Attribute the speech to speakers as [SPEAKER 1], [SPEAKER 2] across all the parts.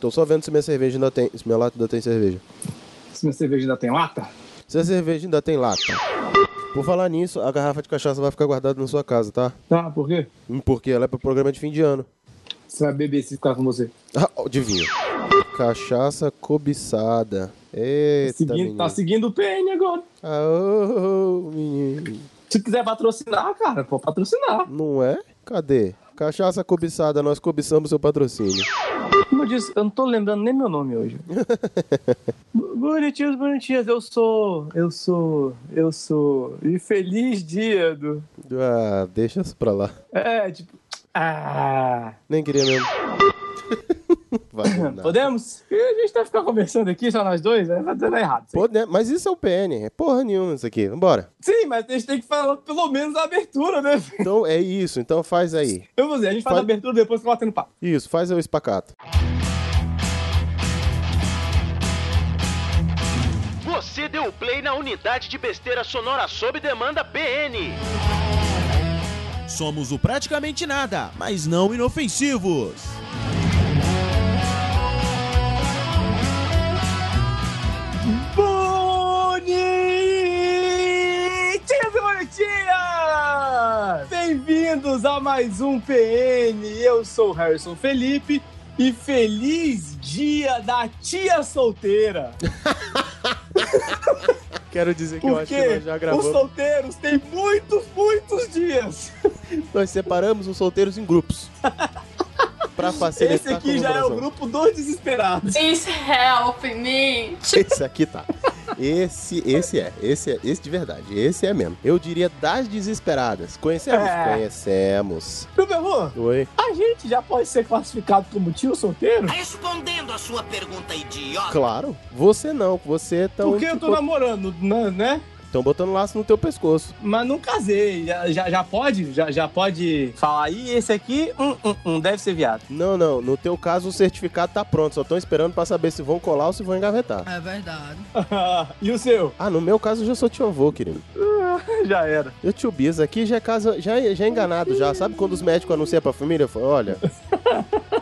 [SPEAKER 1] Tô só vendo se minha cerveja ainda tem. Se minha lata ainda tem cerveja.
[SPEAKER 2] Se minha cerveja ainda tem lata?
[SPEAKER 1] Se a cerveja ainda tem lata. Por falar nisso, a garrafa de cachaça vai ficar guardada na sua casa, tá?
[SPEAKER 2] Tá, por quê?
[SPEAKER 1] Hum, Porque ela é pro programa de fim de ano.
[SPEAKER 2] Você vai beber se ficar com você.
[SPEAKER 1] Ah, adivinha. Cachaça cobiçada. Eita,
[SPEAKER 2] Seguindo,
[SPEAKER 1] menino. Ah,
[SPEAKER 2] tá seguindo o PN agora.
[SPEAKER 1] Aô, menino.
[SPEAKER 2] Se quiser patrocinar, cara, pode patrocinar.
[SPEAKER 1] Não é? Cadê? Cachaça cobiçada, nós cobiçamos seu patrocínio.
[SPEAKER 2] Como eu disse, eu não tô lembrando nem meu nome hoje. Bu- bonitinhos, bonitinhas, eu sou. Eu sou. Eu sou. E feliz dia do.
[SPEAKER 1] Ah, deixa isso pra lá.
[SPEAKER 2] É, tipo. Ah.
[SPEAKER 1] Nem queria mesmo. Vai, Pode...
[SPEAKER 2] Podemos? E a gente tá ficando conversando aqui, só nós dois, né? vai dando errado. isso aqui.
[SPEAKER 1] Pode, né? Mas isso é o PN, é porra nenhuma isso aqui. Vambora.
[SPEAKER 2] Sim, mas a gente tem que falar pelo menos a abertura, né?
[SPEAKER 1] Então é isso, então faz aí.
[SPEAKER 2] Eu vou dizer, a gente faz
[SPEAKER 1] Fala-
[SPEAKER 2] a abertura depois que eu batendo papo.
[SPEAKER 1] Isso, faz o espacato.
[SPEAKER 3] Você deu play na unidade de besteira sonora sob demanda PN.
[SPEAKER 4] Somos o Praticamente Nada, mas não inofensivos.
[SPEAKER 2] Bonitinhas e bonitinhas! Bem-vindos a mais um PN. Eu sou o Harrison Felipe e feliz dia da tia solteira.
[SPEAKER 1] Quero dizer
[SPEAKER 2] Porque os solteiros têm muitos, muitos dias.
[SPEAKER 1] Nós separamos os solteiros em grupos. Pra facilitar
[SPEAKER 2] Esse
[SPEAKER 1] a
[SPEAKER 2] aqui já é o
[SPEAKER 1] comemoração.
[SPEAKER 2] grupo dos desesperados.
[SPEAKER 5] Please help me.
[SPEAKER 1] Esse aqui tá. Esse, esse é, esse é, esse de verdade, esse é mesmo. Eu diria das desesperadas. Conhecemos?
[SPEAKER 2] É.
[SPEAKER 1] Conhecemos.
[SPEAKER 2] Meu amor,
[SPEAKER 1] Oi.
[SPEAKER 2] a gente já pode ser classificado como tio solteiro?
[SPEAKER 3] Respondendo a sua pergunta idiota.
[SPEAKER 1] Claro. Você não, você é tão. tipo,
[SPEAKER 2] Porque eu tô namorando, na- né?
[SPEAKER 1] Tão botando laço no teu pescoço.
[SPEAKER 2] Mas não casei. Já, já, já pode? Já, já pode falar aí? Esse aqui, hum, hum, hum, deve ser viado.
[SPEAKER 1] Não, não. No teu caso, o certificado tá pronto. Só tão esperando pra saber se vão colar ou se vão engavetar.
[SPEAKER 5] É verdade.
[SPEAKER 2] e o seu?
[SPEAKER 1] Ah, no meu caso, eu já sou tio avô, querido.
[SPEAKER 2] Já era.
[SPEAKER 1] Eu tio Bis aqui já é casa, já, é- já é enganado já. Sabe quando os médicos anunciam pra família? Fala, Olha,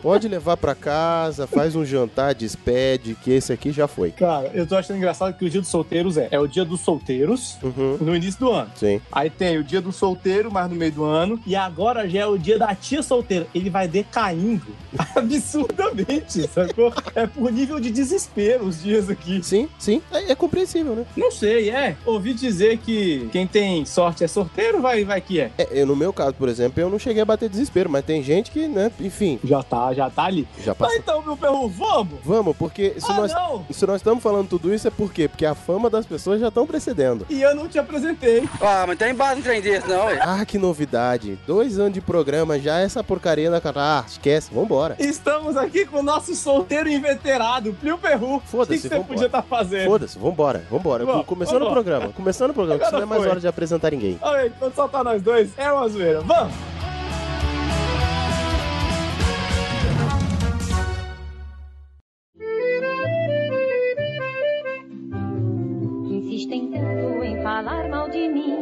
[SPEAKER 1] pode levar pra casa, faz um jantar, despede, que esse aqui já foi.
[SPEAKER 2] Cara, eu tô achando engraçado que o dia dos solteiros é. É o dia dos solteiros
[SPEAKER 1] Uhum.
[SPEAKER 2] no início do ano.
[SPEAKER 1] Sim.
[SPEAKER 2] Aí tem o dia do solteiro, mas no meio do ano. E agora já é o dia da tia solteira. Ele vai decaindo absurdamente, sacou? É por nível de desespero os dias aqui.
[SPEAKER 1] Sim, sim. É, é compreensível, né?
[SPEAKER 2] Não sei, é. Ouvi dizer que quem tem sorte é sorteiro, vai, vai que é.
[SPEAKER 1] É, eu, no meu caso, por exemplo, eu não cheguei a bater desespero, mas tem gente que, né, enfim,
[SPEAKER 2] Já tá, já tá ali.
[SPEAKER 1] já
[SPEAKER 2] Mas
[SPEAKER 1] passou.
[SPEAKER 2] então, meu perro, vamos!
[SPEAKER 1] Vamos, porque se
[SPEAKER 2] ah,
[SPEAKER 1] nós.
[SPEAKER 2] não!
[SPEAKER 1] Se nós estamos falando tudo isso é por quê? Porque a fama das pessoas já estão precedendo.
[SPEAKER 2] E eu não te apresentei.
[SPEAKER 6] Ah, mas tem base no trem desse, não, ué.
[SPEAKER 1] Ah, que novidade. Dois anos de programa, já essa porcaria na cara. Ah, esquece, vambora.
[SPEAKER 2] Estamos aqui com o nosso solteiro inveterado, Plio Perru. O que
[SPEAKER 1] Foda-se,
[SPEAKER 2] que você
[SPEAKER 1] vambora.
[SPEAKER 2] podia estar fazendo?
[SPEAKER 1] Foda-se, vambora, vambora.
[SPEAKER 2] Vamos,
[SPEAKER 1] começando
[SPEAKER 2] vamos.
[SPEAKER 1] o programa, começando o programa, que isso não
[SPEAKER 2] Agora
[SPEAKER 1] é mais
[SPEAKER 2] foi.
[SPEAKER 1] hora de apresentar ninguém.
[SPEAKER 2] Olha, enquanto só tá nós dois, é uma zoeira. Vamos!
[SPEAKER 7] Insistem tanto em falar mal de mim.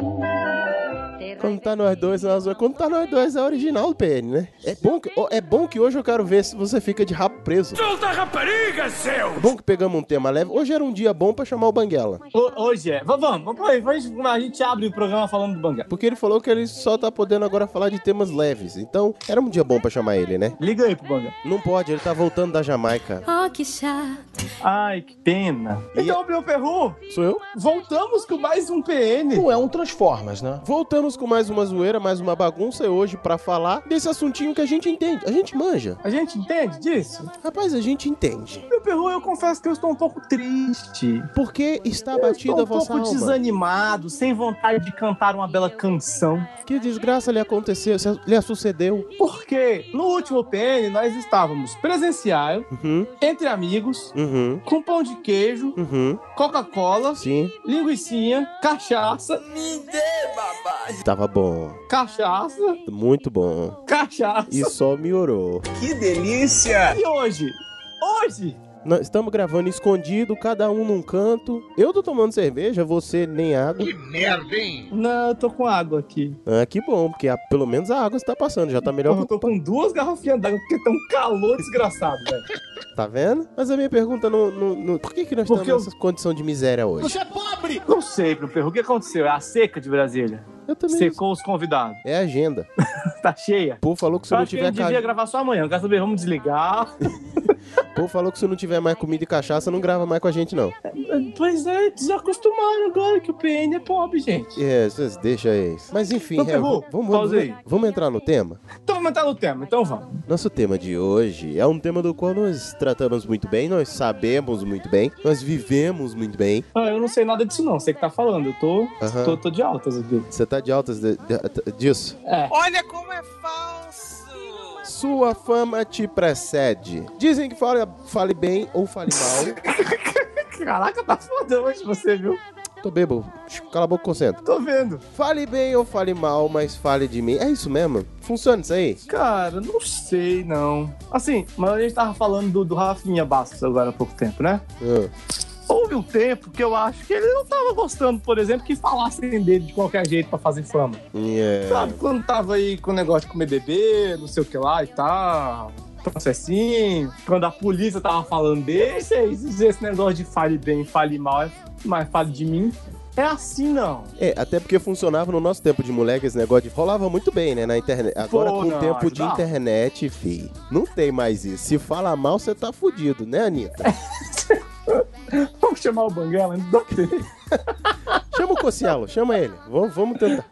[SPEAKER 7] Terra
[SPEAKER 1] Quando tá nós dois, é uma zoeira. Quando tá nós dois, é original do PN, né? É bom, que, ó, é bom que hoje eu quero ver se você fica de rabo preso. Solta rapariga, seu! Bom que pegamos um tema leve. Hoje era um dia bom pra chamar o Banguela.
[SPEAKER 2] Ho- hoje é. Vamos, vamos, vamos aí. Vamos, a gente abre o programa falando do Banguela.
[SPEAKER 1] Porque ele falou que ele só tá podendo agora falar de temas leves. Então, era um dia bom pra chamar ele, né?
[SPEAKER 2] Liga aí pro Banguela.
[SPEAKER 1] Não pode, ele tá voltando da Jamaica.
[SPEAKER 5] Oh, que chato.
[SPEAKER 2] Ai, que pena.
[SPEAKER 1] E-
[SPEAKER 2] Então, Plio Perru,
[SPEAKER 1] Sou eu?
[SPEAKER 2] voltamos com mais um PN.
[SPEAKER 8] Não é um Transformers, né?
[SPEAKER 1] Voltamos com mais uma zoeira, mais uma bagunça e hoje pra falar desse assuntinho que a gente entende. A gente manja.
[SPEAKER 2] A gente entende disso?
[SPEAKER 1] Rapaz, a gente entende.
[SPEAKER 2] Plio Perru, eu confesso que eu estou um pouco triste.
[SPEAKER 1] Porque está
[SPEAKER 2] Eu
[SPEAKER 1] batida
[SPEAKER 2] estou
[SPEAKER 1] a
[SPEAKER 2] um
[SPEAKER 1] vossa
[SPEAKER 2] pouco
[SPEAKER 1] alma.
[SPEAKER 2] desanimado, sem vontade de cantar uma bela canção.
[SPEAKER 1] Que desgraça lhe aconteceu, se- lhe sucedeu.
[SPEAKER 2] Porque no último PN nós estávamos presencial,
[SPEAKER 1] Uhum,
[SPEAKER 2] entre amigos,
[SPEAKER 1] uhum,
[SPEAKER 2] com pão de queijo,
[SPEAKER 1] uhum.
[SPEAKER 2] Coca-Cola,
[SPEAKER 1] Sim,
[SPEAKER 2] linguiçinha, cachaça,
[SPEAKER 1] tava bom.
[SPEAKER 2] cachaça,
[SPEAKER 1] Muito bom.
[SPEAKER 2] cachaça.
[SPEAKER 1] E só melhorou.
[SPEAKER 2] E hoje? Hoje
[SPEAKER 1] Nós estamos gravando escondido, cada um num canto. Eu tô tomando cerveja, você nem água.
[SPEAKER 2] Não, eu tô com água aqui.
[SPEAKER 1] Ah, que bom, porque a- pelo menos a água está passando, já tá melhor.
[SPEAKER 2] Eu tô com duas garrafinhas d'água porque tá um calor desgraçado, velho.
[SPEAKER 1] Tá vendo? Mas a minha pergunta não. não- não- Por que, que nós
[SPEAKER 2] Porque
[SPEAKER 1] estamos nessa condição de miséria hoje?
[SPEAKER 2] é Não sei, meu perro. O que aconteceu? É a seca de Brasília.
[SPEAKER 1] Eu também. não sei.
[SPEAKER 2] Secou os convidados.
[SPEAKER 1] É agenda.
[SPEAKER 2] Tá cheia.
[SPEAKER 1] O povo falou que se
[SPEAKER 2] Eu
[SPEAKER 1] não
[SPEAKER 2] acho que a é
[SPEAKER 1] tiver
[SPEAKER 2] gente devia
[SPEAKER 1] ca...
[SPEAKER 2] gravar só amanhã. Quer saber? Vamos desligar.
[SPEAKER 1] o povo falou que se não tiver mais comida e cachaça, não grava mais com a gente, não.
[SPEAKER 2] Pois é, desacostumaram agora que o PN é pobre, gente.
[SPEAKER 1] É, vocês deixa isso. Mas enfim,
[SPEAKER 8] Então
[SPEAKER 2] Ô,
[SPEAKER 1] é,
[SPEAKER 2] Ferru,
[SPEAKER 1] vamos, vamos,
[SPEAKER 2] pausa aí.
[SPEAKER 1] vamos entrar no tema?
[SPEAKER 2] Então vamos entrar no tema, então vamos.
[SPEAKER 1] Nosso tema de hoje é um tema do qual nós tratamos muito bem, nós sabemos muito bem, nós vivemos muito bem.
[SPEAKER 2] Ah, eu não sei nada disso, não. Sei que tá falando. Eu tô,
[SPEAKER 1] Aham.
[SPEAKER 2] tô, tô de altas aqui.
[SPEAKER 1] Você tá de altas de- de- disso?
[SPEAKER 8] Olha como é falso!
[SPEAKER 1] Sua fama te precede. Dizem que fale, fale bem ou fale mal.
[SPEAKER 2] Caraca, tá foda hoje você, viu?
[SPEAKER 1] Tô bebo. Cala a boca, concentra.
[SPEAKER 2] Tô vendo.
[SPEAKER 1] Fale bem ou fale mal, mas fale de mim. É isso mesmo? Funciona isso aí?
[SPEAKER 2] Cara, não sei, não. Assim, mas a gente tava falando do, do Rafinha Bastos agora há pouco tempo, né?
[SPEAKER 1] Ah,
[SPEAKER 2] Houve um tempo que eu acho que ele não tava gostando, por exemplo, que falassem dele de qualquer jeito pra fazer fama.
[SPEAKER 1] yeah.
[SPEAKER 2] Sabe, quando tava aí com o negócio de comer bebê, não sei o que lá e tal, processinho, quando a polícia tava falando dele, esse, esse esse negócio de fale bem, fale mal, é- mas fale de mim, é assim não.
[SPEAKER 1] É, até porque funcionava no nosso tempo de moleque esse negócio de rolava muito bem, né, na internet. Agora
[SPEAKER 2] Pô,
[SPEAKER 1] com o
[SPEAKER 2] não,
[SPEAKER 1] tempo de
[SPEAKER 2] ajudava.
[SPEAKER 1] internet, fi, não tem mais isso. Se fala mal, você tá fudido, né, Anitta?
[SPEAKER 2] Vamos chamar o Banguela, não dá tempo.
[SPEAKER 1] Chama o Cocielo, chama ele. Vamos, vamos tentar.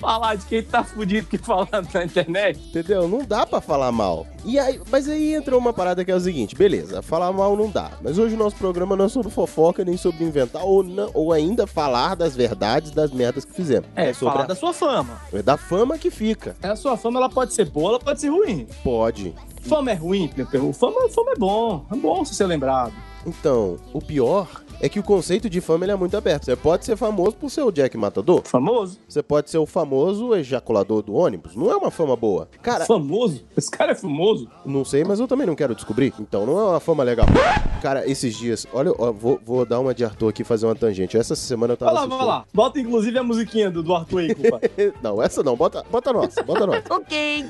[SPEAKER 2] falar de quem tá fudido que fala na internet.
[SPEAKER 1] Entendeu? Não dá pra falar mal. E aí, mas aí entra uma parada que é o seguinte, beleza, falar mal não dá. Mas hoje o nosso programa não é sobre fofoca, nem sobre inventar ou, não- ou ainda falar das verdades, das merdas que fizemos.
[SPEAKER 2] É,
[SPEAKER 1] sobre
[SPEAKER 2] falar
[SPEAKER 1] a-
[SPEAKER 2] da sua fama.
[SPEAKER 1] é da fama que fica.
[SPEAKER 2] É, a sua fama ela pode ser boa, ela pode ser ruim.
[SPEAKER 1] Pode.
[SPEAKER 2] Fama é ruim, meu perro. Fama, fama é bom. É bom se ser lembrado.
[SPEAKER 1] Então, o pior é que o conceito de fama ele é muito aberto. Você pode ser famoso por ser o Jack Matador.
[SPEAKER 2] Famoso?
[SPEAKER 1] Você pode ser o famoso ejaculador do ônibus. Não é uma fama boa. Cara,
[SPEAKER 2] Famoso? Esse cara é famoso?
[SPEAKER 1] não sei, mas eu também não quero descobrir. Então não é uma fama legal. Cara, esses dias. Olha, ó, vou, vou dar uma de Arthur aqui e fazer uma tangente. Essa semana eu tava.
[SPEAKER 2] Vai lá,
[SPEAKER 1] assistindo-
[SPEAKER 2] vai lá. Bota inclusive a musiquinha do, do Arthur aí, culpa.
[SPEAKER 1] Não, essa não. Bota, bota nossa, bota nossa. ok.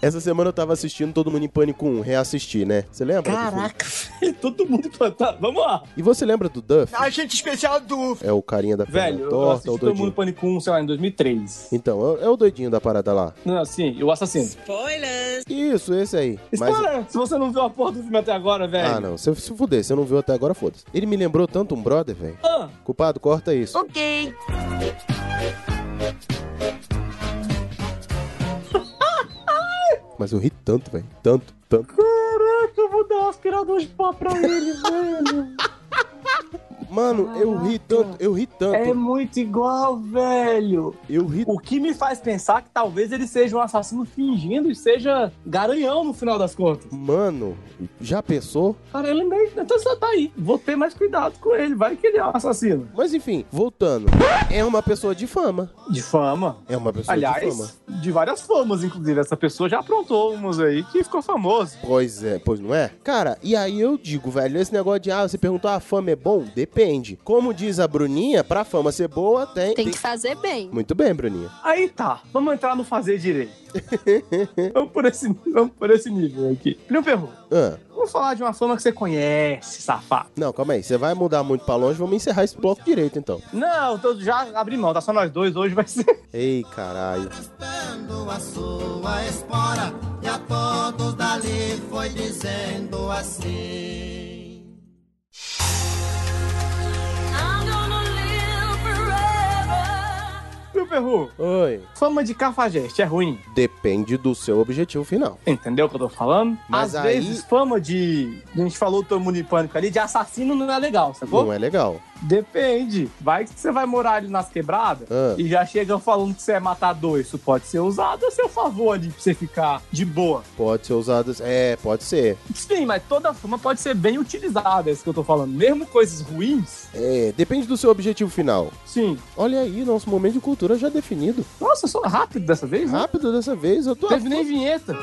[SPEAKER 1] Essa semana eu tava assistindo Todo Mundo em Pânico 1, reassistir, né? Você lembra? Caraca.
[SPEAKER 2] Todo mundo plantado. Vamos lá.
[SPEAKER 1] E você lembra do Duff?
[SPEAKER 8] Agente especial do.
[SPEAKER 1] É o carinha da perna
[SPEAKER 2] Velho, eu
[SPEAKER 1] torta,
[SPEAKER 2] assisti
[SPEAKER 1] o
[SPEAKER 2] Todo
[SPEAKER 1] doidinho.
[SPEAKER 2] Mundo Pânico 1, sei lá, em 2003.
[SPEAKER 1] Então, é é o doidinho da parada lá.
[SPEAKER 2] Não, assim, o assassino.
[SPEAKER 8] Spoilers!
[SPEAKER 1] Isso, esse aí. Mas...
[SPEAKER 2] Spoiler! Se você não viu a porra do filme até agora, velho.
[SPEAKER 1] Ah, não. Se, se fuder, se você não viu até agora, foda-se. Ele me lembrou tanto um brother, velho.
[SPEAKER 2] Ah,
[SPEAKER 1] Culpado, corta isso.
[SPEAKER 2] Oh.
[SPEAKER 8] Ok.
[SPEAKER 1] Mas eu ri tanto, velho. Tanto, tanto.
[SPEAKER 2] caraca, eu vou dar um aspirador de pó pra ele, velho.
[SPEAKER 1] Mano, eu ri tanto, eu ri
[SPEAKER 2] É
[SPEAKER 1] tanto.
[SPEAKER 2] muito igual, velho.
[SPEAKER 1] Eu ri.
[SPEAKER 2] O que me faz pensar que talvez ele seja um assassino fingindo e seja garanhão no final das contas.
[SPEAKER 1] Mano, já pensou?
[SPEAKER 2] Cara, eu lembrei. Então só tá aí. Vou ter mais cuidado com ele. Vai que ele é um assassino.
[SPEAKER 1] Mas enfim, voltando. É uma pessoa de fama.
[SPEAKER 2] De fama.
[SPEAKER 1] É uma pessoa de fama.
[SPEAKER 2] Aliás, de várias famas, inclusive. Essa pessoa já aprontou umas aí que ficou famoso.
[SPEAKER 1] Pois é, pois não é? Cara, e aí eu digo, velho, esse negócio de, ah, você perguntou, ah, a fama é bom? Depende. Como diz a Bruninha, pra fama ser boa, tem...
[SPEAKER 5] Tem que fazer bem.
[SPEAKER 1] Muito bem, Bruninha.
[SPEAKER 2] Aí tá, vamos entrar no fazer direito. vamos, por esse, vamos por esse nível aqui. Meu perro,
[SPEAKER 1] Ah,
[SPEAKER 2] vamos falar de uma fama que você conhece, safado.
[SPEAKER 1] não, calma aí, você vai mudar muito pra longe, vamos encerrar esse bloco direito, então.
[SPEAKER 2] Não, eu já abri mão, tá só nós dois hoje, vai ser.
[SPEAKER 1] Ei, caralho.
[SPEAKER 8] A sua espora e a todos dali foi dizendo assim.
[SPEAKER 5] I'm gonna live forever.
[SPEAKER 2] Meu perro,
[SPEAKER 1] Oi.
[SPEAKER 2] fama de cafajeste é ruim.
[SPEAKER 1] Depende do seu objetivo final.
[SPEAKER 2] Entendeu o que eu tô falando?
[SPEAKER 1] Mas
[SPEAKER 2] Às
[SPEAKER 1] aí-
[SPEAKER 2] vezes, fama de. A gente falou todo mundo em pânico ali, de assassino não é legal, sacou?
[SPEAKER 1] Não é legal.
[SPEAKER 2] Depende. Vai que você vai morar ali nas quebradas
[SPEAKER 1] Ah.
[SPEAKER 2] e já chegam falando que você é matador. Isso pode ser usado a seu favor ali pra você ficar de boa.
[SPEAKER 1] Pode ser usado. É, pode ser.
[SPEAKER 2] Sim, mas toda fama pode ser bem utilizada, é isso que eu tô falando. Mesmo coisas ruins,
[SPEAKER 1] É, depende do seu objetivo final.
[SPEAKER 2] sim.
[SPEAKER 1] Olha aí, nosso momento de cultura já definido.
[SPEAKER 2] Nossa, eu sou rápido dessa vez, né?
[SPEAKER 1] Ah. Rápido dessa vez, eu tô.
[SPEAKER 2] Não teve nem vinheta.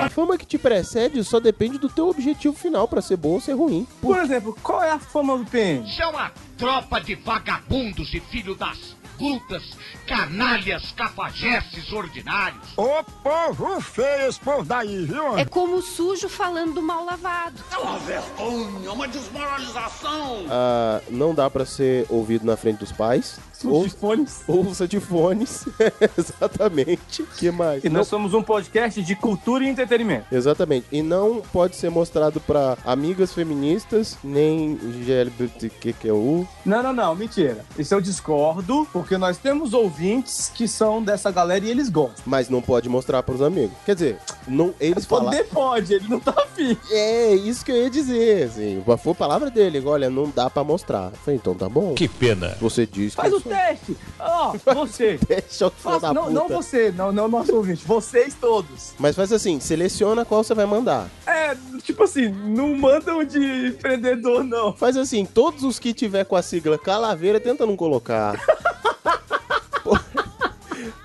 [SPEAKER 1] A fama que te precede só depende do teu objetivo final pra ser bom ou ser ruim.
[SPEAKER 2] Por exemplo, qual é a fama do PN?
[SPEAKER 9] São a É tropa de vagabundos e filho das putas, canalhas, cafajestes ordinários.
[SPEAKER 10] Ô povo feio esse povo daí, viu?
[SPEAKER 5] É como o sujo falando do mal lavado.
[SPEAKER 9] É uma vergonha, uma desmoralização.
[SPEAKER 1] Ah, não dá pra ser ouvido na frente dos pais. Ou,
[SPEAKER 2] fones.
[SPEAKER 1] ouça de fones. Exatamente. que mais?
[SPEAKER 2] E nós somos um podcast de cultura e entretenimento.
[SPEAKER 1] Exatamente. E não pode ser mostrado pra amigas feministas, nem GLBTQQ.
[SPEAKER 2] Não, não, não, mentira. Isso eu discordo, porque nós temos ouvintes que são dessa galera e eles gostam.
[SPEAKER 1] Mas não pode mostrar pros amigos. Quer dizer, não, eles falam.
[SPEAKER 2] É Poder pode, ele não tá afim.
[SPEAKER 1] É, isso que eu ia dizer, assim. Foi a palavra dele. Olha, não dá pra mostrar. Eu falei, então tá bom.
[SPEAKER 4] Que pena.
[SPEAKER 1] Você diz que
[SPEAKER 2] Faz
[SPEAKER 1] eu
[SPEAKER 2] o
[SPEAKER 1] sou-
[SPEAKER 2] teste. Ó, você.
[SPEAKER 1] Deixa eu falar
[SPEAKER 2] Faça- não,
[SPEAKER 1] puta.
[SPEAKER 2] não você, não, não nosso ouvinte, vocês todos.
[SPEAKER 1] Mas faz assim, seleciona qual você vai mandar.
[SPEAKER 2] É, tipo assim, não mandam de empreendedor, não.
[SPEAKER 1] Faz assim, todos os que tiver com a sigla calaveira, tenta não colocar. Po-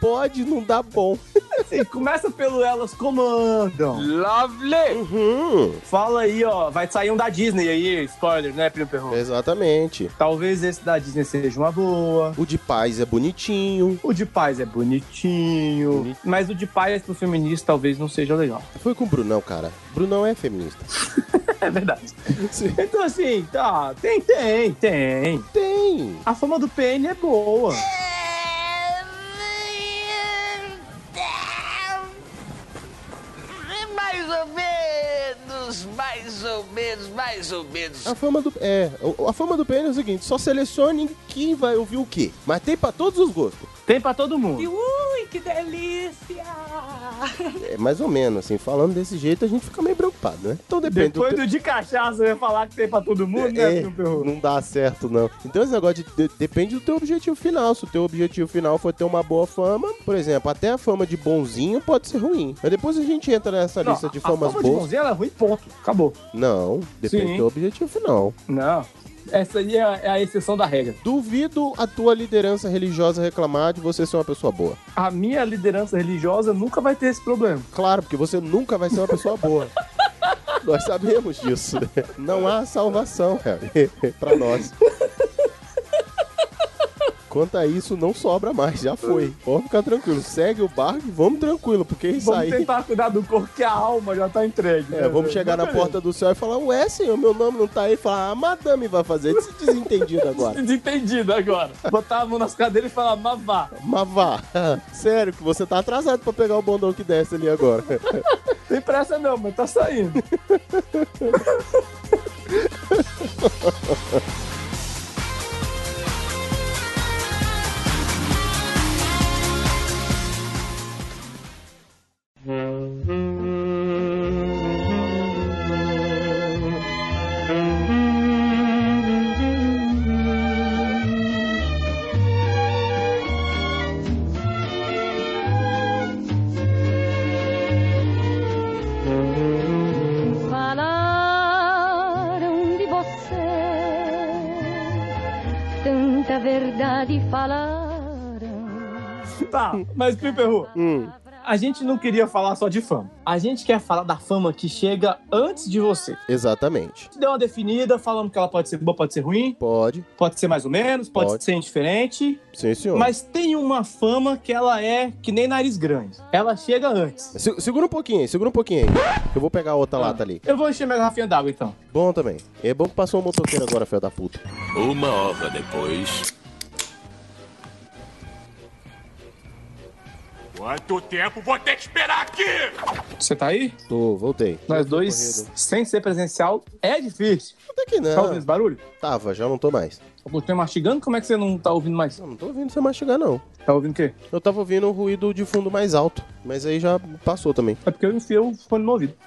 [SPEAKER 1] Pode não dar bom.
[SPEAKER 2] Assim, começa pelo Elas Comandam.
[SPEAKER 6] Lovely!
[SPEAKER 1] Uhum,
[SPEAKER 2] Fala aí, ó. Vai sair um da Disney aí, spoiler, né, Primo Perro?
[SPEAKER 1] exatamente.
[SPEAKER 2] Talvez esse da Disney seja uma boa.
[SPEAKER 1] O de paz é bonitinho.
[SPEAKER 2] O de paz é bonitinho.
[SPEAKER 1] Bonito.
[SPEAKER 2] Mas o de paz pro feminista talvez não seja legal.
[SPEAKER 1] Foi com o Brunão, cara. Brunão é feminista.
[SPEAKER 2] É verdade.
[SPEAKER 1] Sim.
[SPEAKER 2] Então, assim, tá. Tem, tem, tem.
[SPEAKER 1] Tem.
[SPEAKER 2] A fama do PN é boa.
[SPEAKER 9] Mais ou menos, mais ou menos, mais ou menos.
[SPEAKER 1] A fama do. É, o- a fama do PN é o seguinte: só selecione quem vai ouvir o quê. Mas tem pra todos os gostos.
[SPEAKER 2] Tem pra todo mundo.
[SPEAKER 5] Ui, que delícia!
[SPEAKER 1] É mais ou menos, assim, falando desse jeito, a gente fica meio preocupado, né? Então depende
[SPEAKER 2] Depois
[SPEAKER 1] do.
[SPEAKER 2] do de cachaça, eu ia falar que tem pra todo mundo, né,
[SPEAKER 1] É,
[SPEAKER 2] Primo Perro?
[SPEAKER 1] não dá certo, não. Então esse negócio de- de- depende do teu objetivo final. Se o teu objetivo final for ter uma boa fama, por exemplo, até a fama de bonzinho pode ser ruim. Mas depois a gente entra nessa
[SPEAKER 2] Não,
[SPEAKER 1] lista de
[SPEAKER 2] a
[SPEAKER 1] famas
[SPEAKER 2] fama
[SPEAKER 1] boas.
[SPEAKER 2] De bonzinho, ela é ruim, ponto. Acabou.
[SPEAKER 1] não, depende
[SPEAKER 2] Sim.
[SPEAKER 1] do teu objetivo final.
[SPEAKER 2] Não. Essa aí é a, é a exceção da regra.
[SPEAKER 1] Duvido a tua liderança religiosa reclamar de você ser uma pessoa boa.
[SPEAKER 2] A minha liderança religiosa nunca vai ter esse problema.
[SPEAKER 1] Claro, porque você nunca vai ser uma pessoa boa. Nós sabemos disso. né? Não há salvação, Harry, pra nós. Quanto a isso, não sobra mais, já foi. Vamos ficar tranquilo, segue o barco e vamos tranquilo, porque isso
[SPEAKER 2] Vamos
[SPEAKER 1] aí.
[SPEAKER 2] tentar cuidar do corpo que a alma já tá entregue.
[SPEAKER 1] É, vamos chegar na porta do céu e falar, ué, senhor, meu nome não tá aí. Falar, ah, madame vai fazer, Des- desentendido agora.
[SPEAKER 2] Desentendido agora. Botar a mão nas cadeiras e falar, mavá.
[SPEAKER 1] Mas vá, sério que você tá atrasado pra pegar o bondão que desce ali agora.
[SPEAKER 2] Tem pressa não, mas tá saindo.
[SPEAKER 7] Falaram de você, tanta verdade falaram.
[SPEAKER 2] Tá, mas Piperru,
[SPEAKER 1] Hum.
[SPEAKER 2] a gente não queria falar só de fama. A gente quer falar da fama que chega antes de você.
[SPEAKER 1] Exatamente.
[SPEAKER 2] Deu uma definida, falando que ela pode ser boa, pode ser ruim,
[SPEAKER 1] Pode,
[SPEAKER 2] pode ser mais ou menos, pode,
[SPEAKER 1] Pode.
[SPEAKER 2] ser indiferente.
[SPEAKER 1] sim, senhor.
[SPEAKER 2] Mas tem uma fama que ela é que nem nariz grande. Ela chega antes.
[SPEAKER 1] Se- segura um pouquinho aí, segura um pouquinho aí. Eu vou pegar a outra lata ali.
[SPEAKER 2] Eu vou encher minha garrafinha d'água então.
[SPEAKER 1] Bom também. É bom que passou o motoqueiro agora, filho da puta.
[SPEAKER 9] Uma hora depois.
[SPEAKER 10] Quanto tempo vou ter que esperar aqui?
[SPEAKER 2] Você tá aí?
[SPEAKER 1] Tô, voltei.
[SPEAKER 2] Nós dois, sem ser presencial, é difícil.
[SPEAKER 1] Até que
[SPEAKER 2] Tá ouvindo
[SPEAKER 1] não.
[SPEAKER 2] esse barulho?
[SPEAKER 1] Tava, já não tô mais.
[SPEAKER 2] Tá botando mastigando? Como é que você não tá ouvindo mais?
[SPEAKER 1] Não, não tô ouvindo você mastigar, não.
[SPEAKER 2] Tá ouvindo o quê?
[SPEAKER 1] Eu tava ouvindo um ruído de fundo mais alto. Mas aí já passou também.
[SPEAKER 2] É porque eu enfiei o fone no ouvido.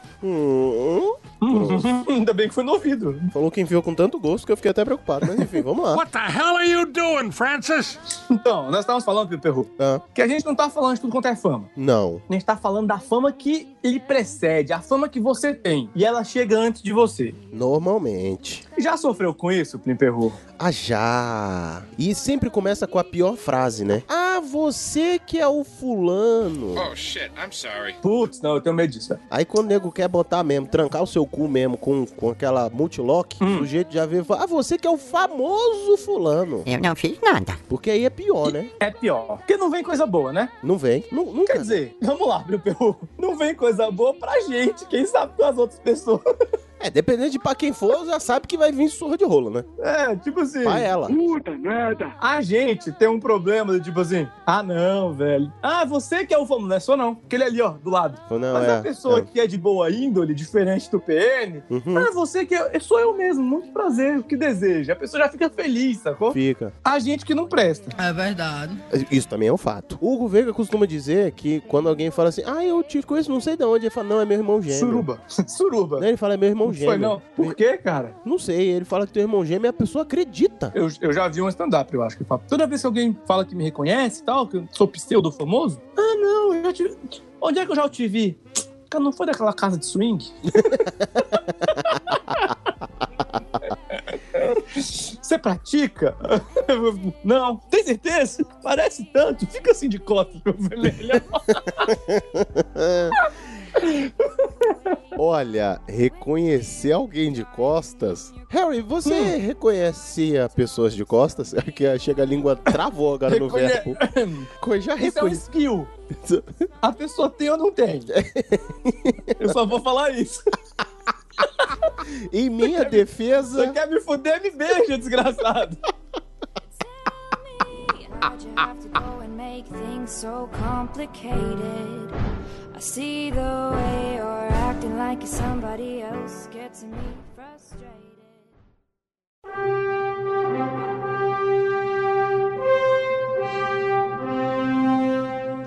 [SPEAKER 1] Hum,
[SPEAKER 2] Ainda bem que foi no ouvido.
[SPEAKER 1] falou que enviou com tanto gosto que eu fiquei até preocupado. Mas enfim, vamos lá.
[SPEAKER 10] What the hell are you doing, Francis?
[SPEAKER 2] Então, nós estávamos falando, Pipo Perru,
[SPEAKER 1] Ah,
[SPEAKER 2] que a gente não tá falando de tudo quanto é fama.
[SPEAKER 1] não.
[SPEAKER 2] A gente tá falando da fama que lhe precede, a fama que você tem. E ela chega antes de você.
[SPEAKER 1] Normalmente.
[SPEAKER 2] Já sofreu com isso, Plim Perru?
[SPEAKER 1] Ah, já. E sempre começa com a pior frase, né? Ah, você que é o fulano.
[SPEAKER 11] Oh, shit, I'm sorry.
[SPEAKER 2] Putz, não, eu tenho medo disso, velho.
[SPEAKER 1] Aí quando o nego quer botar mesmo, trancar o seu cu mesmo com, com aquela multilock,
[SPEAKER 12] Hum.
[SPEAKER 1] o sujeito já vê e fala, ah, você que é o famoso fulano.
[SPEAKER 12] Eu não fiz nada.
[SPEAKER 1] Porque aí é pior, né?
[SPEAKER 2] É pior. Porque não vem coisa boa, né?
[SPEAKER 1] Não vem. Nu- nunca.
[SPEAKER 2] Quer dizer, vamos lá, meu peru. Não vem coisa boa pra gente, quem sabe com as outras pessoas.
[SPEAKER 1] É, dependendo de pra quem for, já sabe que vai vir surra de rolo, né?
[SPEAKER 2] É, tipo assim.
[SPEAKER 1] Pra ela.
[SPEAKER 2] Puta merda. A gente tem um problema de tipo assim. Ah, não, velho. Ah, você que é o famoso. Não é só não. Aquele ali, ó, do lado.
[SPEAKER 1] Ou Não,
[SPEAKER 2] Mas
[SPEAKER 1] é,
[SPEAKER 2] a pessoa
[SPEAKER 1] é.
[SPEAKER 2] que é de boa índole, diferente do PN,
[SPEAKER 1] Uhum.
[SPEAKER 2] ah, você que é. Sou eu mesmo, muito prazer, o que deseja. A pessoa já fica feliz, sacou?
[SPEAKER 1] Fica.
[SPEAKER 2] A gente que não presta. É verdade.
[SPEAKER 1] Isso também é um fato. O Hugo Veiga costuma dizer que quando alguém fala assim, ah, eu te conheço, não sei de onde, ele fala, não, é meu irmão gêmeo.
[SPEAKER 2] Suruba. Suruba.
[SPEAKER 1] Ele fala, é meu irmão
[SPEAKER 2] Não
[SPEAKER 1] gêmeo.
[SPEAKER 2] foi, não. Por quê, cara?
[SPEAKER 1] Não sei, ele fala que teu irmão gêmeo e a pessoa acredita.
[SPEAKER 2] Eu, eu já vi um stand-up, eu acho que fala. Toda vez que alguém fala que me reconhece e tal, que eu sou pseudo famoso, ah, não, eu já te. Onde é que eu já te vi? Cara, não foi daquela casa de swing? Você pratica? Não. Tem certeza? Parece tanto. Fica assim de costas, meu vermelho.
[SPEAKER 1] Olha, reconhecer alguém de costas. Harry, você reconhecia pessoas de costas? Aqui chega a língua travou agora no
[SPEAKER 2] Reconhe-
[SPEAKER 1] verbo. Co- Já
[SPEAKER 2] Isso é um
[SPEAKER 1] reconhece.
[SPEAKER 2] skill. A pessoa tem ou não tem. Eu só vou falar isso.
[SPEAKER 1] Em minha defesa.
[SPEAKER 2] Você quer me fuder, me beija, desgraçado.
[SPEAKER 13] Why'd you have to go and make things so complicated? I see the way you're acting like you're somebody else gets me frustrated.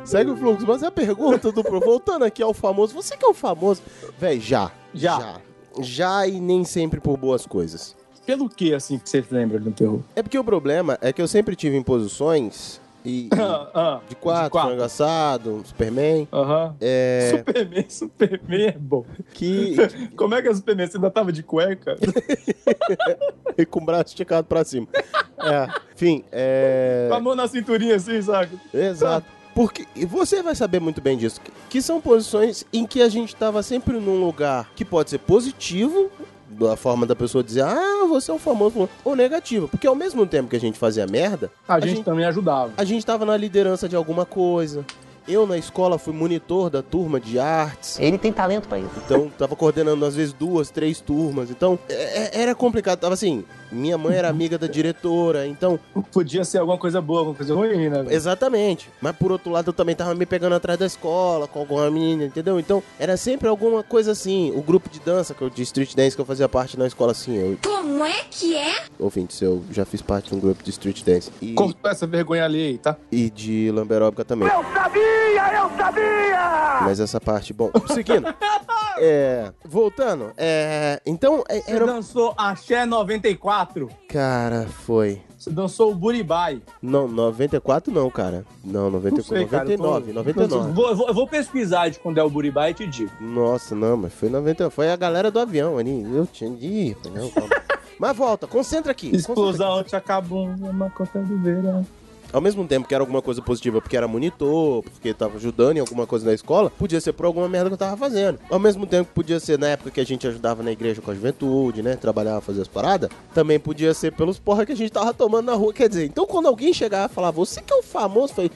[SPEAKER 1] Segue o fluxo, mas é a pergunta do pro, voltando aqui ao famoso, você que é o famoso, véi, já,
[SPEAKER 2] Já.
[SPEAKER 1] já, já e nem sempre por boas coisas.
[SPEAKER 2] Pelo que, assim, que você lembra do teu?
[SPEAKER 1] É porque o problema é que eu sempre tive em posições e,
[SPEAKER 2] Ah,
[SPEAKER 1] e- de quatro, frango assado, Superman.
[SPEAKER 2] Aham.
[SPEAKER 1] É,
[SPEAKER 2] Superman, Superman é bom.
[SPEAKER 1] Que...
[SPEAKER 2] Como é que é Superman? Você ainda tava de cueca?
[SPEAKER 1] É. e com o braço esticado pra cima. É, enfim, é...
[SPEAKER 2] Com a mão na cinturinha assim, saca?
[SPEAKER 1] Exato. Porque e você vai saber muito bem disso, que- que são posições em que a gente tava sempre num lugar que pode ser positivo, da forma da pessoa dizer, ah, você é um famoso, ou negativo, porque ao mesmo tempo que a gente fazia merda,
[SPEAKER 2] A gente também ajudava.
[SPEAKER 1] a gente tava na liderança de alguma coisa. Eu na escola fui monitor da turma de artes.
[SPEAKER 12] Ele tem talento pra isso.
[SPEAKER 1] Então tava coordenando às vezes duas, três turmas. Então é- é- era complicado. Tava assim, minha mãe era amiga da diretora, então
[SPEAKER 2] Podia ser alguma coisa boa, alguma coisa ruim, né? velho?
[SPEAKER 1] Exatamente. Mas por outro lado, eu também tava me pegando atrás da escola, com alguma menina, entendeu? Então, era sempre alguma coisa assim. O grupo de dança, que eu, de street dance, que eu fazia parte na escola, assim, eu,
[SPEAKER 13] Como é que é?
[SPEAKER 1] ouvinte, eu já fiz parte de um grupo de street dance. E,
[SPEAKER 2] Cortou essa vergonha ali aí, tá?
[SPEAKER 1] e de lamberóbica também.
[SPEAKER 2] sabia! Eu sabia!
[SPEAKER 1] Mas essa parte, bom, seguindo. é, voltando, é, então, é,
[SPEAKER 2] Você
[SPEAKER 1] era,
[SPEAKER 2] dançou Axé 94.
[SPEAKER 1] cara, foi...
[SPEAKER 2] Você dançou o Buribai.
[SPEAKER 1] Não, 94 não, cara. Não, 94,
[SPEAKER 2] Não sei, cara. eu tô-
[SPEAKER 1] 99, 99.
[SPEAKER 2] Vou- Eu vou, eu vou pesquisar de quando é o Buribai e te digo.
[SPEAKER 1] Nossa, não, mas foi 90. Foi a galera do avião ali. Eu tinha. Ih, não, calma. mas volta, concentra aqui. concentra
[SPEAKER 2] Explosão te acabou, uma conta do verão.
[SPEAKER 1] aqui. Ao mesmo tempo que era alguma coisa positiva, porque era monitor, porque tava ajudando em alguma coisa na escola, podia ser por alguma merda que eu tava fazendo. Ao mesmo tempo que podia ser na época que a gente ajudava na igreja com a juventude, né? Trabalhava, fazia as paradas. Também podia ser pelos porra que a gente tava tomando na rua. Quer dizer, então quando alguém chegava e falava, você que é o famoso, foi.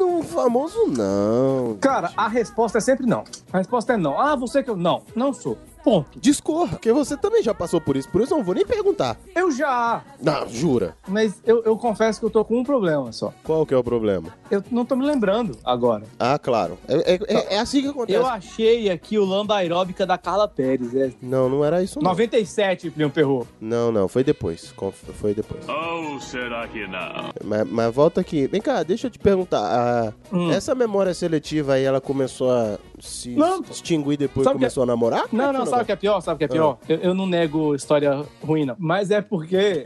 [SPEAKER 1] Não, famoso não.
[SPEAKER 2] Cara, a resposta é sempre não. A resposta é não. Ah, você que eu. Não, não sou. Ponto.
[SPEAKER 1] Discorra, porque você também já passou por isso, por isso eu não vou nem perguntar.
[SPEAKER 2] Eu já.
[SPEAKER 1] Não, jura.
[SPEAKER 2] Mas eu, eu confesso que eu tô com um problema só.
[SPEAKER 1] Qual que é o problema?
[SPEAKER 2] Eu não tô me lembrando agora.
[SPEAKER 1] Ah, claro. É, é- é- é assim que acontece.
[SPEAKER 2] Tá. Eu achei aqui o lamba aeróbica da Carla Pérez. É
[SPEAKER 1] Não, não era isso não.
[SPEAKER 2] 97, Leon Perro.
[SPEAKER 1] Não, não, foi depois. Conf- Foi depois.
[SPEAKER 14] Ou Oh, será que não?
[SPEAKER 1] Mas, mas volta aqui. Vem cá, deixa eu te perguntar. Ah, a-
[SPEAKER 14] Hum.
[SPEAKER 1] Essa memória seletiva aí, ela começou a se não. extinguiu depois sabe começou que... a namorar?
[SPEAKER 2] é? Não, não, não sabe o que é pior? Sabe o que é pior? Ah. Eu, eu, não nego história ruim, não. Mas é porque.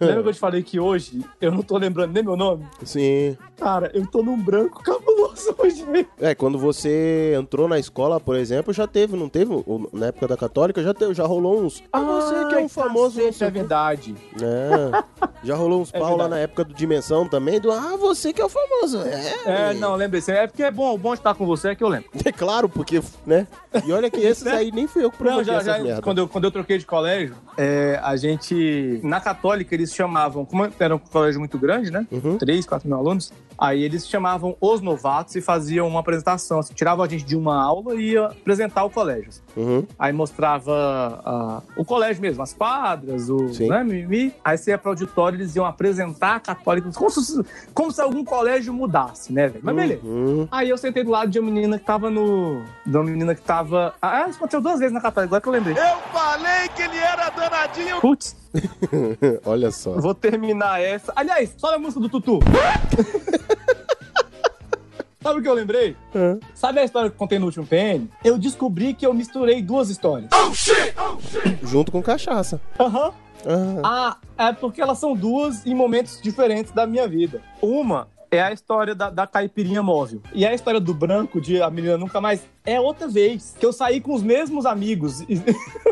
[SPEAKER 2] lembra que eu te falei que hoje eu não tô lembrando nem meu nome?
[SPEAKER 1] Sim.
[SPEAKER 2] Cara, eu tô num branco cabuloso hoje.
[SPEAKER 1] É, quando você entrou na escola, por exemplo, já teve, não teve? Na época da Católica, já teve, já rolou uns.
[SPEAKER 2] Ah, você que é um famoso. Cacete,
[SPEAKER 1] é verdade. É. Já rolou uns é pau lá na época do Dimensão também, do Ah, você que é o famoso.
[SPEAKER 2] É, é não, lembrei. É porque é bom, bom estar com você é que eu lembro.
[SPEAKER 1] É claro, porque, né? E olha que esses aí nem fui eu que
[SPEAKER 2] provoquei Né? não, já, já, merda. Quando eu, quando eu troquei de colégio, é, a gente... Na Católica, eles chamavam... Como era um colégio muito grande, né? Uhum. 3, 4 mil alunos. Aí eles chamavam os novatos e faziam uma apresentação. Assim, tiravam a gente de uma aula e ia apresentar o colégio. Uhum. Aí mostrava uh, o colégio mesmo, as quadras, o Sim. né, mimimi. Aí você ia para o auditório eles iam apresentar a Católica, como se, como se algum colégio mudasse, né, velho? Mas beleza. Uhum. Aí eu sentei do lado de uma menina que tava no. De uma menina que tava. Ah, isso aconteceu duas vezes na Católica, agora que eu lembrei.
[SPEAKER 9] Eu falei que ele era danadinho!
[SPEAKER 2] Putz,
[SPEAKER 1] Olha só.
[SPEAKER 2] Vou terminar essa. Aliás, só a música do Tutu. Sabe o que eu lembrei? Uhum. Sabe a história que eu contei no último PN? Eu descobri que eu misturei duas histórias.
[SPEAKER 9] Oh, shit! Oh, shit!
[SPEAKER 1] Junto com cachaça.
[SPEAKER 2] Aham. Uhum. Uhum. Ah, é porque elas são duas em momentos diferentes da minha vida. Uma é a história da, da, caipirinha móvel. E a história do branco, de a menina nunca mais, é outra vez. Que eu saí com os mesmos amigos. E...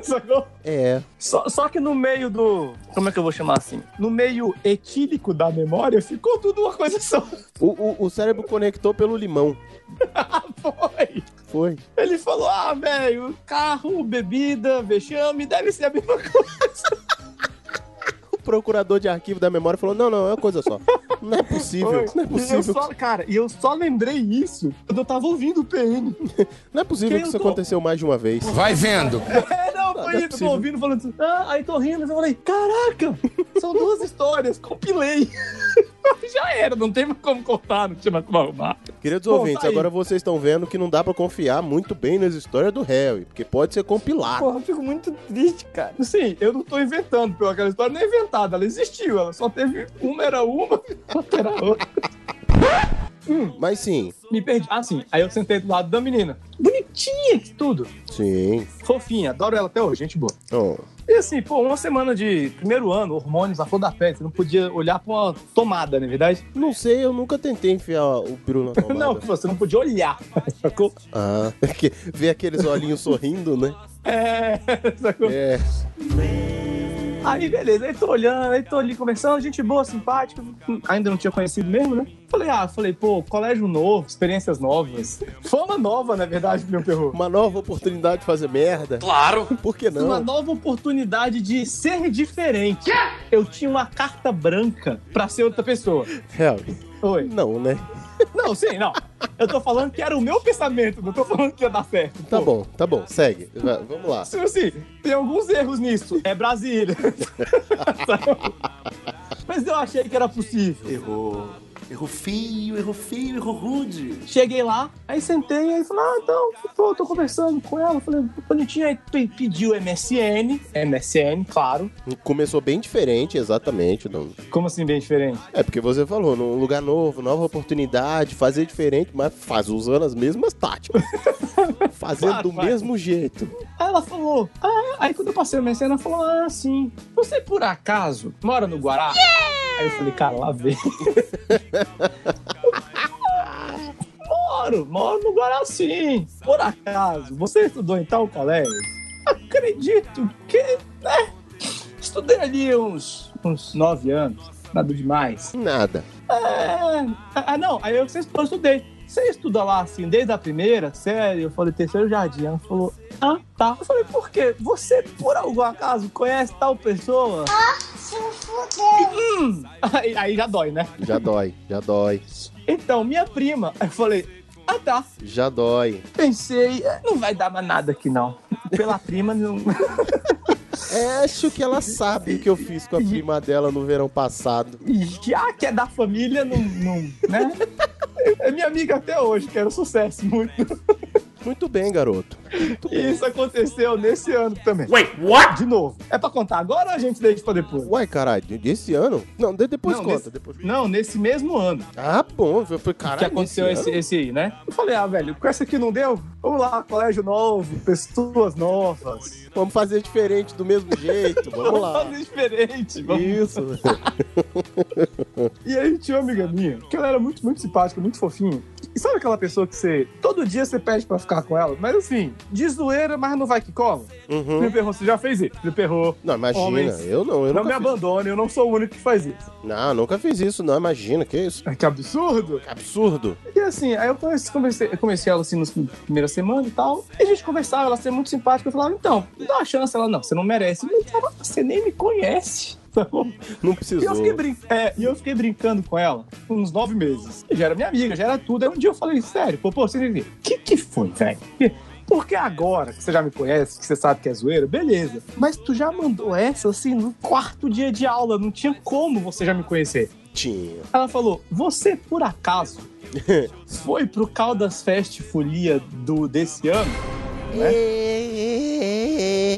[SPEAKER 2] Sacou?
[SPEAKER 1] É.
[SPEAKER 2] Só, só, que no meio do. Como é que eu vou chamar assim? No meio etílico da memória, ficou tudo uma coisa só.
[SPEAKER 1] O, o, o cérebro conectou pelo limão.
[SPEAKER 2] Ah, Foi.
[SPEAKER 1] Foi.
[SPEAKER 2] Ele falou: ah, velho, carro, bebida, vexame, deve ser a mesma coisa.
[SPEAKER 1] procurador de arquivo da memória falou: não, não, é uma coisa só. Não é possível. Oi, não é possível.
[SPEAKER 2] Só, cara, e eu só lembrei isso quando eu tava ouvindo o PN.
[SPEAKER 1] Não é possível Quem que isso tô... aconteceu mais de uma vez.
[SPEAKER 9] Vai vendo!
[SPEAKER 2] É, não, foi não, não isso, é tô ouvindo, falando assim, ah, aí tô rindo, eu falei, caraca, são duas histórias, compilei. Já era, não teve como contar, não tinha mais como arrumar.
[SPEAKER 1] Queridos Bom, ouvintes, tá agora vocês estão vendo que não dá pra confiar muito bem nas histórias do Harry, porque pode ser compilado.
[SPEAKER 2] Porra, eu fico muito triste, cara. Sim, eu não tô inventando, porque aquela história não é inventada, ela existiu, ela só teve uma era uma, outra era outra.
[SPEAKER 1] Hum, mas sim.
[SPEAKER 2] Me perdi. Ah, sim. Aí eu sentei do lado da menina. Bonitinha tudo.
[SPEAKER 1] Sim.
[SPEAKER 2] Fofinha. Adoro ela até hoje. Gente boa.
[SPEAKER 1] Oh.
[SPEAKER 2] E assim, pô, uma semana de primeiro ano, hormônios, a flor da pele, você não podia olhar pra uma tomada, na é verdade?
[SPEAKER 1] Não sei, eu nunca tentei enfiar o peru na tomada.
[SPEAKER 2] não, você não podia olhar, sacou?
[SPEAKER 1] Ah, ver aqueles olhinhos sorrindo, né?
[SPEAKER 2] É, sacou? É. Aí, beleza, aí tô olhando, aí tô ali conversando, gente boa, simpática, ainda não tinha conhecido mesmo, né? Falei, ah, falei, pô, colégio novo, experiências novas. Fama nova, na verdade, meu perro.
[SPEAKER 1] Uma nova oportunidade de fazer merda.
[SPEAKER 9] Claro.
[SPEAKER 1] Por que não?
[SPEAKER 2] Uma nova oportunidade de ser diferente. Que? Eu tinha uma carta branca pra ser outra pessoa.
[SPEAKER 1] Harry.
[SPEAKER 2] Oi.
[SPEAKER 1] Não, né?
[SPEAKER 2] Não, sim, não. Eu tô falando que era o meu pensamento, não tô falando que ia dar certo.
[SPEAKER 1] Tá pô. bom, tá bom, segue. Vai, vamos lá.
[SPEAKER 2] Sim, sim, Tipo assim, tem alguns erros nisso. É Brasília. Mas eu achei que era possível.
[SPEAKER 9] Errou. Errou feio, errou feio, errou rude.
[SPEAKER 2] Cheguei lá, aí sentei, aí falei, ah, então, tô, tô conversando com ela. Falei, bonitinha, aí pediu MSN, MSN, claro.
[SPEAKER 1] Começou bem diferente, exatamente. Não.
[SPEAKER 2] Como assim bem diferente?
[SPEAKER 1] É, porque você falou, num lugar novo, nova oportunidade, fazer diferente, mas faz usando as mesmas táticas. Fazendo claro, do faz. mesmo jeito.
[SPEAKER 2] Aí ela falou, ah, aí quando eu passei o MSN, ela falou, ah, sim. Você, por acaso, mora no Guará? Yeah! Aí eu falei, cara, lá vem. moro, moro no Guará sim. Por acaso, você estudou em tal colégio? Acredito que, né? Estudei ali uns, uns nove anos. Nada demais.
[SPEAKER 1] Nada.
[SPEAKER 2] É... Ah, não. Aí eu, eu estudei. Você estuda lá, assim, desde a primeira série? Eu falei, terceiro jardim. Ela falou, ah, tá. Eu falei, por quê? Você, por algum acaso, conhece tal pessoa? Ah, se hum. aí, aí já dói, né?
[SPEAKER 1] Já dói, já dói.
[SPEAKER 2] Então, minha prima, eu falei, ah, tá.
[SPEAKER 1] Já dói.
[SPEAKER 2] Pensei, "É, não vai dar mais nada aqui, não. Pela prima, não...
[SPEAKER 1] É, acho que ela sabe o que eu fiz com a prima dela no verão passado.
[SPEAKER 2] Já que é da família, não, não né? É minha amiga até hoje, quero sucesso muito.
[SPEAKER 1] Muito bem, garoto.
[SPEAKER 2] Isso aconteceu nesse ano também. Wait, what? De novo. É pra contar agora ou a gente deixa pra depois?
[SPEAKER 1] Uai, caralho, desse ano? Não, de- depois
[SPEAKER 2] Não,
[SPEAKER 1] conta.
[SPEAKER 2] nesse-
[SPEAKER 1] depois...
[SPEAKER 2] Não, nesse mesmo ano.
[SPEAKER 1] Ah, bom. Eu falei, caralho.
[SPEAKER 2] que aconteceu
[SPEAKER 1] nesse
[SPEAKER 2] esse,
[SPEAKER 1] ano?
[SPEAKER 2] esse aí, né? Eu falei, ah, velho, com essa aqui não deu? Vamos lá, colégio novo, pessoas novas.
[SPEAKER 1] Vamos fazer diferente do mesmo jeito. Vamos lá.
[SPEAKER 2] fazer diferente. Vamos.
[SPEAKER 1] Isso.
[SPEAKER 2] E aí tinha uma amiga minha, que ela era muito, muito simpática, muito fofinha. E sabe aquela pessoa que você. Todo dia você pede pra ficar com ela? Mas assim, de zoeira, mas não vai que cola.
[SPEAKER 1] Uhum.
[SPEAKER 2] Felipe Perro, você já fez isso? Felipe Perro.
[SPEAKER 1] Não, imagina,
[SPEAKER 2] homens,
[SPEAKER 1] eu não, eu
[SPEAKER 2] Não
[SPEAKER 1] nunca
[SPEAKER 2] me
[SPEAKER 1] fiz.
[SPEAKER 2] abandone, eu não sou o único que faz isso. É
[SPEAKER 1] Não, nunca fiz isso, não. Imagina, que isso?
[SPEAKER 2] Que absurdo.
[SPEAKER 1] Que absurdo.
[SPEAKER 2] E assim, aí eu comecei, comecei, eu comecei ela assim nas primeiras semanas e tal. E a gente conversava, ela ser muito simpática. Eu falava, então, me dá uma chance. Ela, não, você não merece. Eu falava, você nem me conhece. tá bom?
[SPEAKER 1] Não
[SPEAKER 2] E eu,
[SPEAKER 1] precisou.
[SPEAKER 2] fiquei brin- é, e eu fiquei brincando com ela por uns nove meses. E já era minha amiga, já era tudo. Aí um dia eu falei, sério, pô, pô, você o que, que foi, velho? Porque agora que você já me conhece, que você sabe que é zoeira, beleza. Mas tu já mandou essa assim no quarto dia de aula, não tinha como você já me conhecer.
[SPEAKER 1] Tinha.
[SPEAKER 2] Ela falou: Você por acaso foi pro Caldas Fest Folia do, desse ano? Né?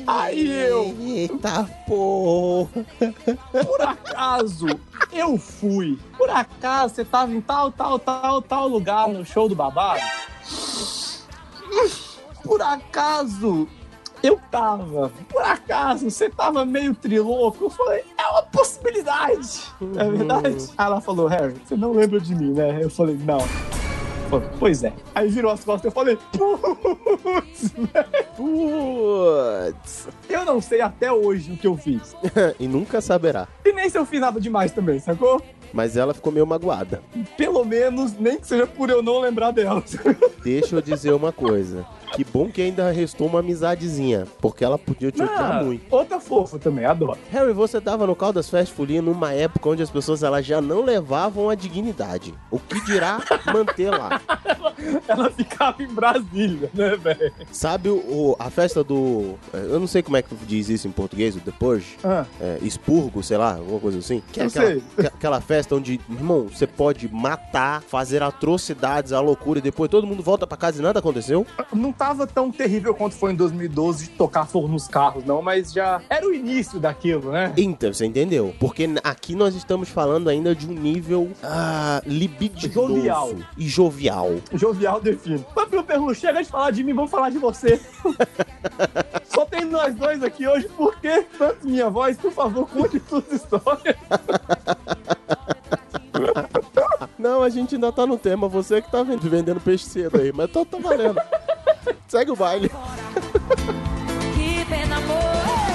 [SPEAKER 2] Aí eu.
[SPEAKER 1] Eita porra!
[SPEAKER 2] Por acaso eu fui? Por acaso você tava em tal, tal, tal, tal lugar no show do babado? Por acaso eu tava? Por acaso você tava meio triloco? Eu falei: É uma possibilidade. É verdade? Aí ela falou: Harry, você não lembra de mim, né? Eu falei: Não. Falou, Pois é. Aí virou as costas e eu falei: Putz, velho.
[SPEAKER 1] Putz.
[SPEAKER 2] Eu não sei até hoje o que eu fiz.
[SPEAKER 1] É, e nunca saberá.
[SPEAKER 2] E nem se eu fiz nada demais também, sacou?
[SPEAKER 1] Mas ela ficou meio magoada.
[SPEAKER 2] Pelo menos, nem que seja por eu não lembrar dela.
[SPEAKER 1] Deixa eu dizer uma coisa. Que bom que ainda restou uma amizadezinha, porque ela podia te odiar
[SPEAKER 2] Ah,
[SPEAKER 1] muito.
[SPEAKER 2] outra fofa também, adoro.
[SPEAKER 1] Harry, você tava no Caldas Fest Folia numa época onde as pessoas elas já não levavam a dignidade. O que dirá manter lá?
[SPEAKER 2] Ela ficava em Brasília, né, velho?
[SPEAKER 1] Sabe o- o- a festa do. eh, Eu não sei como é que diz isso em português, o The Purge?
[SPEAKER 2] Ah.
[SPEAKER 1] É, expurgo, sei lá, alguma coisa assim. Que é
[SPEAKER 2] Eu
[SPEAKER 1] aquela,
[SPEAKER 2] sei.
[SPEAKER 1] que- aquela festa onde, meu irmão, você pode matar, fazer atrocidades, a loucura, e depois todo mundo volta pra casa e nada aconteceu?
[SPEAKER 2] Não tava tão terrível quanto foi em 2012 de tocar fogo nos carros, não, mas já era o início daquilo, né?
[SPEAKER 1] Então, você entendeu? Porque n- aqui nós estamos falando ainda de um nível ah, libidinoso
[SPEAKER 2] Jovial.
[SPEAKER 1] e jovial.
[SPEAKER 2] Jovial defino. Mas, meu perro, chega de falar de mim, vamos falar de você. Só tem nós dois aqui hoje, por que tanto minha voz? Por favor, conte suas histórias.
[SPEAKER 1] Não, a gente ainda tá no tema, você que tá vend- vendendo peixe cedo aí, mas tá, tá valendo. Segue o baile.
[SPEAKER 11] Que pena, amor,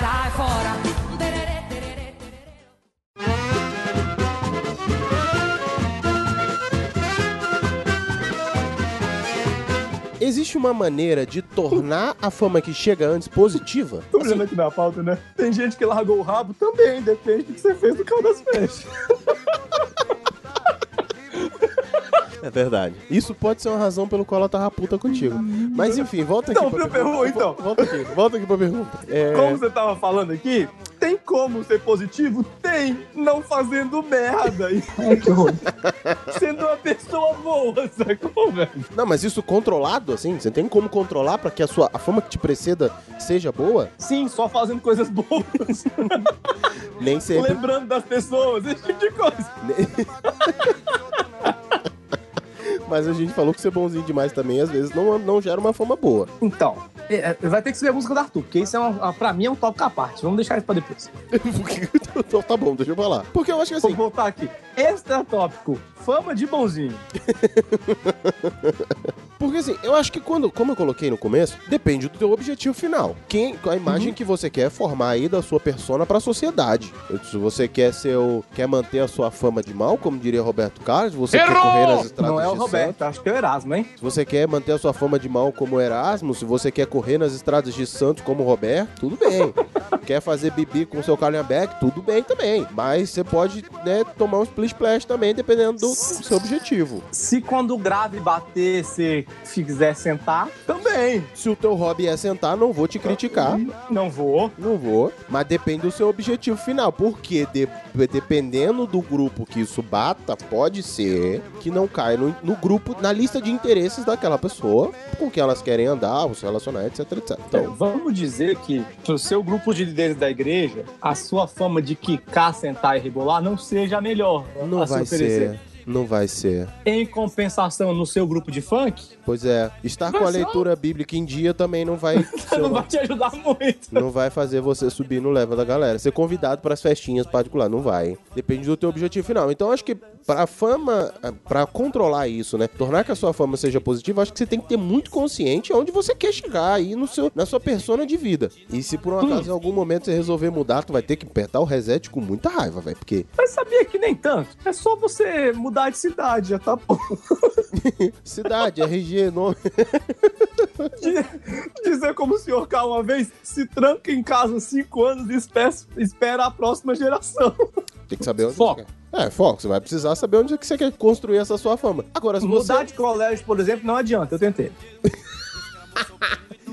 [SPEAKER 11] sai fora. Tererê, tererê, tererê.
[SPEAKER 1] Existe uma maneira de tornar a fama que chega antes positiva?
[SPEAKER 2] Tô olhando aqui na pauta, né? Tem gente que largou o rabo também, depende do que você fez no Caldas Fest.
[SPEAKER 1] É verdade. Isso pode ser uma razão pelo qual ela tava puta contigo. Mas enfim, volta aqui.
[SPEAKER 2] Então,
[SPEAKER 1] pra
[SPEAKER 2] meu
[SPEAKER 1] pergunta.
[SPEAKER 2] perru, então.
[SPEAKER 1] Volta aqui, volta aqui pra pergunta. É,
[SPEAKER 2] Como você tava falando aqui, tem como ser positivo? Tem, não fazendo merda. E Sendo uma pessoa boa, sacou, velho?
[SPEAKER 1] Não, mas isso controlado, assim? Você tem como controlar pra que a sua a fama que te preceda seja boa?
[SPEAKER 2] Sim, só fazendo coisas boas.
[SPEAKER 1] Nem sempre.
[SPEAKER 2] Lembrando das pessoas, esse tipo de coisa.
[SPEAKER 1] Mas a gente falou que ser bonzinho demais também, às vezes, não, não gera uma fama boa.
[SPEAKER 2] Então, é, é, vai ter que ser a música do Arthur, porque isso é uma, pra mim é um tópico à parte. Vamos deixar isso pra depois.
[SPEAKER 1] Então, tá bom, deixa eu falar. Porque eu acho que assim.
[SPEAKER 2] Vou voltar aqui. Extra tópico: fama de bonzinho.
[SPEAKER 1] Porque assim, eu acho que quando, como eu coloquei no começo, depende do teu objetivo final. Quem, a
[SPEAKER 2] Uhum.
[SPEAKER 1] imagem que você quer formar aí da sua persona pra sociedade. Se você quer ser o, quer manter a sua fama de mal, como diria Roberto Carlos, você quer correr nas estradas
[SPEAKER 2] Não é o
[SPEAKER 1] de
[SPEAKER 2] Roberto,
[SPEAKER 1] Santos.
[SPEAKER 2] acho que é o Erasmo, hein?
[SPEAKER 1] Se você quer manter a sua fama de mal como Erasmo, se você quer correr nas estradas de Santos como Roberto, tudo bem. quer fazer bibi com seu Calhambeck, tudo bem também. Mas você pode, né, tomar um splish splash também, dependendo do, do seu objetivo.
[SPEAKER 2] Se quando o grave bater, você quiser sentar, também.
[SPEAKER 1] Se o teu hobby é sentar, não vou te criticar.
[SPEAKER 2] Não vou.
[SPEAKER 1] Não vou. Mas depende do seu objetivo final. Porque de- dependendo do grupo que isso bata, pode ser que não caia no, no grupo, na lista de interesses daquela pessoa, com quem elas querem andar, se relacionar, etc, etc.
[SPEAKER 2] Então, vamos dizer que pro seu grupo de líderes da igreja, a sua fama de quicar, sentar e rebolar não seja a melhor.
[SPEAKER 1] Não
[SPEAKER 2] a
[SPEAKER 1] vai
[SPEAKER 2] se É, oferecer.
[SPEAKER 1] ser. Não vai ser.
[SPEAKER 2] Em compensação, no seu grupo de funk,
[SPEAKER 1] Pois é, estar com a
[SPEAKER 2] Mas só-
[SPEAKER 1] leitura bíblica em dia também não vai,
[SPEAKER 2] não vai te ajudar muito.
[SPEAKER 1] não vai fazer você subir no level da galera. Ser convidado para as festinhas particular não vai. Depende do teu objetivo final. Então acho que para fama, para controlar isso, né, tornar que a sua fama seja positiva, acho que você tem que ter muito consciente aonde você quer chegar aí no seu, na sua persona de vida. E se por um acaso em algum momento você resolver mudar, tu vai ter que apertar o reset com muita raiva, velho, porque
[SPEAKER 2] Mas sabia que nem tanto. É só você mudar de cidade, já tá bom.
[SPEAKER 1] cidade, RG, nome,
[SPEAKER 2] Dizer como o senhor K uma vez, se tranca em casa cinco anos e espera, espera a próxima geração.
[SPEAKER 1] Tem que saber onde foco. É, foco. Você vai precisar saber onde é que você quer construir essa sua fama. Agora, se você...
[SPEAKER 2] Mudar de colégio, por exemplo, não adianta, eu tentei.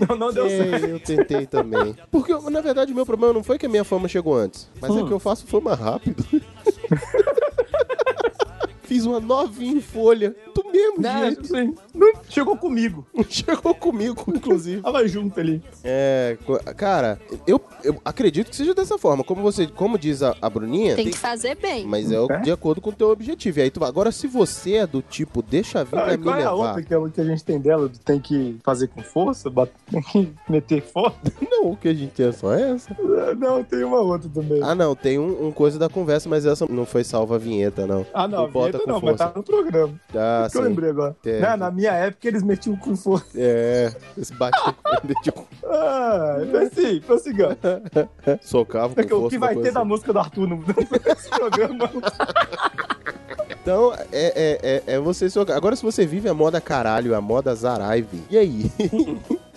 [SPEAKER 2] não, não deu
[SPEAKER 1] Sei,
[SPEAKER 2] certo.
[SPEAKER 1] É, eu tentei também. Porque, na verdade, o meu problema não foi que a minha fama chegou antes, mas é
[SPEAKER 2] Hum.
[SPEAKER 1] que eu faço fama rápido. Fiz uma novinha em folha, do mesmo
[SPEAKER 2] Né,
[SPEAKER 1] jeito.
[SPEAKER 2] sim. Não- Chegou comigo.
[SPEAKER 1] Chegou comigo, inclusive.
[SPEAKER 2] Tava junto ali.
[SPEAKER 1] É, co- cara, eu, eu acredito que seja dessa forma. Como você, como diz a, a Bruninha,
[SPEAKER 12] Tem que fazer bem.
[SPEAKER 1] mas é o- de acordo com o teu objetivo. E aí tu vai. Agora, se você é do tipo, deixa a vida me
[SPEAKER 2] Ah, qual é a
[SPEAKER 1] levar.
[SPEAKER 2] outra que, é- que a gente tem dela? Tem que fazer com força? Bat- Tem que meter força?
[SPEAKER 1] Não, o que a gente tem é só essa.
[SPEAKER 2] Não, tem uma outra também.
[SPEAKER 1] Ah, não, tem um, um coisa da conversa, mas essa não foi salva a vinheta, não.
[SPEAKER 2] Ah, não,
[SPEAKER 1] Tu bota
[SPEAKER 2] vinheta
[SPEAKER 1] com
[SPEAKER 2] não, mas
[SPEAKER 1] força.
[SPEAKER 2] tá no programa.
[SPEAKER 1] Ah,
[SPEAKER 2] É que eu
[SPEAKER 1] sim.
[SPEAKER 2] lembrei agora.
[SPEAKER 1] É.
[SPEAKER 2] Né, na minha época, eles metiam com força.
[SPEAKER 1] É, esse bate tipo,
[SPEAKER 2] Ah, então assim, prossigamos.
[SPEAKER 1] socava com
[SPEAKER 2] É que
[SPEAKER 1] força.
[SPEAKER 2] o que
[SPEAKER 1] uma
[SPEAKER 2] vai
[SPEAKER 1] coisa
[SPEAKER 2] ter da
[SPEAKER 1] assim.
[SPEAKER 2] música do Arthur no nesse programa?
[SPEAKER 1] Então, é, é, é, é você socar. Agora, se você vive a moda caralho, a moda zaraive, e aí?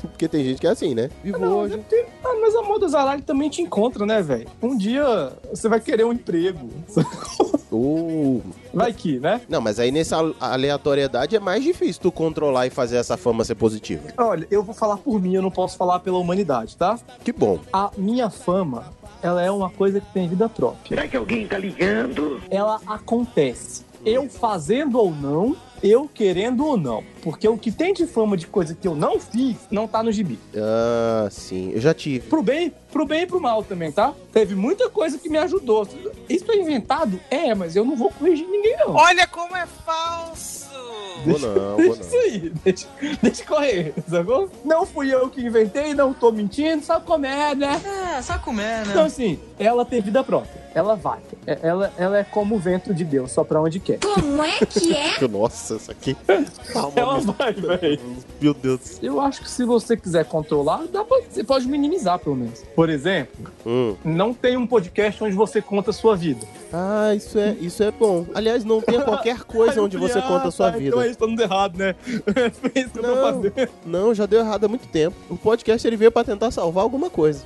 [SPEAKER 1] Porque tem gente que é assim, né? Vivo hoje.
[SPEAKER 2] Ah, mas a moda Zaralho também te encontra, né, velho? Um dia você vai querer um emprego. é-
[SPEAKER 1] Uh.
[SPEAKER 2] Vai que, né?
[SPEAKER 1] Não, mas aí nessa aleatoriedade é mais difícil tu controlar e fazer essa fama ser positiva.
[SPEAKER 2] Olha, eu vou falar por mim, eu não posso falar pela humanidade, tá?
[SPEAKER 1] Que bom.
[SPEAKER 2] A minha fama, ela é uma coisa que tem vida própria.
[SPEAKER 9] Será que alguém tá ligando?
[SPEAKER 2] Ela acontece. Eu fazendo ou não, eu querendo ou não. Porque o que tem de fama de coisa que eu não fiz, não tá no gibi.
[SPEAKER 1] Ah, sim. Eu já tive.
[SPEAKER 2] Pro bem, pro bem e pro mal também, tá? Teve muita coisa que me ajudou. Isso é inventado? É, mas eu não vou corrigir ninguém, não.
[SPEAKER 8] Olha como é falso!
[SPEAKER 1] Vou não, vou
[SPEAKER 2] Deixa
[SPEAKER 1] não.
[SPEAKER 2] isso aí, deixa, deixa correr, sacou? Não fui eu que inventei, não tô mentindo, sabe como é, né?
[SPEAKER 8] É, sabe como é, né?
[SPEAKER 2] Então, assim, ela tem vida própria, ela vai. É- Ela, ela é como o vento de Deus, só pra onde quer.
[SPEAKER 8] Como é que é?
[SPEAKER 1] Nossa, isso aqui.
[SPEAKER 2] Ela vai, velho.
[SPEAKER 1] Meu Deus do céu.
[SPEAKER 2] Eu acho que se você quiser controlar, dá pra- você pode minimizar, pelo menos. Por exemplo,
[SPEAKER 1] Hum.
[SPEAKER 2] não tem um podcast onde você conta a sua vida.
[SPEAKER 1] Ah, isso é, isso é bom. Aliás, não tem qualquer coisa é, onde você conta a sua vida.
[SPEAKER 2] Então é isso, tô dando errado, né? É isso que eu tô
[SPEAKER 1] Não.
[SPEAKER 2] fazendo.
[SPEAKER 1] Não, já deu errado há muito tempo. O podcast ele veio pra tentar salvar alguma coisa.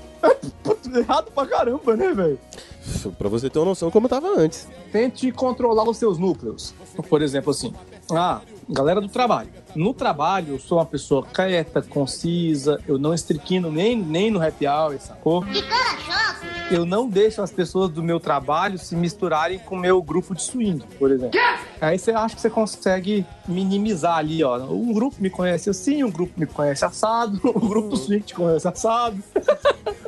[SPEAKER 2] Puta, errado pra caramba, né, velho?
[SPEAKER 1] Pra você ter uma noção como tava antes.
[SPEAKER 2] Tente controlar os seus núcleos. Por exemplo, assim, ah, galera do trabalho. No trabalho, eu sou uma pessoa quieta, concisa, eu não estriquino nem, nem no happy hour, sacou? Eu não deixo as pessoas do meu trabalho se misturarem com o meu grupo de swing, por exemplo. Aí você acha que você consegue minimizar ali, ó. Um grupo me conhece assim, um grupo me conhece assado, um grupo do swing te conhece assado,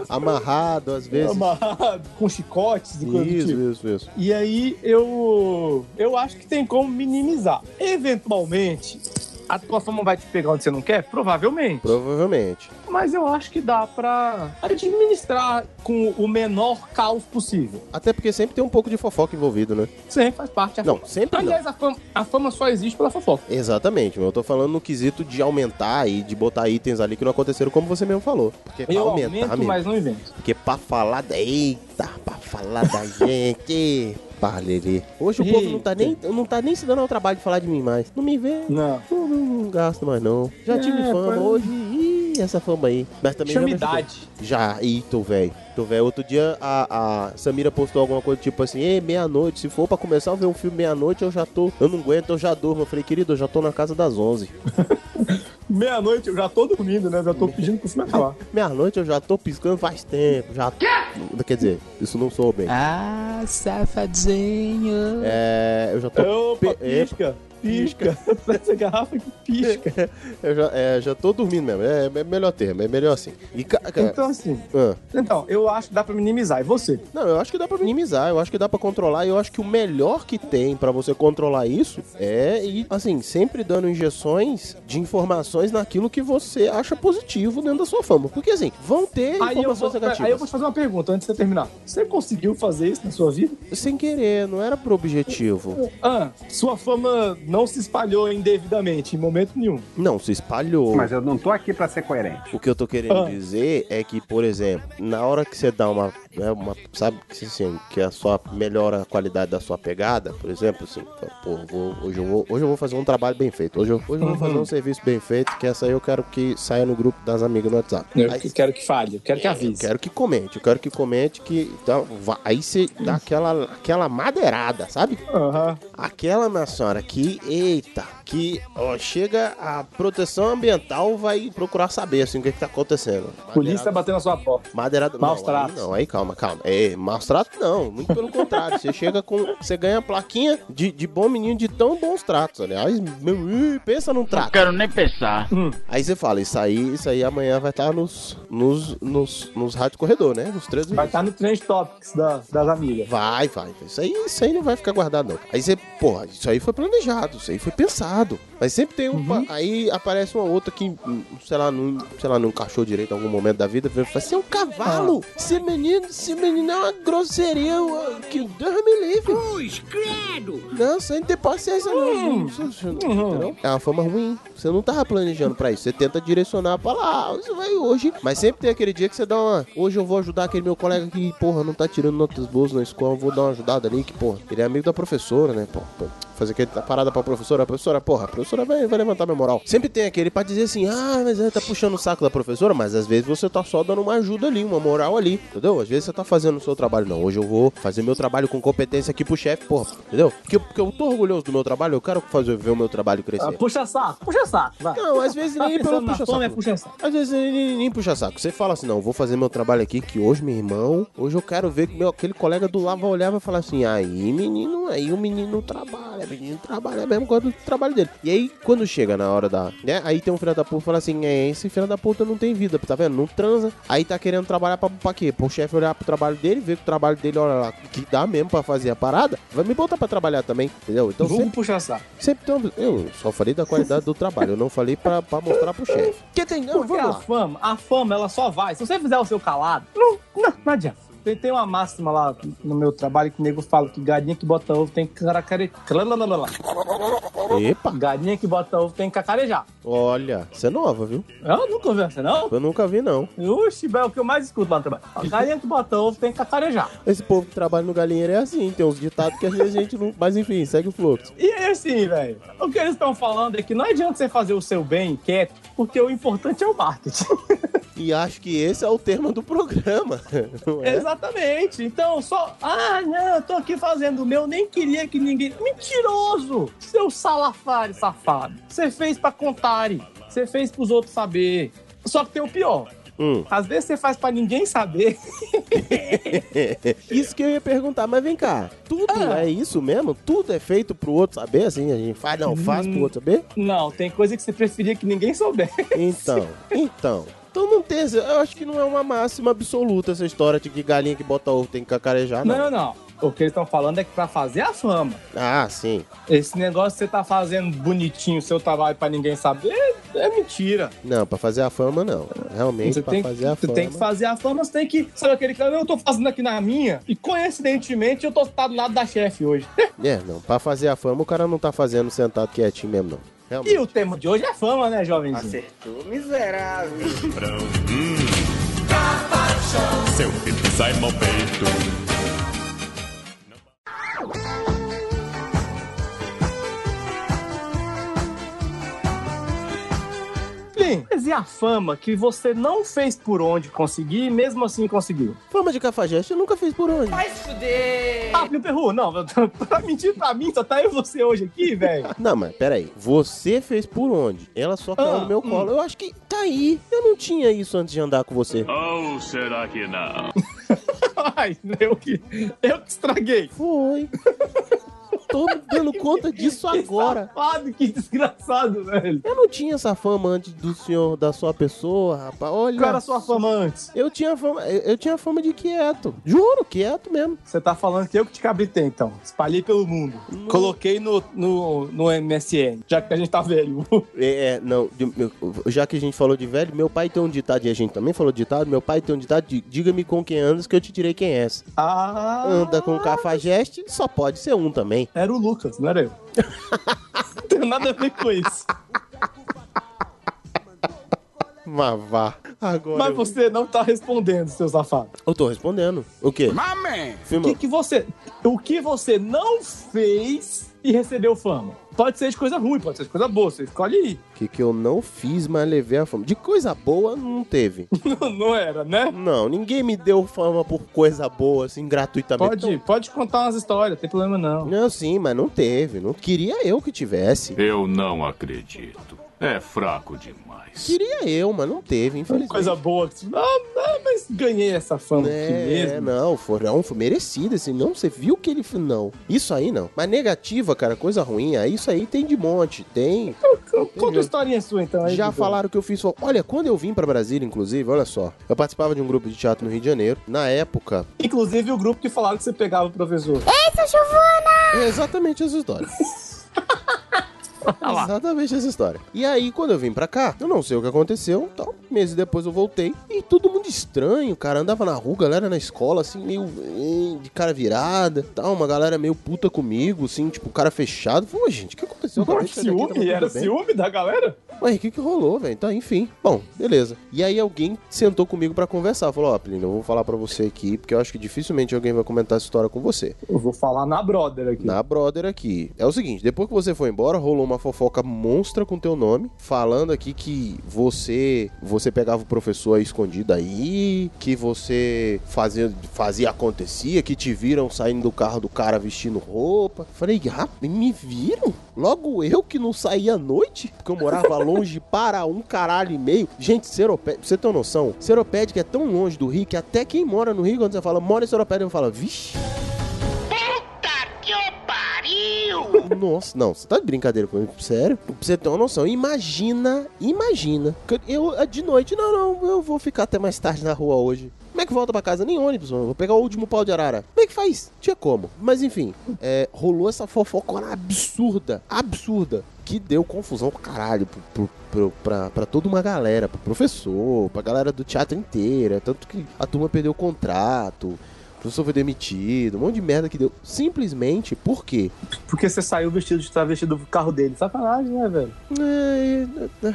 [SPEAKER 1] Amarrado, às vezes.
[SPEAKER 2] amarrado, com chicotes e coisa do tipo.
[SPEAKER 1] Isso, isso, isso.
[SPEAKER 2] E aí eu eu acho que tem como minimizar. Eventualmente, a tua fama vai te pegar onde você não quer? Provavelmente.
[SPEAKER 1] Provavelmente.
[SPEAKER 2] Mas eu acho que dá pra administrar com o menor caos possível.
[SPEAKER 1] Até porque sempre tem um pouco de fofoca envolvido, né?
[SPEAKER 2] Sempre faz parte. da
[SPEAKER 1] Não,
[SPEAKER 2] fama.
[SPEAKER 1] sempre não.
[SPEAKER 2] Aliás, a fama, a fama só existe pela fofoca.
[SPEAKER 1] Exatamente, mas eu tô falando no quesito de aumentar e de botar itens ali que não aconteceram, como você mesmo falou. Porque pra
[SPEAKER 2] Eu
[SPEAKER 1] aumentar
[SPEAKER 2] aumento,
[SPEAKER 1] mesmo.
[SPEAKER 2] mas não invento.
[SPEAKER 1] Porque pra falar da. Eita, pra falar da gente. Parlerê. Hoje o povo não tá, nem,
[SPEAKER 2] Eita.
[SPEAKER 1] não tá nem se dando ao trabalho de falar de mim mais. Não me vê.
[SPEAKER 2] Não.
[SPEAKER 1] Eu não, não gasto mais não. Já
[SPEAKER 2] É,
[SPEAKER 1] tive fama
[SPEAKER 2] pois é.
[SPEAKER 1] hoje. Ih, essa fama aí. Mas também
[SPEAKER 2] Chama
[SPEAKER 1] já me ajudou.
[SPEAKER 2] idade.
[SPEAKER 1] Já, e tô velho. Tô velho. Outro dia a, a Samira postou alguma coisa tipo assim: Ei, meia-noite. Se for pra começar a ver um filme meia-noite, eu já tô. Eu não aguento, eu já durmo. Eu falei, querido, eu já tô na casa das 11.
[SPEAKER 2] Meia-noite, eu já tô dormindo, né? Já tô pedindo pro filme acabar.
[SPEAKER 1] Meia-noite eu já tô piscando faz tempo. Já. Quer dizer, isso não sou bem.
[SPEAKER 8] Ah, safadinho.
[SPEAKER 1] É, eu já tô.
[SPEAKER 2] Opa,
[SPEAKER 1] pe- é,
[SPEAKER 2] pisca. pisca. Parece a garrafa que pisca.
[SPEAKER 1] Eu já, é, já tô dormindo mesmo. É, é melhor termo, é melhor assim. E ca- ca-
[SPEAKER 2] Então, assim.
[SPEAKER 1] Ah.
[SPEAKER 2] Então, eu acho que dá pra minimizar. E você?
[SPEAKER 1] Não, eu acho que dá pra minimizar, eu acho que dá pra controlar, e eu acho que o melhor que tem pra você controlar isso é ir, assim, sempre dando injeções de informações naquilo que você acha positivo dentro da sua fama. Porque, assim, vão ter
[SPEAKER 2] Aí eu, vou,
[SPEAKER 1] informações negativas.
[SPEAKER 2] aí eu vou te fazer uma pergunta antes de você terminar. Você conseguiu fazer isso na sua vida?
[SPEAKER 1] Sem querer, não era pro objetivo.
[SPEAKER 2] Ah, sua fama não se espalhou indevidamente, em momento nenhum.
[SPEAKER 1] Não, se espalhou.
[SPEAKER 12] Mas eu não tô aqui pra ser coerente.
[SPEAKER 1] O que eu tô querendo
[SPEAKER 2] Ah.
[SPEAKER 1] dizer é que, por exemplo, na hora que você dá uma. né, uma- sabe que assim, que a sua melhora a qualidade da sua pegada, por exemplo, assim, fala, pô, vou- hoje, eu vou, hoje eu vou fazer um trabalho bem feito. Hoje eu, hoje eu vou
[SPEAKER 2] Uhum.
[SPEAKER 1] fazer um serviço bem feito, que essa aí eu quero que saia no grupo das amigas no WhatsApp. Aí-
[SPEAKER 2] quero que falhe, eu quero que avise.
[SPEAKER 1] eu quero que comente, eu quero que comente que. Então, va- aí você dá aquela, aquela madeirada, sabe? Aquela, minha senhora, que. Eita, que ó, chega a proteção ambiental, vai procurar saber assim, o que, que tá acontecendo.
[SPEAKER 2] Polícia batendo na sua porta.
[SPEAKER 1] Madeirada.
[SPEAKER 2] Maus
[SPEAKER 1] não,
[SPEAKER 2] tratos.
[SPEAKER 1] Aí, não, aí calma, calma. É, maus tratos não. Muito pelo contrário. Você chega com. Você ganha a plaquinha de, de bom menino de tão bons tratos. Aliás, meu, ih, pensa num trato. Não quero nem pensar.
[SPEAKER 2] Hum.
[SPEAKER 1] Aí você fala, isso aí, isso aí amanhã vai estar nos, nos, nos, nos rádio corredor, né? Nos três
[SPEAKER 2] Vai estar no Trend Topics da- das amigas.
[SPEAKER 1] Vai, vai. Isso aí, isso aí não vai ficar guardado, não. Aí você, porra, isso aí foi planejado, isso aí foi pensado. Mas sempre tem uma. Aí aparece uma outra que, hum, sei lá, não, sei lá, não encaixou direito em algum momento da vida. Fala, você é um cavalo! Esse menino, esse menino é uma grosseria, uma- que Deus me livre! Cruz, credo! Hum. Não, você não tem paciência, não. Isso- isso- entendeu? É uma fama ruim. Você não tava planejando pra isso. Você tenta direcionar pra lá, isso vai hoje. Mas sempre tem aquele dia que você dá uma. Hoje eu vou ajudar aquele meu colega que, porra, não tá tirando notas boas na escola. eu Vou dar uma ajudada ali, que, porra, ele é amigo da professora, né? Pô, pô, fazer aquele tá parada pra professora. A professora, porra, a professora vai, vai levantar minha moral. Sempre tem aquele pra dizer assim, ah, mas ela tá puxando o saco da professora, mas às vezes você tá só dando uma ajuda ali, uma moral ali, entendeu? Às vezes você tá fazendo o seu trabalho, não. Hoje eu vou fazer meu trabalho com competência aqui pro chefe, porra, entendeu? Porque, porque eu tô orgulhoso do meu trabalho, eu quero fazer, ver o meu trabalho crescer.
[SPEAKER 2] Ah, puxa saco, puxa saco, vai.
[SPEAKER 1] Não, às vezes
[SPEAKER 2] Tá
[SPEAKER 1] nem
[SPEAKER 2] pensando
[SPEAKER 1] pelo
[SPEAKER 2] na
[SPEAKER 1] puxa saco.
[SPEAKER 2] fama, é puxa saco.
[SPEAKER 1] Às vezes nem, nem, nem puxa saco. Você fala assim, não, vou fazer meu trabalho aqui, que hoje, meu irmão, hoje eu quero ver que meu, aquele colega do lado vai olhar e vai falar assim, aí, menino, aí o menino trabalha, o menino trabalha mesmo, gosta do trabalho dele. E aí, quando chega na hora da... Né, aí tem um filho da puta que fala assim, é, esse filho da puta não tem vida, tá vendo? Não transa. Aí tá querendo trabalhar pra, pra quê? Pro chefe olhar pro trabalho dele, ver que o trabalho dele, olha lá, que dá mesmo pra fazer a parada, vai me botar pra trabalhar também, entendeu? Então
[SPEAKER 2] Vulgo
[SPEAKER 1] sempre-
[SPEAKER 2] puxa saco.
[SPEAKER 1] Sempre tem um... Eu só falei da qualidade do trabalho, eu não falei pra, pra mostrar pro chefe. Que tem... Não,
[SPEAKER 2] Porque
[SPEAKER 1] vamos
[SPEAKER 2] a
[SPEAKER 1] lá.
[SPEAKER 2] fama, a fama, ela só vai. Se você fizer o seu calado, não, não, não adianta. Tem, tem uma máxima lá no meu trabalho que o nego fala que galinha que bota ovo tem que cacarejar.
[SPEAKER 1] Epa!
[SPEAKER 2] Galinha que bota ovo tem que cacarejar.
[SPEAKER 1] Olha, você é nova, viu?
[SPEAKER 2] Eu nunca ouvi essa, não?
[SPEAKER 1] Eu nunca vi, não.
[SPEAKER 2] Oxi, é o que eu mais escuto lá no trabalho. Galinha que bota ovo tem que cacarejar.
[SPEAKER 1] Esse povo que trabalha no galinheiro é assim, tem uns ditados que às vezes a gente não. Mas enfim, segue o fluxo.
[SPEAKER 2] E é assim, velho. O que eles estão falando é que não adianta você fazer o seu bem quieto, porque o importante é o marketing.
[SPEAKER 1] E acho que esse é o tema do programa. não é?
[SPEAKER 2] Exatamente. Então, só. Ah, não, eu tô aqui fazendo o meu, nem queria que ninguém. Mentiroso! Seu salafário safado. Você fez pra contarem. Você fez pros outros saber. Só que tem o pior.
[SPEAKER 1] Hum.
[SPEAKER 2] Às vezes você faz pra ninguém saber.
[SPEAKER 1] Isso que eu ia perguntar, mas vem cá, tudo é isso mesmo? Tudo é feito pro outro saber, assim? A gente faz, não, faz pro outro saber?
[SPEAKER 2] Não, tem coisa que você preferia que ninguém soubesse.
[SPEAKER 1] Então, então. Então não tem. esse- Eu acho que não é uma máxima absoluta essa história de que galinha que bota ovo tem que cacarejar, Ah, não.
[SPEAKER 2] Não, não. O que eles estão falando é que pra fazer a fama,
[SPEAKER 1] Ah, sim.
[SPEAKER 2] esse negócio que você tá fazendo bonitinho o seu trabalho pra ninguém saber, é mentira.
[SPEAKER 1] Não, pra fazer a fama, não. Realmente,
[SPEAKER 2] Você
[SPEAKER 1] pra
[SPEAKER 2] tem,
[SPEAKER 1] fazer a
[SPEAKER 2] você
[SPEAKER 1] fama.
[SPEAKER 2] tem que fazer a fama, você tem que. Sabe aquele cara? Eu tô fazendo aqui na minha e coincidentemente eu tô tá do lado da chefe hoje.
[SPEAKER 1] É, não. Pra fazer a fama, o cara não tá fazendo sentado quietinho mesmo, não. Realmente.
[SPEAKER 2] E o tema de hoje é fama, né, jovenzinho?
[SPEAKER 12] Acertou, miserável.
[SPEAKER 14] Seu pipi sai mal feito.
[SPEAKER 2] Sim. Mas e a fama que você não fez por onde conseguir e mesmo assim conseguiu?
[SPEAKER 1] Fama de cafajeste eu nunca fiz por onde.
[SPEAKER 8] Vai se fuder!
[SPEAKER 2] Ah, meu perru, não, pra mentir pra mim, só tá eu e você hoje aqui, velho.
[SPEAKER 1] Não, mas peraí. Você fez por onde? Ela só caiu
[SPEAKER 2] Ah,
[SPEAKER 1] no meu
[SPEAKER 2] hum.
[SPEAKER 1] colo. Eu acho que tá aí. Eu não tinha isso antes de andar com você.
[SPEAKER 14] Ou Oh, será que não?
[SPEAKER 2] Ai, eu que, eu que estraguei.
[SPEAKER 1] Foi. Tô me dando conta disso agora.
[SPEAKER 2] Safado, que desgraçado, velho.
[SPEAKER 1] Eu não tinha essa fama antes do senhor, da sua pessoa, rapaz. Olha.
[SPEAKER 2] Qual era a sua fama antes?
[SPEAKER 1] Eu tinha fama, eu tinha fama de quieto. Juro, quieto mesmo.
[SPEAKER 2] Você tá falando que eu que te cabritei, então. Espalhei pelo mundo. Não. Coloquei no, no, no MSN, já que a gente tá velho.
[SPEAKER 1] É, é, não. de- meu- já que a gente falou de velho, meu pai tem um ditado, e a gente também falou de ditado, meu pai tem um ditado de diga-me com quem andas que eu te direi quem és.
[SPEAKER 2] Ah.
[SPEAKER 1] Anda com cafajeste, só pode ser um também.
[SPEAKER 2] Era o Lucas, não era eu. não tem nada a ver com isso.
[SPEAKER 1] Mas vá. Agora
[SPEAKER 2] Mas
[SPEAKER 1] eu-
[SPEAKER 2] você não tá respondendo, seu safado.
[SPEAKER 1] Eu tô respondendo. O quê?
[SPEAKER 2] Mamãe! O
[SPEAKER 1] Filma.
[SPEAKER 2] que, que você. O que você não fez e recebeu fama? Pode ser de coisa ruim, pode ser de coisa boa, você escolhe aí.
[SPEAKER 1] O que, que eu não fiz, mas levei a fama? De coisa boa, não teve.
[SPEAKER 2] Não, não era, né?
[SPEAKER 1] Não, ninguém me deu fama por coisa boa, assim, gratuitamente.
[SPEAKER 2] Pode, pode contar umas histórias, tem problema não.
[SPEAKER 1] Não, sim, mas não teve. Não queria eu que tivesse.
[SPEAKER 14] Eu não acredito. É fraco demais.
[SPEAKER 1] Queria eu, mas não teve, infelizmente.
[SPEAKER 2] Coisa boa. que você- Ah, ah, mas ganhei essa fama aqui
[SPEAKER 1] É,
[SPEAKER 2] mesmo.
[SPEAKER 1] não, foi, não, foi merecido, assim, não, você viu que ele, não, isso aí não, mas negativa, cara, coisa ruim, aí isso aí tem de monte, tem,
[SPEAKER 2] Conta a historinha sua então aí.
[SPEAKER 1] Já
[SPEAKER 2] Dudu.
[SPEAKER 1] falaram que eu fiz. fo- Olha, quando eu vim pra Brasília, inclusive, olha só. Eu participava de um grupo de teatro no Rio de Janeiro. Na época.
[SPEAKER 2] Inclusive o grupo que falaram que você pegava o professor.
[SPEAKER 1] Eita, Giovana! É exatamente essa história. Exatamente essa história. E aí, quando eu vim pra cá, eu não sei o que aconteceu. Então, meses depois eu voltei. E todo mundo estranho, cara. Andava na rua, galera na escola, assim, meio eh, de cara virada. Tal, uma galera meio puta comigo, assim, tipo, cara fechado. Falei, "Ué, gente, o que aconteceu? Eu acabei
[SPEAKER 2] Porra,
[SPEAKER 1] de sair daqui, tava
[SPEAKER 2] ciúme?
[SPEAKER 1] tudo
[SPEAKER 2] Era
[SPEAKER 1] bem."
[SPEAKER 2] ciúme da galera?
[SPEAKER 1] Ué, o que, que rolou, velho? Então, enfim. Bom, beleza. E aí alguém sentou comigo pra conversar. Falou, ó, Plínio, eu vou falar pra você aqui, porque eu acho que dificilmente alguém vai comentar essa história com você.
[SPEAKER 2] Eu vou falar na brother aqui.
[SPEAKER 1] Na brother aqui. É o seguinte, depois que você foi embora, rolou uma fofoca monstra com teu nome, falando aqui que você você pegava o professor aí escondido aí, que você fazia, fazia acontecia, que te viram saindo do carro do cara vestindo roupa. Falei, rapaz, me viram? Logo eu que não saía à noite, porque eu morava longe para um caralho e meio. Gente, Seropédica, pra você ter uma noção, Seropédica é tão longe do Rio que até quem mora no Rio, quando você fala, mora em Seropédica, eu falo, vixe... Nossa, não, você tá de brincadeira comigo, sério? Pra você ter uma noção, imagina, imagina. que Eu, eh, de noite, não, não, eu vou ficar até mais tarde na rua hoje. Como é que volta pra casa? Nem ônibus, mano. Vou pegar o último pau de arara. Como é que faz? Tinha como. Mas enfim, eh, rolou essa fofocona absurda, absurda, que deu confusão pra caralho pro, pro- pro- pra, pra toda uma galera, pro professor, pra galera do teatro inteira. Tanto que a turma perdeu o contrato, o professor foi demitido, um monte de merda que deu. Simplesmente por quê?
[SPEAKER 2] Porque você saiu vestido de travesti do carro dele. Sacanagem, né, velho?
[SPEAKER 1] É, é, é.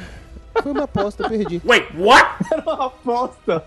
[SPEAKER 1] Foi uma aposta, eu perdi.
[SPEAKER 2] Wait, what? Era uma aposta.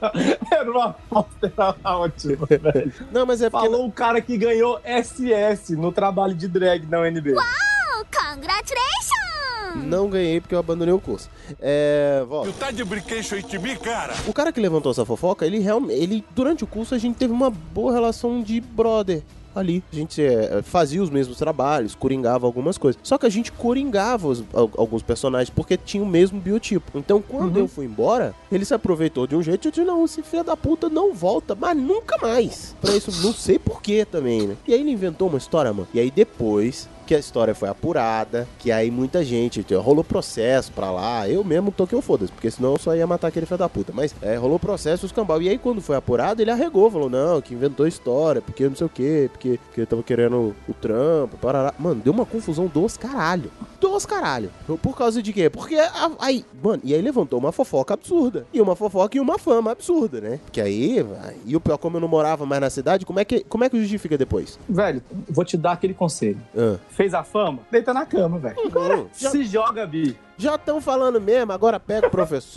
[SPEAKER 2] Era uma aposta, era ótimo, velho.
[SPEAKER 1] Não, mas é
[SPEAKER 2] porque... Falou o cara que ganhou SS no trabalho de drag na UNB.
[SPEAKER 15] Oh, congratulations!
[SPEAKER 1] Não ganhei porque eu abandonei o curso. É, volta.
[SPEAKER 10] tá de brinquedo aí de mim, cara?
[SPEAKER 1] O cara que levantou essa fofoca, ele realmente. Ele, durante o curso, a gente teve uma boa relação de brother. Ali, a gente é, fazia os mesmos trabalhos, coringava algumas coisas. Só que a gente coringava os- al- alguns personagens porque tinha o mesmo biotipo. Então, quando eu fui embora, ele se aproveitou de um jeito e eu disse: Não, esse filho da puta não volta, mas nunca mais. Pra isso, não sei porquê também, né? E aí ele inventou uma história, mano. E aí depois, que a história foi apurada, que aí muita gente então, rolou processo pra lá. Eu mesmo toquei o foda-se, porque senão eu só ia matar aquele filho da puta. Mas é, rolou processo os cambal. E aí, quando foi apurado, ele arregou, falou: não, que inventou história, porque não sei o quê, porque, porque tava querendo o trampo, parará. Mano, deu uma confusão dos caralho. Dos caralho. Por causa de quê? Porque a- aí, mano, e aí levantou uma fofoca absurda. E uma fofoca e uma fama absurda, né? Que aí, vai- e o pior, como eu não morava mais na cidade, como é que, como é que justifica depois?
[SPEAKER 2] Velho, vou te dar aquele conselho.
[SPEAKER 1] Ah.
[SPEAKER 2] Fez a fama? Deita na cama, velho.
[SPEAKER 1] Uhum.
[SPEAKER 2] Se joga, Bi.
[SPEAKER 1] Já estão falando mesmo, agora pega o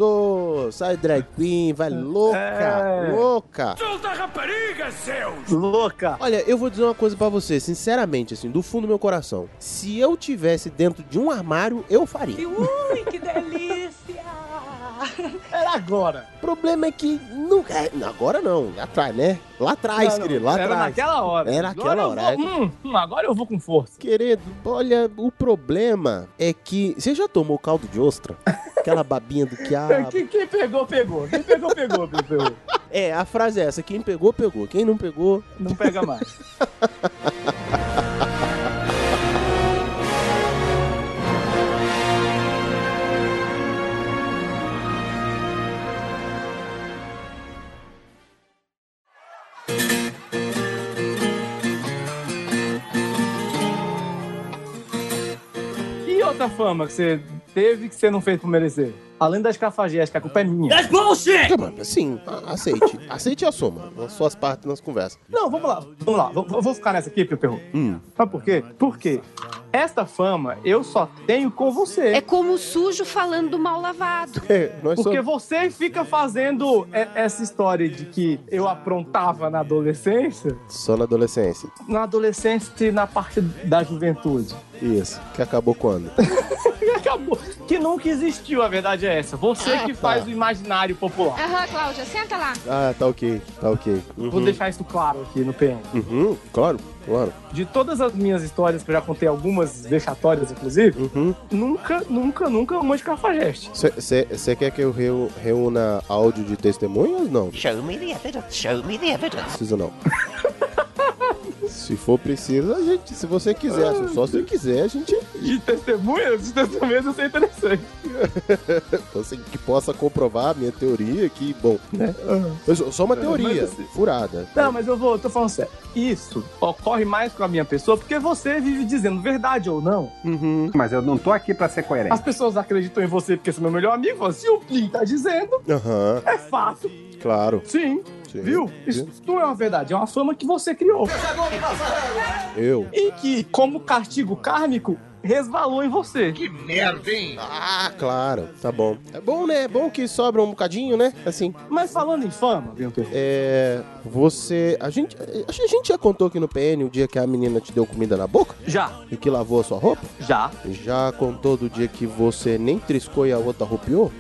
[SPEAKER 1] professor, sai drag queen, vai louca,
[SPEAKER 2] É.
[SPEAKER 1] louca.
[SPEAKER 10] Solta a rapariga, seus!
[SPEAKER 2] Louca.
[SPEAKER 1] Olha, eu vou dizer uma coisa pra você, sinceramente, assim, do fundo do meu coração. Se eu tivesse dentro de um armário, eu faria.
[SPEAKER 2] um-
[SPEAKER 5] Ui, que delícia!
[SPEAKER 2] Era agora.
[SPEAKER 1] O problema é que não, é, agora não, lá atrás, né? Lá atrás,
[SPEAKER 2] Não, não,
[SPEAKER 1] querido, lá
[SPEAKER 2] era
[SPEAKER 1] atrás.
[SPEAKER 2] naquela hora.
[SPEAKER 1] Era
[SPEAKER 2] Agora
[SPEAKER 1] naquela
[SPEAKER 2] eu
[SPEAKER 1] hora.
[SPEAKER 2] vou- hum, hum, agora eu vou com força.
[SPEAKER 1] Querido, olha, o problema é que... Você já tomou caldo de ostra? Aquela babinha do quiabo.
[SPEAKER 2] Quem, quem pegou, pegou. Quem pegou, pegou, Bi, pegou.
[SPEAKER 1] É, a frase é essa, quem pegou, pegou. Quem não pegou,
[SPEAKER 2] Não pega mais. outra fama que você teve que você não fez por merecer? Além das cafajestes, que a culpa é minha.
[SPEAKER 1] That's bullshit! Sim, a- aceite. aceite e assuma. As suas partes nas conversas.
[SPEAKER 2] Não, vamos lá, vamos lá. Vou, vou ficar nessa aqui, Pio Perro. Sabe por quê? Porque esta fama eu só tenho com você.
[SPEAKER 16] É como o sujo falando do mal lavado.
[SPEAKER 2] Porque você fica fazendo e- essa história de que eu aprontava na adolescência,
[SPEAKER 1] Só na adolescência.
[SPEAKER 2] na adolescência e na parte da juventude.
[SPEAKER 1] Isso. Que acabou quando?
[SPEAKER 2] E acabou. Que nunca existiu, a verdade é essa. Você que faz o imaginário popular.
[SPEAKER 16] Aham, Cláudia, senta lá.
[SPEAKER 1] Ah, tá ok. Tá ok.
[SPEAKER 2] Vou deixar isso claro aqui no PM.
[SPEAKER 1] Uhum, claro, claro.
[SPEAKER 2] De todas as minhas histórias, que eu já contei algumas vexatórias, inclusive, nunca, nunca, nunca uma de cafajeste.
[SPEAKER 1] Você quer que eu reu- reúna áudio de testemunhas? Não.
[SPEAKER 17] Show me the evidence. Show me the evidence.
[SPEAKER 1] Precisa não. se for preciso, a gente, se você quiser, só se quiser, a gente.
[SPEAKER 2] De testemunhas? De testemunhas eu sei interessante.
[SPEAKER 1] Você que possa comprovar a minha teoria que, bom, né? Mas Só só uma
[SPEAKER 2] É,
[SPEAKER 1] teoria,
[SPEAKER 2] mas assim-
[SPEAKER 1] furada.
[SPEAKER 2] Não, mas eu vou, tô falando sério. Isso ocorre mais com a minha pessoa porque você vive dizendo verdade ou não.
[SPEAKER 12] Mas eu não tô aqui pra ser coerente.
[SPEAKER 2] As pessoas acreditam em você porque você é meu melhor amigo. falam, Se o Plin tá dizendo,
[SPEAKER 1] Aham,
[SPEAKER 2] é fato.
[SPEAKER 1] claro.
[SPEAKER 2] Sim.
[SPEAKER 1] Sim.
[SPEAKER 2] Viu? Isso não é uma verdade, é uma fama que você criou.
[SPEAKER 1] Eu.
[SPEAKER 2] E que, como castigo kármico, resvalou em você.
[SPEAKER 9] Que merda, hein?
[SPEAKER 1] Ah, claro, tá bom. É bom, né? É bom que sobra um bocadinho, né? Assim.
[SPEAKER 2] Mas falando em fama,
[SPEAKER 1] é. Você. A gente. Acho que a gente já contou aqui no PN o dia que a menina te deu comida na boca?
[SPEAKER 2] Já.
[SPEAKER 1] E que lavou a sua roupa?
[SPEAKER 2] Já.
[SPEAKER 1] Já contou do dia que você nem triscou e a outra roupeou?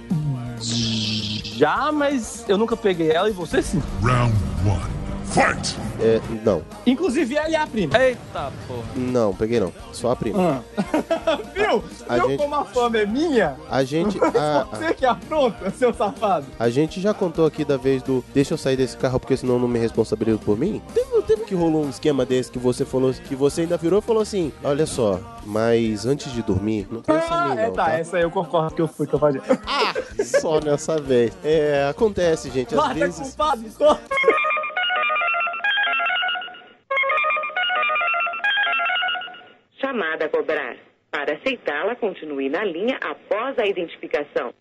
[SPEAKER 2] Já, mas eu nunca peguei ela e você sim.
[SPEAKER 1] Round one. Fight! É, não.
[SPEAKER 2] Inclusive ela e a prima. Eita porra.
[SPEAKER 1] Não, peguei não. Só a prima.
[SPEAKER 2] É, Viu?
[SPEAKER 1] A
[SPEAKER 2] Viu
[SPEAKER 1] gente-
[SPEAKER 2] como a Ah, fama é minha?
[SPEAKER 1] A gente. a- a-
[SPEAKER 2] Você que apronta, seu safado.
[SPEAKER 1] A gente já contou aqui da vez do deixa eu sair desse carro porque senão eu não me responsabilizo por mim? Teve, teve que rolou um esquema desse que você falou, que você ainda virou e falou assim: Olha só, mas antes de dormir, não pensa em mim,
[SPEAKER 2] Ah,
[SPEAKER 1] não.
[SPEAKER 2] é, tá,
[SPEAKER 1] tá?
[SPEAKER 2] essa aí eu concordo que eu fui cafajeste.
[SPEAKER 1] Só nessa vez. É, acontece, gente. Às
[SPEAKER 2] Mata,
[SPEAKER 1] vezes.
[SPEAKER 2] culpado, corta.
[SPEAKER 18] Chamada a cobrar. Para aceitá-la, continue na linha após a identificação.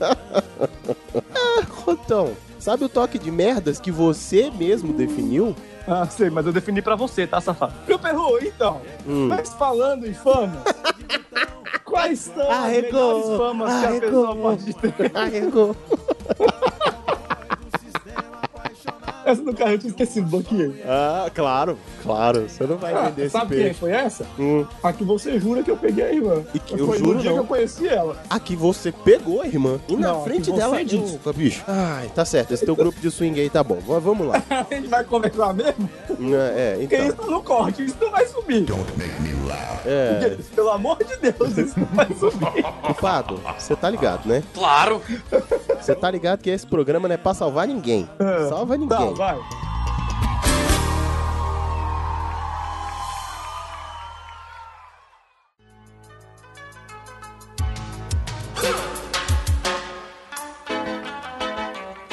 [SPEAKER 1] Ah, Rotão, sabe o toque de merdas que você mesmo definiu?
[SPEAKER 2] Ah, sei, mas eu defini pra você, tá, safado? Meu perro, então.
[SPEAKER 1] Hum.
[SPEAKER 2] Mas falando em fama. Quais são
[SPEAKER 1] Arregou,
[SPEAKER 2] as melhores famas que a pessoa pode ter?
[SPEAKER 1] Arregou.
[SPEAKER 2] Essa do carro eu tinha esquecido do bloqueio.
[SPEAKER 1] Ah, claro, claro. Você não vai
[SPEAKER 2] Ah,
[SPEAKER 1] vender esse
[SPEAKER 2] sabe quem
[SPEAKER 1] peixe.
[SPEAKER 2] foi essa?
[SPEAKER 1] Hum.
[SPEAKER 2] A que você jura que eu peguei a irmã.
[SPEAKER 1] E que eu
[SPEAKER 2] foi
[SPEAKER 1] juro
[SPEAKER 2] no dia
[SPEAKER 1] não.
[SPEAKER 2] que eu conheci ela.
[SPEAKER 1] A que você pegou, irmã. E na
[SPEAKER 2] Não, a
[SPEAKER 1] frente
[SPEAKER 2] que você é
[SPEAKER 1] dela.
[SPEAKER 2] disse.
[SPEAKER 1] Opa, bicho. Ai, tá certo. Esse teu grupo de swing aí tá bom. Va- Vamos lá.
[SPEAKER 2] A gente vai conversar mesmo?
[SPEAKER 1] É, é,
[SPEAKER 2] Porque
[SPEAKER 1] então.
[SPEAKER 2] isso tá no corte, isso não vai subir.
[SPEAKER 1] É.
[SPEAKER 2] Porque, Pelo amor de Deus, isso não vai subir.
[SPEAKER 1] Culpado, você tá ligado, né?
[SPEAKER 2] Claro.
[SPEAKER 1] Você tá ligado que esse programa não é pra salvar ninguém. Salva ninguém.
[SPEAKER 2] Tá, vai.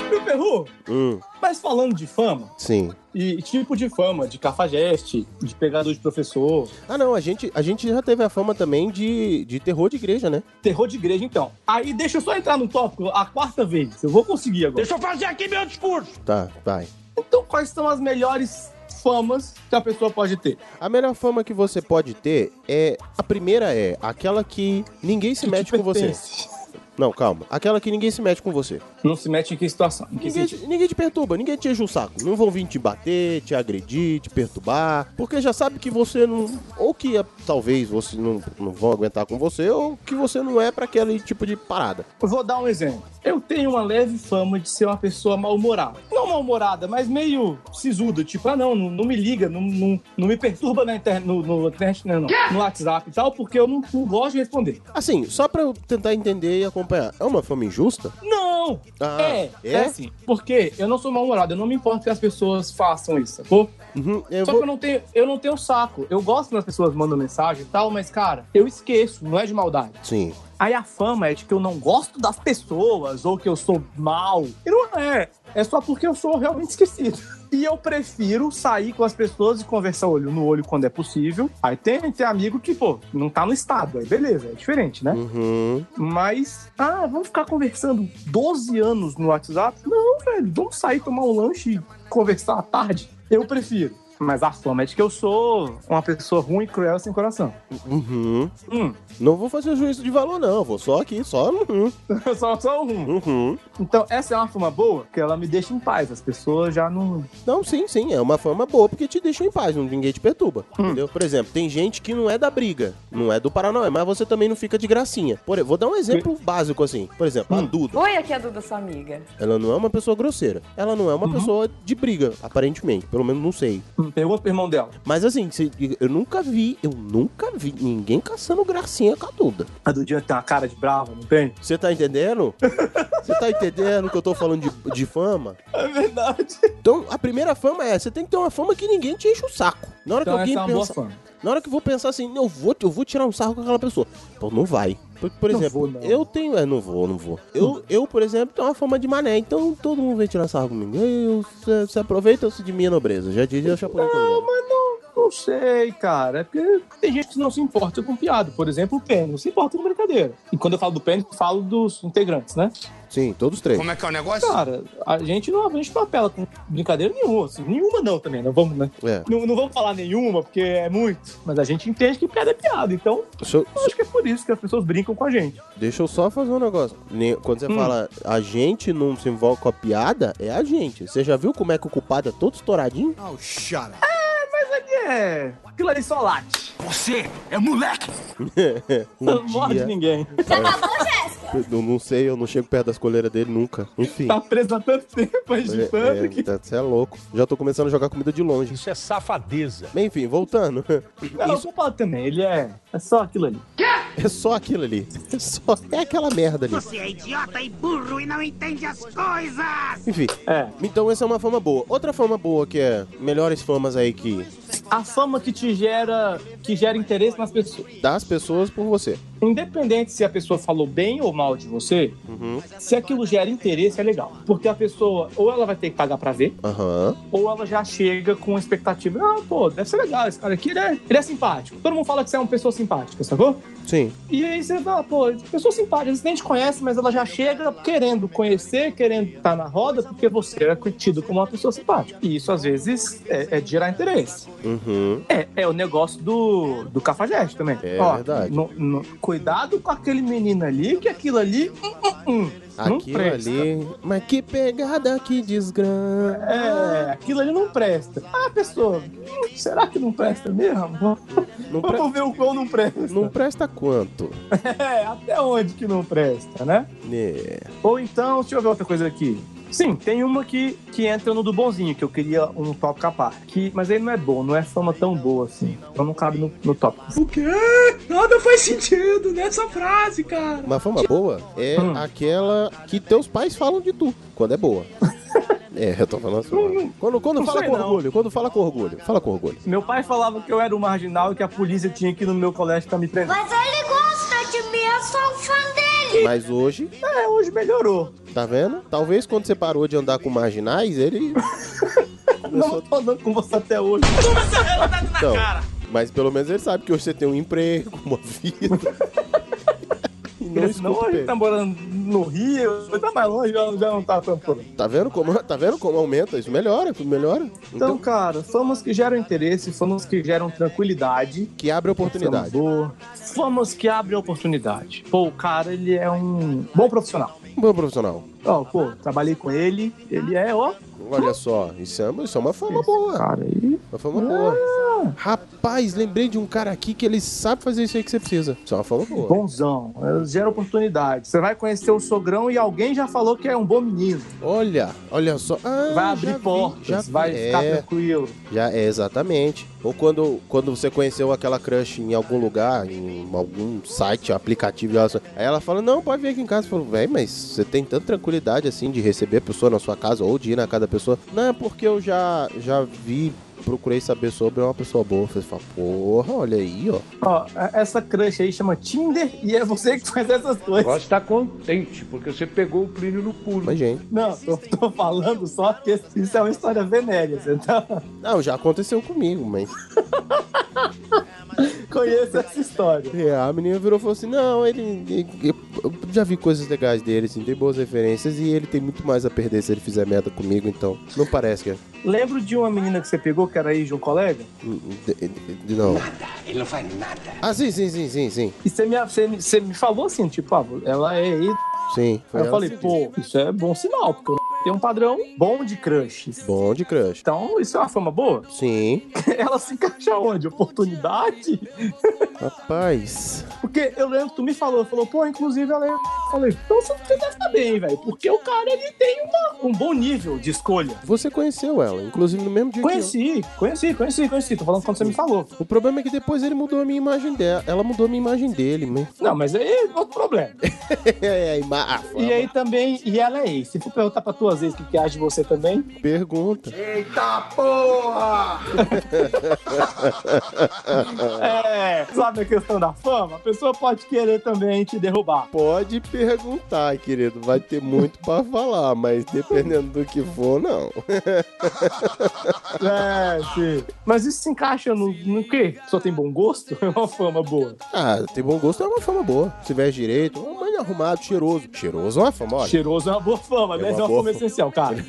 [SPEAKER 2] Meu perru,
[SPEAKER 1] Hum,
[SPEAKER 2] mas falando de fama,
[SPEAKER 1] sim.
[SPEAKER 2] e tipo de fama, de cafajeste, de pegador de professor.
[SPEAKER 1] Ah, não, a gente, a gente já teve a fama também de, de terror de igreja, né?
[SPEAKER 2] Terror de igreja, então. Aí deixa eu só entrar no tópico a quarta vez. Eu vou conseguir agora. Deixa eu fazer aqui meu discurso.
[SPEAKER 1] Tá, vai.
[SPEAKER 2] Então, quais são as melhores famas que a pessoa pode ter?
[SPEAKER 1] A melhor fama que você pode ter é. A primeira é aquela que ninguém se mete
[SPEAKER 2] tipo
[SPEAKER 1] com você.
[SPEAKER 2] pertence.
[SPEAKER 1] Não, calma. Aquela que ninguém se mete com você.
[SPEAKER 2] Não se mete em que situação? Em que
[SPEAKER 1] Ninguém, te- ninguém te perturba, ninguém te enche o saco. Não vão vir te bater, te agredir, te perturbar. Porque já sabe que você não. Ou que ah, talvez você não, não vão aguentar com você, ou que você não é pra aquele tipo de parada.
[SPEAKER 2] Eu Vou dar um exemplo. Eu tenho uma leve fama de ser uma pessoa mal-humorada. Não mal-humorada, mas meio sisuda. Tipo, ah, não, não, não me liga, não, não, não me perturba na internet, no, no, internet, né, não, não, no WhatsApp e tal, porque eu não, não gosto de responder.
[SPEAKER 1] Assim, só pra eu tentar entender e acompanhar. É uma fama injusta?
[SPEAKER 2] Não!
[SPEAKER 1] Ah,
[SPEAKER 2] é, é,
[SPEAKER 1] é?
[SPEAKER 2] assim. Porque eu não sou mal-humorado, eu não me importo que as pessoas façam isso, sacou? Só
[SPEAKER 1] Uhum, vou-
[SPEAKER 2] que eu não, tenho, eu não tenho saco. Eu gosto quando as pessoas mandam mensagem e tal, mas, cara, eu esqueço, não é de maldade.
[SPEAKER 1] Sim.
[SPEAKER 2] Aí a fama é de que eu não gosto das pessoas ou que eu sou mal. E não é. É só porque eu sou realmente esquecido. E eu prefiro sair com as pessoas e conversar olho no olho quando é possível. Aí tem, tem amigo que, pô, não tá no estado. Aí beleza, é diferente, né?
[SPEAKER 1] Uhum.
[SPEAKER 2] Mas, ah, vamos ficar conversando 12 anos no WhatsApp? Não, velho, vamos sair tomar um lanche e conversar à tarde? Eu prefiro. Mas a fama é de que eu sou uma pessoa ruim, cruel, sem coração.
[SPEAKER 1] Uhum.
[SPEAKER 2] Hum.
[SPEAKER 1] Não vou fazer juízo de valor, não. Vou só aqui, só uhum.
[SPEAKER 2] só, só um.
[SPEAKER 1] Uhum.
[SPEAKER 2] Então, essa é uma fama boa, que ela me deixa em paz. As pessoas já não.
[SPEAKER 1] Não, sim, sim. É uma fama boa porque te deixa em paz, não- ninguém te perturba.
[SPEAKER 2] Hum.
[SPEAKER 1] Entendeu? Por exemplo, tem gente que não é da briga, não é do Paranauê, mas você também não fica de gracinha. Por, exemplo, vou dar um exemplo básico assim. Por exemplo,
[SPEAKER 2] Hum.
[SPEAKER 1] a Duda.
[SPEAKER 19] Oi, aqui é a Duda, sua amiga.
[SPEAKER 1] Ela não é uma pessoa grosseira. Ela não é
[SPEAKER 2] Uhum.
[SPEAKER 1] uma pessoa de briga, aparentemente. Pelo menos não sei.
[SPEAKER 2] Pergunta pro irmão dela.
[SPEAKER 1] Mas assim, se- eu nunca vi, eu nunca vi ninguém caçando gracinha com a Duda.
[SPEAKER 2] A Dudinha tem uma cara de brava, não tem?
[SPEAKER 1] Você tá entendendo? Você tá entendendo que eu tô falando de, de fama?
[SPEAKER 2] É verdade.
[SPEAKER 1] Então, a primeira fama é, você tem que ter uma fama que ninguém te enche o saco. Na hora
[SPEAKER 2] Então,
[SPEAKER 1] que alguém
[SPEAKER 2] essa é uma boa
[SPEAKER 1] pensa,
[SPEAKER 2] fama.
[SPEAKER 1] na hora que eu vou pensar assim, eu vou, eu vou tirar um sarro com aquela pessoa. Pô, não vai. Por, por
[SPEAKER 2] Não
[SPEAKER 1] exemplo,
[SPEAKER 2] vou, não.
[SPEAKER 1] eu tenho, é, não vou, não vou. Eu, eu, por exemplo, tenho uma fama de mané, então todo mundo vem tirar sarro comigo. Eu, se, se aproveita-se de minha nobreza. Já dizia o japonês.
[SPEAKER 2] Não, mas não, não sei, cara. É porque tem gente que não se importa com piada. Por exemplo, o Penny. Não se importa com brincadeira. E quando eu falo do Penny, eu falo dos integrantes, né?
[SPEAKER 1] Sim, todos três.
[SPEAKER 2] que é o negócio? Cara, a gente não, a gente não apela com brincadeira nenhuma. assim, nenhuma não também, não vamos, né?
[SPEAKER 1] É.
[SPEAKER 2] Não, não vamos falar nenhuma, porque é muito. Mas a gente entende que piada é piada. Então,
[SPEAKER 1] Só-
[SPEAKER 2] eu acho que é por isso que as pessoas brincam com a gente.
[SPEAKER 1] Deixa eu só fazer um negócio. Ne- Quando você
[SPEAKER 2] Hum.
[SPEAKER 1] fala a gente não se envolve com a piada, é a gente. Você já viu como é que o culpado é todo estouradinho?
[SPEAKER 2] Oh, shut É, mas aqui é... Aquilo ali só late. Você é moleque! Não morde ninguém.
[SPEAKER 1] Você acabou, Jéssica? Um Eu não sei, eu não chego perto das coleiras dele nunca. Enfim.
[SPEAKER 2] Tá preso há tanto tempo, agitando,
[SPEAKER 1] É, é, tá- Você é, louco. Já tô começando a jogar comida de longe. Isso é safadeza. Enfim, voltando.
[SPEAKER 2] Não, o culpado também, ele é. É só aquilo ali.
[SPEAKER 1] É só aquilo ali. É só. É aquela merda ali.
[SPEAKER 11] é idiota e burro e não entende as coisas!
[SPEAKER 1] Enfim. Então essa é uma fama boa. Outra fama boa que é melhores famas aí que
[SPEAKER 2] A fama que te gera. que gera interesse nas pessoas.
[SPEAKER 1] das pessoas por você.
[SPEAKER 2] Independente se a pessoa falou bem ou mal de você,
[SPEAKER 1] Uhum.
[SPEAKER 2] se aquilo gera interesse, é legal. Porque a pessoa, ou ela vai ter que pagar pra ver,
[SPEAKER 1] Aham.
[SPEAKER 2] ou ela já chega com expectativa. Ah, pô, deve ser legal, esse cara aqui, ele é, ele é simpático. Todo mundo fala que você é uma pessoa simpática, sacou?
[SPEAKER 1] Sim.
[SPEAKER 2] E aí você fala, pô, pessoa simpática, você nem te conhece, mas ela já chega querendo conhecer, querendo estar na roda, porque você é tido como uma pessoa simpática. E isso, às vezes, é, é de gerar interesse.
[SPEAKER 1] Uhum.
[SPEAKER 2] É, é o negócio do, do cafajeste também.
[SPEAKER 1] É verdade.
[SPEAKER 2] no- no- cuidado com aquele menino ali, que aquilo ali. hum, hum, hum, não
[SPEAKER 1] Aquilo
[SPEAKER 2] presta.
[SPEAKER 1] ali. Mas que pegada, que desgrama.
[SPEAKER 2] É, aquilo ali não presta. Ah, pessoa, hum, será que não presta mesmo? Vamos ver o quão não presta.
[SPEAKER 1] Não presta quanto?
[SPEAKER 2] É, até onde que não presta, né?
[SPEAKER 1] É.
[SPEAKER 2] Ou então, deixa eu ver outra coisa aqui. Sim, tem uma que, que entra no do bonzinho, que eu queria um top capar. Que, mas ele não é bom, não é fama tão boa assim. Então não cabe no, no top. O quê? Nada faz sentido nessa frase, cara.
[SPEAKER 1] Uma fama boa é
[SPEAKER 2] Hum.
[SPEAKER 1] aquela que teus pais falam de tu, quando é boa. é, eu tô falando assim. Quando, quando
[SPEAKER 2] não
[SPEAKER 1] fala
[SPEAKER 2] sei
[SPEAKER 1] com
[SPEAKER 2] não.
[SPEAKER 1] orgulho, quando fala com orgulho, fala com orgulho.
[SPEAKER 2] Meu pai falava que eu era um marginal e que a polícia tinha que ir no meu colégio pra me prender.
[SPEAKER 11] Mas ele gosta de mim, eu sou fã dele!
[SPEAKER 1] Mas hoje,
[SPEAKER 2] É, hoje melhorou.
[SPEAKER 1] tá vendo? Talvez quando você parou de andar com marginais, ele.
[SPEAKER 2] Não tô andando com você até hoje.
[SPEAKER 1] Então, mas pelo menos ele sabe que hoje você tem um emprego, uma vida. E não
[SPEAKER 2] Porque senão
[SPEAKER 1] escuta o
[SPEAKER 2] a gente
[SPEAKER 1] Pedro.
[SPEAKER 2] tá morando no Rio, tá mais longe, já, já não tá tanto problema.
[SPEAKER 1] Tá vendo como, tá vendo como aumenta? Isso melhora, tudo melhora.
[SPEAKER 2] Então, cara, famas que geram interesse, famas que geram tranquilidade.
[SPEAKER 1] Que abre oportunidade.
[SPEAKER 2] Fama é boa. Famas que abrem oportunidade. Pô, o cara, ele é um bom profissional.
[SPEAKER 1] Um bom profissional.
[SPEAKER 2] Ó, pô, trabalhei com ele, ele é, ó.
[SPEAKER 1] Olha só, isso é, isso é uma fama boa.
[SPEAKER 2] Cara, aí.
[SPEAKER 1] Uma fama boa. Rapaz, lembrei de um cara aqui que ele sabe fazer isso aí que você precisa. Isso é uma fama boa.
[SPEAKER 2] Bonzão, é, gera oportunidade. Você vai conhecer o sogrão e alguém já falou que é um bom menino.
[SPEAKER 1] Olha, olha só. Ah,
[SPEAKER 2] Vai
[SPEAKER 1] já
[SPEAKER 2] abrir
[SPEAKER 1] vi,
[SPEAKER 2] portas,
[SPEAKER 1] já vi.
[SPEAKER 2] vai ficar
[SPEAKER 1] É.
[SPEAKER 2] tranquilo.
[SPEAKER 1] Já é exatamente. Ou quando, quando você conheceu aquela crush em algum lugar, em algum site, aplicativo, e ela só- aí ela fala: Não, pode vir aqui em casa. Eu falo, velho, mas você tem tanta tranquilidade assim de receber a pessoa na sua casa ou de ir na casa da pessoa? Não, é porque eu já, já vi. procurei saber sobre, é uma pessoa boa. Falei, fala, porra, olha aí, ó.
[SPEAKER 2] Ó, é, essa crush aí chama Tinder e é você que faz essas coisas.
[SPEAKER 19] Agora está contente, porque você pegou o Plínio no pulo.
[SPEAKER 1] Mas, gente.
[SPEAKER 2] Não, eu tô falando só que isso é uma história venérea, então.
[SPEAKER 1] Não, já aconteceu comigo, mas.
[SPEAKER 2] Conheço essa história.
[SPEAKER 1] É, a menina virou e falou assim: não, ele. ele- eu já vi coisas legais dele, assim, tem boas referências e ele tem muito mais a perder se ele fizer merda comigo, então. Não parece que é.
[SPEAKER 2] Lembro de uma menina que você pegou, que era aí de um colega?
[SPEAKER 1] De- de- de- Não.
[SPEAKER 2] Ele não faz nada.
[SPEAKER 1] Ah, sim, sim, sim, sim, sim.
[SPEAKER 2] E você me, você, me- você me falou assim, tipo, ah, ela é aí.
[SPEAKER 1] Sim.
[SPEAKER 2] Aí eu
[SPEAKER 1] ela
[SPEAKER 2] falei,
[SPEAKER 1] que
[SPEAKER 2] pô, isso é bom sinal, porque eu tem um padrão bom de crushes.
[SPEAKER 1] Bom de crush.
[SPEAKER 2] Então, isso é uma fama boa?
[SPEAKER 1] Sim.
[SPEAKER 2] Ela se encaixa onde? Oportunidade?
[SPEAKER 1] Rapaz.
[SPEAKER 2] Porque eu lembro que tu me falou, falou, pô, inclusive ela é. Eu falei, então você deve estar bem, velho. Porque o cara ele tem uma- um bom nível de escolha.
[SPEAKER 1] Você conheceu ela, inclusive no mesmo dia
[SPEAKER 2] Conheci, conheci, conheci, conheci. Tô falando quando você me falou.
[SPEAKER 1] O problema é que depois ele mudou a minha imagem dela. Ela mudou a minha imagem dele, mas.
[SPEAKER 2] Não, mas aí é outro problema.
[SPEAKER 1] é, a ima...
[SPEAKER 2] E aí também, e ela é ex. Se for perguntar pra tuas ex o que, que acha de você também.
[SPEAKER 1] Pergunta.
[SPEAKER 2] Eita porra! é, sabe a questão da fama? A pessoa pode querer também te derrubar.
[SPEAKER 1] Pode perguntar, querido. Vai ter muito pra falar, mas dependendo do que for, não.
[SPEAKER 2] É, sim. Mas isso se encaixa no, no quê? Só tem bom gosto? É uma fama boa.
[SPEAKER 1] Ah, ter bom gosto é uma fama boa. Se tiver direito, um banho arrumado, cheiroso. Cheiroso é uma fama, olha.
[SPEAKER 2] Cheiroso é uma boa fama,
[SPEAKER 1] É uma
[SPEAKER 2] mas é uma
[SPEAKER 1] boa
[SPEAKER 2] fama
[SPEAKER 1] fama.
[SPEAKER 2] essencial, cara.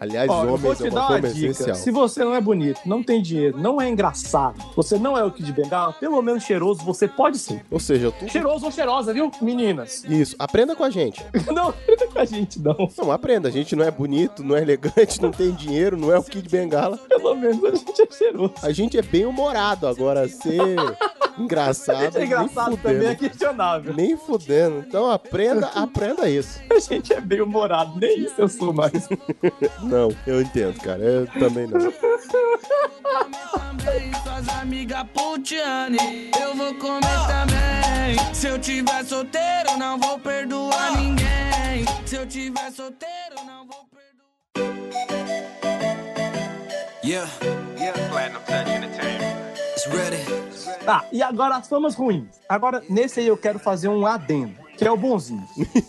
[SPEAKER 1] Aliás,
[SPEAKER 2] Ó, eu vou
[SPEAKER 1] homens é
[SPEAKER 2] te
[SPEAKER 1] uma
[SPEAKER 2] dar uma
[SPEAKER 1] fama
[SPEAKER 2] dica.
[SPEAKER 1] essencial.
[SPEAKER 2] Se você não é bonito, não tem dinheiro, não é engraçado, você não é o Kid Bengala, pelo menos cheiroso você pode sim.
[SPEAKER 1] Ou seja, tu...
[SPEAKER 2] Cheiroso ou cheirosa, viu, meninas?
[SPEAKER 1] Isso, aprenda com a gente.
[SPEAKER 2] Não aprenda com a gente, não.
[SPEAKER 1] Não, aprenda. A gente não é bonito, não é elegante, não tem dinheiro, não é o Kid Bengala.
[SPEAKER 2] Pelo menos a gente é cheiroso.
[SPEAKER 1] A gente é bem humorado agora, ser engraçado.
[SPEAKER 2] A gente é engraçado
[SPEAKER 1] nem fudendo.
[SPEAKER 2] também é questionável.
[SPEAKER 1] Nem fudendo. Então aprenda, aprenda isso.
[SPEAKER 2] A gente é bem humorado, nem isso eu sou mais.
[SPEAKER 1] Não, eu entendo, cara. Eu também não.
[SPEAKER 20] Também suas amigas pontiane Eu vou comer também Se eu tiver solteiro não vou perdoar ninguém Se eu tiver solteiro não vou
[SPEAKER 21] Yeah. Yeah. Platinum Touch Entertainment. It's ready.
[SPEAKER 2] Tá, e agora as famas ruins. Agora, nesse aí eu quero fazer um adendo, que é o bonzinho.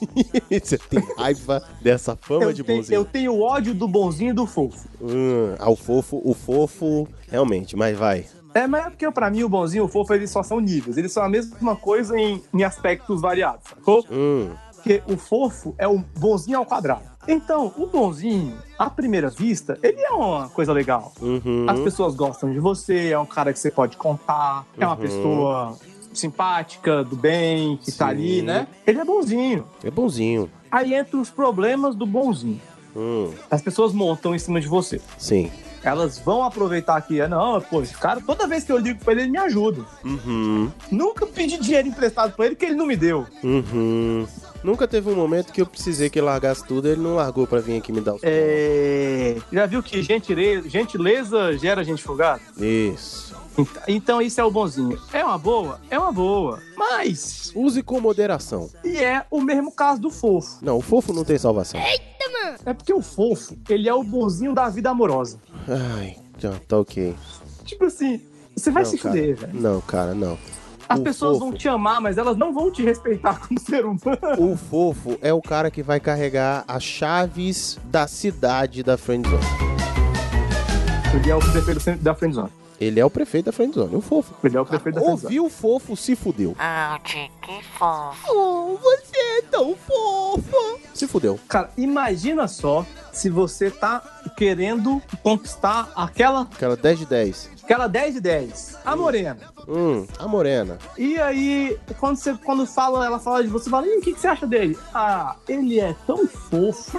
[SPEAKER 1] Você tem raiva dessa fama
[SPEAKER 2] eu,
[SPEAKER 1] é de
[SPEAKER 2] tenho,
[SPEAKER 1] bonzinho.
[SPEAKER 2] eu tenho ódio do bonzinho e do fofo.
[SPEAKER 1] Hum, ah, o fofo, o fofo, realmente, mas vai.
[SPEAKER 2] É, mas é porque pra mim o bonzinho e o fofo eles só são níveis. Eles são a mesma coisa em, em aspectos variados, sacou?
[SPEAKER 1] Hum,
[SPEAKER 2] Porque o fofo é o bonzinho ao quadrado. Então, o bonzinho, à primeira vista, ele é uma coisa legal.
[SPEAKER 1] uhum.
[SPEAKER 2] As pessoas gostam de você, é um cara que você pode contar, é uma
[SPEAKER 1] Uhum.
[SPEAKER 2] pessoa simpática, do bem, que tá ali, né? Ele é bonzinho.
[SPEAKER 1] É bonzinho.
[SPEAKER 2] Aí entra os problemas do bonzinho.
[SPEAKER 1] Hum,
[SPEAKER 2] As pessoas montam em cima de você.
[SPEAKER 1] sim.
[SPEAKER 2] Elas vão aproveitar que, ah, não, pô, esse cara, toda vez que eu ligo pra ele, ele me ajuda.
[SPEAKER 1] Uhum.
[SPEAKER 2] Nunca pedi dinheiro emprestado pra ele que ele não me deu.
[SPEAKER 1] Uhum. Nunca teve um momento que eu precisei que ele largasse tudo e ele não largou pra vir aqui me dar o.
[SPEAKER 2] É... Já viu que gentileza, gentileza gera gente folgada?
[SPEAKER 1] Isso.
[SPEAKER 2] Então isso é o bonzinho. É uma boa? É uma boa. Mas.
[SPEAKER 1] Use com moderação.
[SPEAKER 2] E é o mesmo caso do fofo.
[SPEAKER 1] Não, o fofo não tem salvação.
[SPEAKER 2] É porque o fofo, ele é o bonzinho da vida amorosa.
[SPEAKER 1] Ai, tá, tá ok.
[SPEAKER 2] Tipo assim, você vai
[SPEAKER 1] Não,
[SPEAKER 2] se
[SPEAKER 1] cara.
[SPEAKER 2] fuder, velho.
[SPEAKER 1] Não, cara, não.
[SPEAKER 2] As
[SPEAKER 1] O
[SPEAKER 2] pessoas
[SPEAKER 1] fofo-
[SPEAKER 2] vão te amar, mas elas não vão te respeitar como ser humano.
[SPEAKER 1] O fofo é o cara que vai carregar as chaves da cidade da friendzone.
[SPEAKER 2] Ele é o prefeito da friendzone.
[SPEAKER 1] Ele é o prefeito da friendzone, o fofo.
[SPEAKER 2] Ele é o prefeito da friendzone.
[SPEAKER 1] Ouviu o fofo, se fudeu.
[SPEAKER 20] que fofo
[SPEAKER 1] Oh, você é tão fofo. Se fudeu.
[SPEAKER 2] Cara, imagina só se você tá querendo conquistar aquela,
[SPEAKER 1] Aquela 10 de 10.
[SPEAKER 2] aquela 10 de 10, a morena.
[SPEAKER 1] Hum, a morena.
[SPEAKER 2] E aí, quando você quando fala, ela fala de você, fala, e o que, que você acha dele? Ah, ele é tão fofo.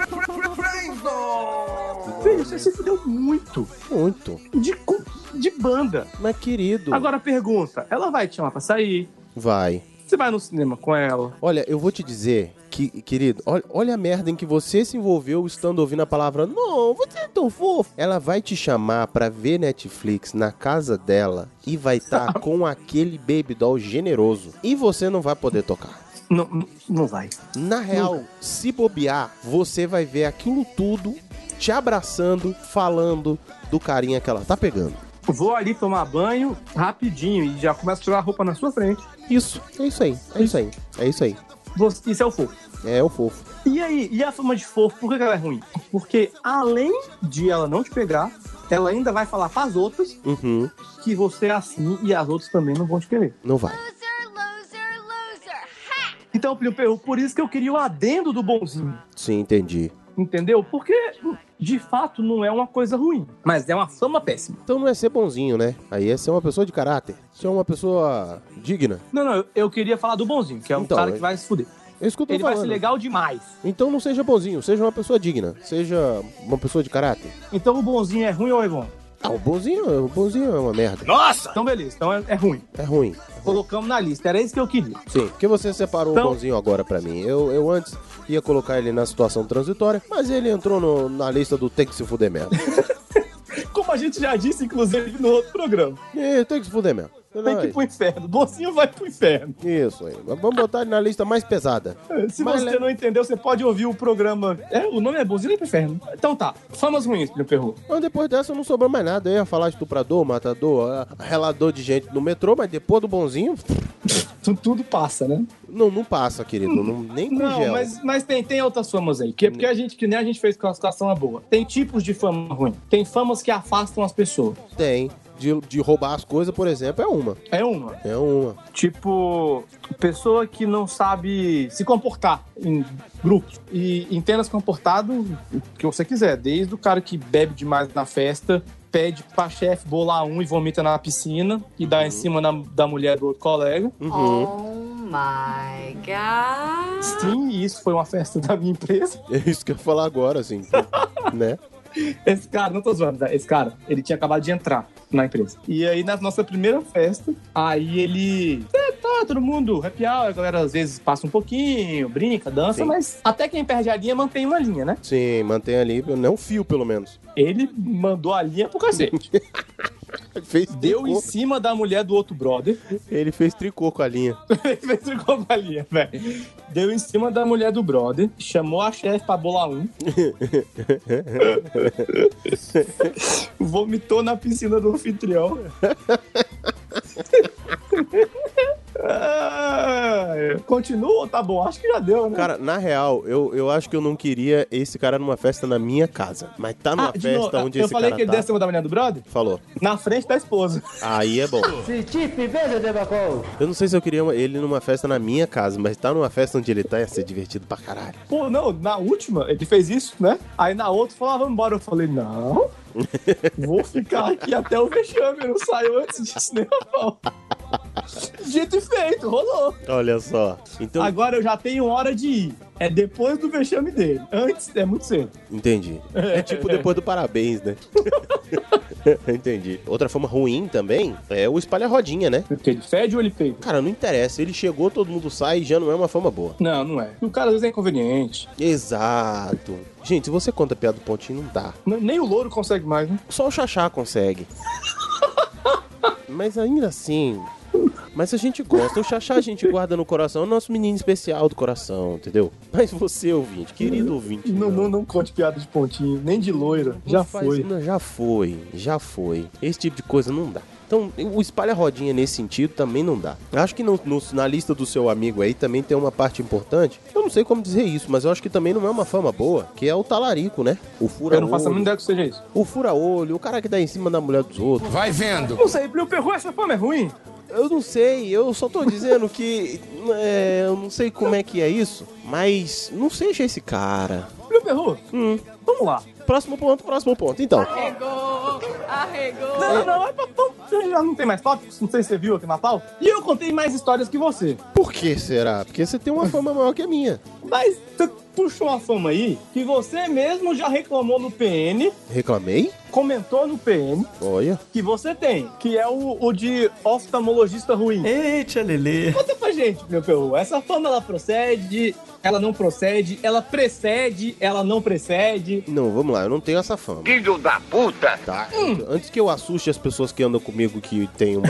[SPEAKER 2] Filho, você se fudeu muito.
[SPEAKER 1] Muito.
[SPEAKER 2] De, cu- de banda.
[SPEAKER 1] Mas querido.
[SPEAKER 2] Agora pergunta, ela vai te chamar pra sair?
[SPEAKER 1] Vai.
[SPEAKER 2] Você vai no cinema com ela?
[SPEAKER 1] Olha, eu vou te dizer que, querido, olha, olha a merda em que você se envolveu estando ouvindo a palavra não, você é tão fofo. Ela vai te chamar pra ver Netflix na casa dela e vai estar com aquele baby doll generoso. E você não vai poder tocar.
[SPEAKER 2] Não, não vai.
[SPEAKER 1] Na real, se bobear, você vai ver aquilo tudo te abraçando, falando do carinha que ela tá pegando.
[SPEAKER 2] Vou ali tomar banho rapidinho e já começa a tirar a roupa na sua frente.
[SPEAKER 1] Isso, é isso aí, é isso aí, é isso aí.
[SPEAKER 2] Você- Isso é o fofo.
[SPEAKER 1] É o fofo.
[SPEAKER 2] E aí, e a fama de fofo, por que que ela é ruim? Porque além de ela não te pegar, ela ainda vai falar pras outras
[SPEAKER 1] Uhum.
[SPEAKER 2] que você é assim e as outras também não vão te querer.
[SPEAKER 1] Não vai.
[SPEAKER 2] Então, Plínio Perro, por isso que eu queria o adendo do bonzinho,
[SPEAKER 1] Sim, entendi.
[SPEAKER 2] entendeu? Porque, de fato, não é uma coisa ruim, mas é uma fama péssima.
[SPEAKER 1] Então não é ser bonzinho, né? Aí é ser uma pessoa de caráter. Ser uma pessoa digna.
[SPEAKER 2] Não, não, eu- eu queria falar do bonzinho, que é um
[SPEAKER 1] Então,
[SPEAKER 2] cara
[SPEAKER 1] é-
[SPEAKER 2] que vai se fuder.
[SPEAKER 1] É isso que eu tô
[SPEAKER 2] Ele vai
[SPEAKER 1] falando.
[SPEAKER 2] ser legal demais.
[SPEAKER 1] Então não seja bonzinho, seja uma pessoa digna. Seja uma pessoa de caráter.
[SPEAKER 2] Então o bonzinho é ruim ou é bom?
[SPEAKER 1] Ah, o bonzinho, o bonzinho é uma merda.
[SPEAKER 2] Nossa! Então, beleza, então é, é ruim.
[SPEAKER 1] É ruim.
[SPEAKER 2] Colocamos na lista, era isso que eu queria.
[SPEAKER 1] Sim, porque você separou
[SPEAKER 2] Então-
[SPEAKER 1] o bonzinho agora pra mim. Eu, eu antes ia colocar ele na situação transitória, mas ele entrou no- na lista do tem que se fuder mesmo.
[SPEAKER 2] Como a gente já disse, inclusive, no outro programa.
[SPEAKER 1] É, tem que se fuder mesmo.
[SPEAKER 2] Tem que ir pro inferno. Bonzinho vai pro inferno.
[SPEAKER 1] Isso aí. Mas Vamos botar ele na lista mais pesada.
[SPEAKER 2] Se
[SPEAKER 1] Mas
[SPEAKER 2] você
[SPEAKER 1] le-
[SPEAKER 2] não entendeu, você pode ouvir o programa. É, o nome é Bonzinho vai pro inferno. Então tá, famas ruins, meu perro.
[SPEAKER 1] Mas depois dessa não sobrou mais nada. Eu ia falar estuprador, matador, ah, relador de gente no metrô, mas depois do bonzinho.
[SPEAKER 2] Tu- Tudo passa, né?
[SPEAKER 1] Não, não passa, querido. Não, nem com
[SPEAKER 2] Não,
[SPEAKER 1] gel.
[SPEAKER 2] mas, mas tem, tem outras famas aí. Que, é porque a gente, que nem a gente fez classificação é boa. Tem tipos de fama ruim. Tem famas que afastam as pessoas.
[SPEAKER 1] Tem. De, de roubar as coisas, por exemplo, é uma.
[SPEAKER 2] É uma.
[SPEAKER 1] É uma.
[SPEAKER 2] Tipo, pessoa que não sabe se comportar em grupos. E entenda se comportado o que você quiser. Desde o cara que bebe demais na festa, pede pra chefe bolar um e vomita na piscina e dá em cima na- da mulher do outro colega.
[SPEAKER 20] Oh
[SPEAKER 5] my god.
[SPEAKER 2] Sim, isso foi uma festa da minha empresa.
[SPEAKER 1] É isso que eu ia falar agora, assim. né?
[SPEAKER 2] Esse cara, não tô zoando, tá? esse cara, ele tinha acabado de entrar na empresa. E aí, na nossa primeira festa, aí ele. É, tá, todo mundo, happy hour, a galera às vezes passa um pouquinho, brinca, dança,
[SPEAKER 1] Sim.
[SPEAKER 2] mas até quem perde a linha mantém uma linha, né?
[SPEAKER 1] Sim, mantém ali, né, um fio pelo menos.
[SPEAKER 2] Ele mandou a linha pro cacete.
[SPEAKER 1] Fez
[SPEAKER 2] Deu em
[SPEAKER 1] tricô.
[SPEAKER 2] cima da mulher do outro brother.
[SPEAKER 1] Ele fez tricô com a linha.
[SPEAKER 2] Ele fez tricô com a linha, velho. Deu em cima da mulher do brother, chamou a chefe pra bolar um, vomitou na piscina do anfitrião. Ah, Continua ou tá bom? Acho que já deu, né?
[SPEAKER 1] Cara, na real, eu, eu acho que eu não queria esse cara numa festa na minha casa. Mas tá numa
[SPEAKER 2] Ah, de
[SPEAKER 1] festa
[SPEAKER 2] novo,
[SPEAKER 1] onde
[SPEAKER 2] eu
[SPEAKER 1] esse
[SPEAKER 2] falei
[SPEAKER 1] cara
[SPEAKER 2] que ele
[SPEAKER 1] tá.
[SPEAKER 2] deu em cima da mulher do brother?
[SPEAKER 1] Falou.
[SPEAKER 2] Na frente da esposa.
[SPEAKER 1] Aí é bom.
[SPEAKER 2] tipo,
[SPEAKER 1] Eu não sei se eu queria uma- ele numa festa na minha casa, mas tá numa festa onde ele tá ia ser divertido pra caralho.
[SPEAKER 2] Pô, não, na última ele fez isso, né? Aí na outra falou, ah, vamos embora. Eu falei, não, vou ficar aqui até o vexame, eu não saio antes disso nem a pau. Dito e feito, rolou.
[SPEAKER 1] Olha só. Então,
[SPEAKER 2] Agora eu já tenho hora de ir. É depois do vexame dele. Antes é muito cedo.
[SPEAKER 1] entendi. É tipo depois do parabéns, né? entendi. Outra forma ruim também é o espalha-rodinha, né?
[SPEAKER 2] Porque ele fede ou ele peida?
[SPEAKER 1] Cara, não interessa. Ele chegou, todo mundo sai e já não é uma fama boa.
[SPEAKER 2] Não, não é. O cara às vezes é inconveniente.
[SPEAKER 1] Exato. Gente, se você conta piada do pontinho, não dá.
[SPEAKER 2] N- Nem o louro consegue mais, né?
[SPEAKER 1] Só o Xaxá consegue. Mas ainda assim. Mas a gente gosta. O Xaxá a gente guarda no coração. É o nosso menino especial do coração, entendeu? Mas você, ouvinte, querido ouvinte.
[SPEAKER 2] Não, não, não conte piada de pontinho, nem de loira.
[SPEAKER 1] não
[SPEAKER 2] já
[SPEAKER 1] faz-
[SPEAKER 2] foi.
[SPEAKER 1] não, já foi, já foi. Esse tipo de coisa não dá. Então, o espalha-rodinha nesse sentido também não dá. Acho que no- no- na lista do seu amigo aí também tem uma parte importante. Eu não sei como dizer isso, mas eu acho que também não é uma fama boa, que é o talarico, né? O fura
[SPEAKER 2] Eu não faço a mínima ideia que seja isso.
[SPEAKER 1] o fura-olho, o cara que dá em cima da mulher dos outros.
[SPEAKER 10] Vai vendo.
[SPEAKER 2] Não sei, o perro essa fama é ruim?
[SPEAKER 1] Eu não sei, eu só tô dizendo que. é, eu não sei como é que é isso, mas não seja esse cara.
[SPEAKER 2] Meu perro,
[SPEAKER 1] Hum.
[SPEAKER 2] vamos lá.
[SPEAKER 1] Próximo ponto, próximo ponto. Então,
[SPEAKER 5] Arregou, arregou.
[SPEAKER 2] Não, não, é pra pauta. Você já não tem mais tópicos? Não sei se você viu aqui na pauta. E eu contei mais histórias que você.
[SPEAKER 1] por que será? Porque você tem uma fama maior que a minha.
[SPEAKER 2] Mas você puxou uma fama aí que você mesmo já reclamou no PN,
[SPEAKER 1] Reclamei?
[SPEAKER 2] comentou no PN,
[SPEAKER 1] Olha.
[SPEAKER 2] que você tem, que é o, o de oftalmologista ruim.
[SPEAKER 3] Eita, Lelê.
[SPEAKER 2] Conta pra gente, meu perro. Essa fama ela procede, ela não procede, ela precede, ela não precede.
[SPEAKER 1] Não, vamos lá, eu não tenho essa fama.
[SPEAKER 9] Filho da puta!
[SPEAKER 1] Tá.
[SPEAKER 10] Hum.
[SPEAKER 1] Antes que eu assuste as pessoas que andam comigo que tem uma.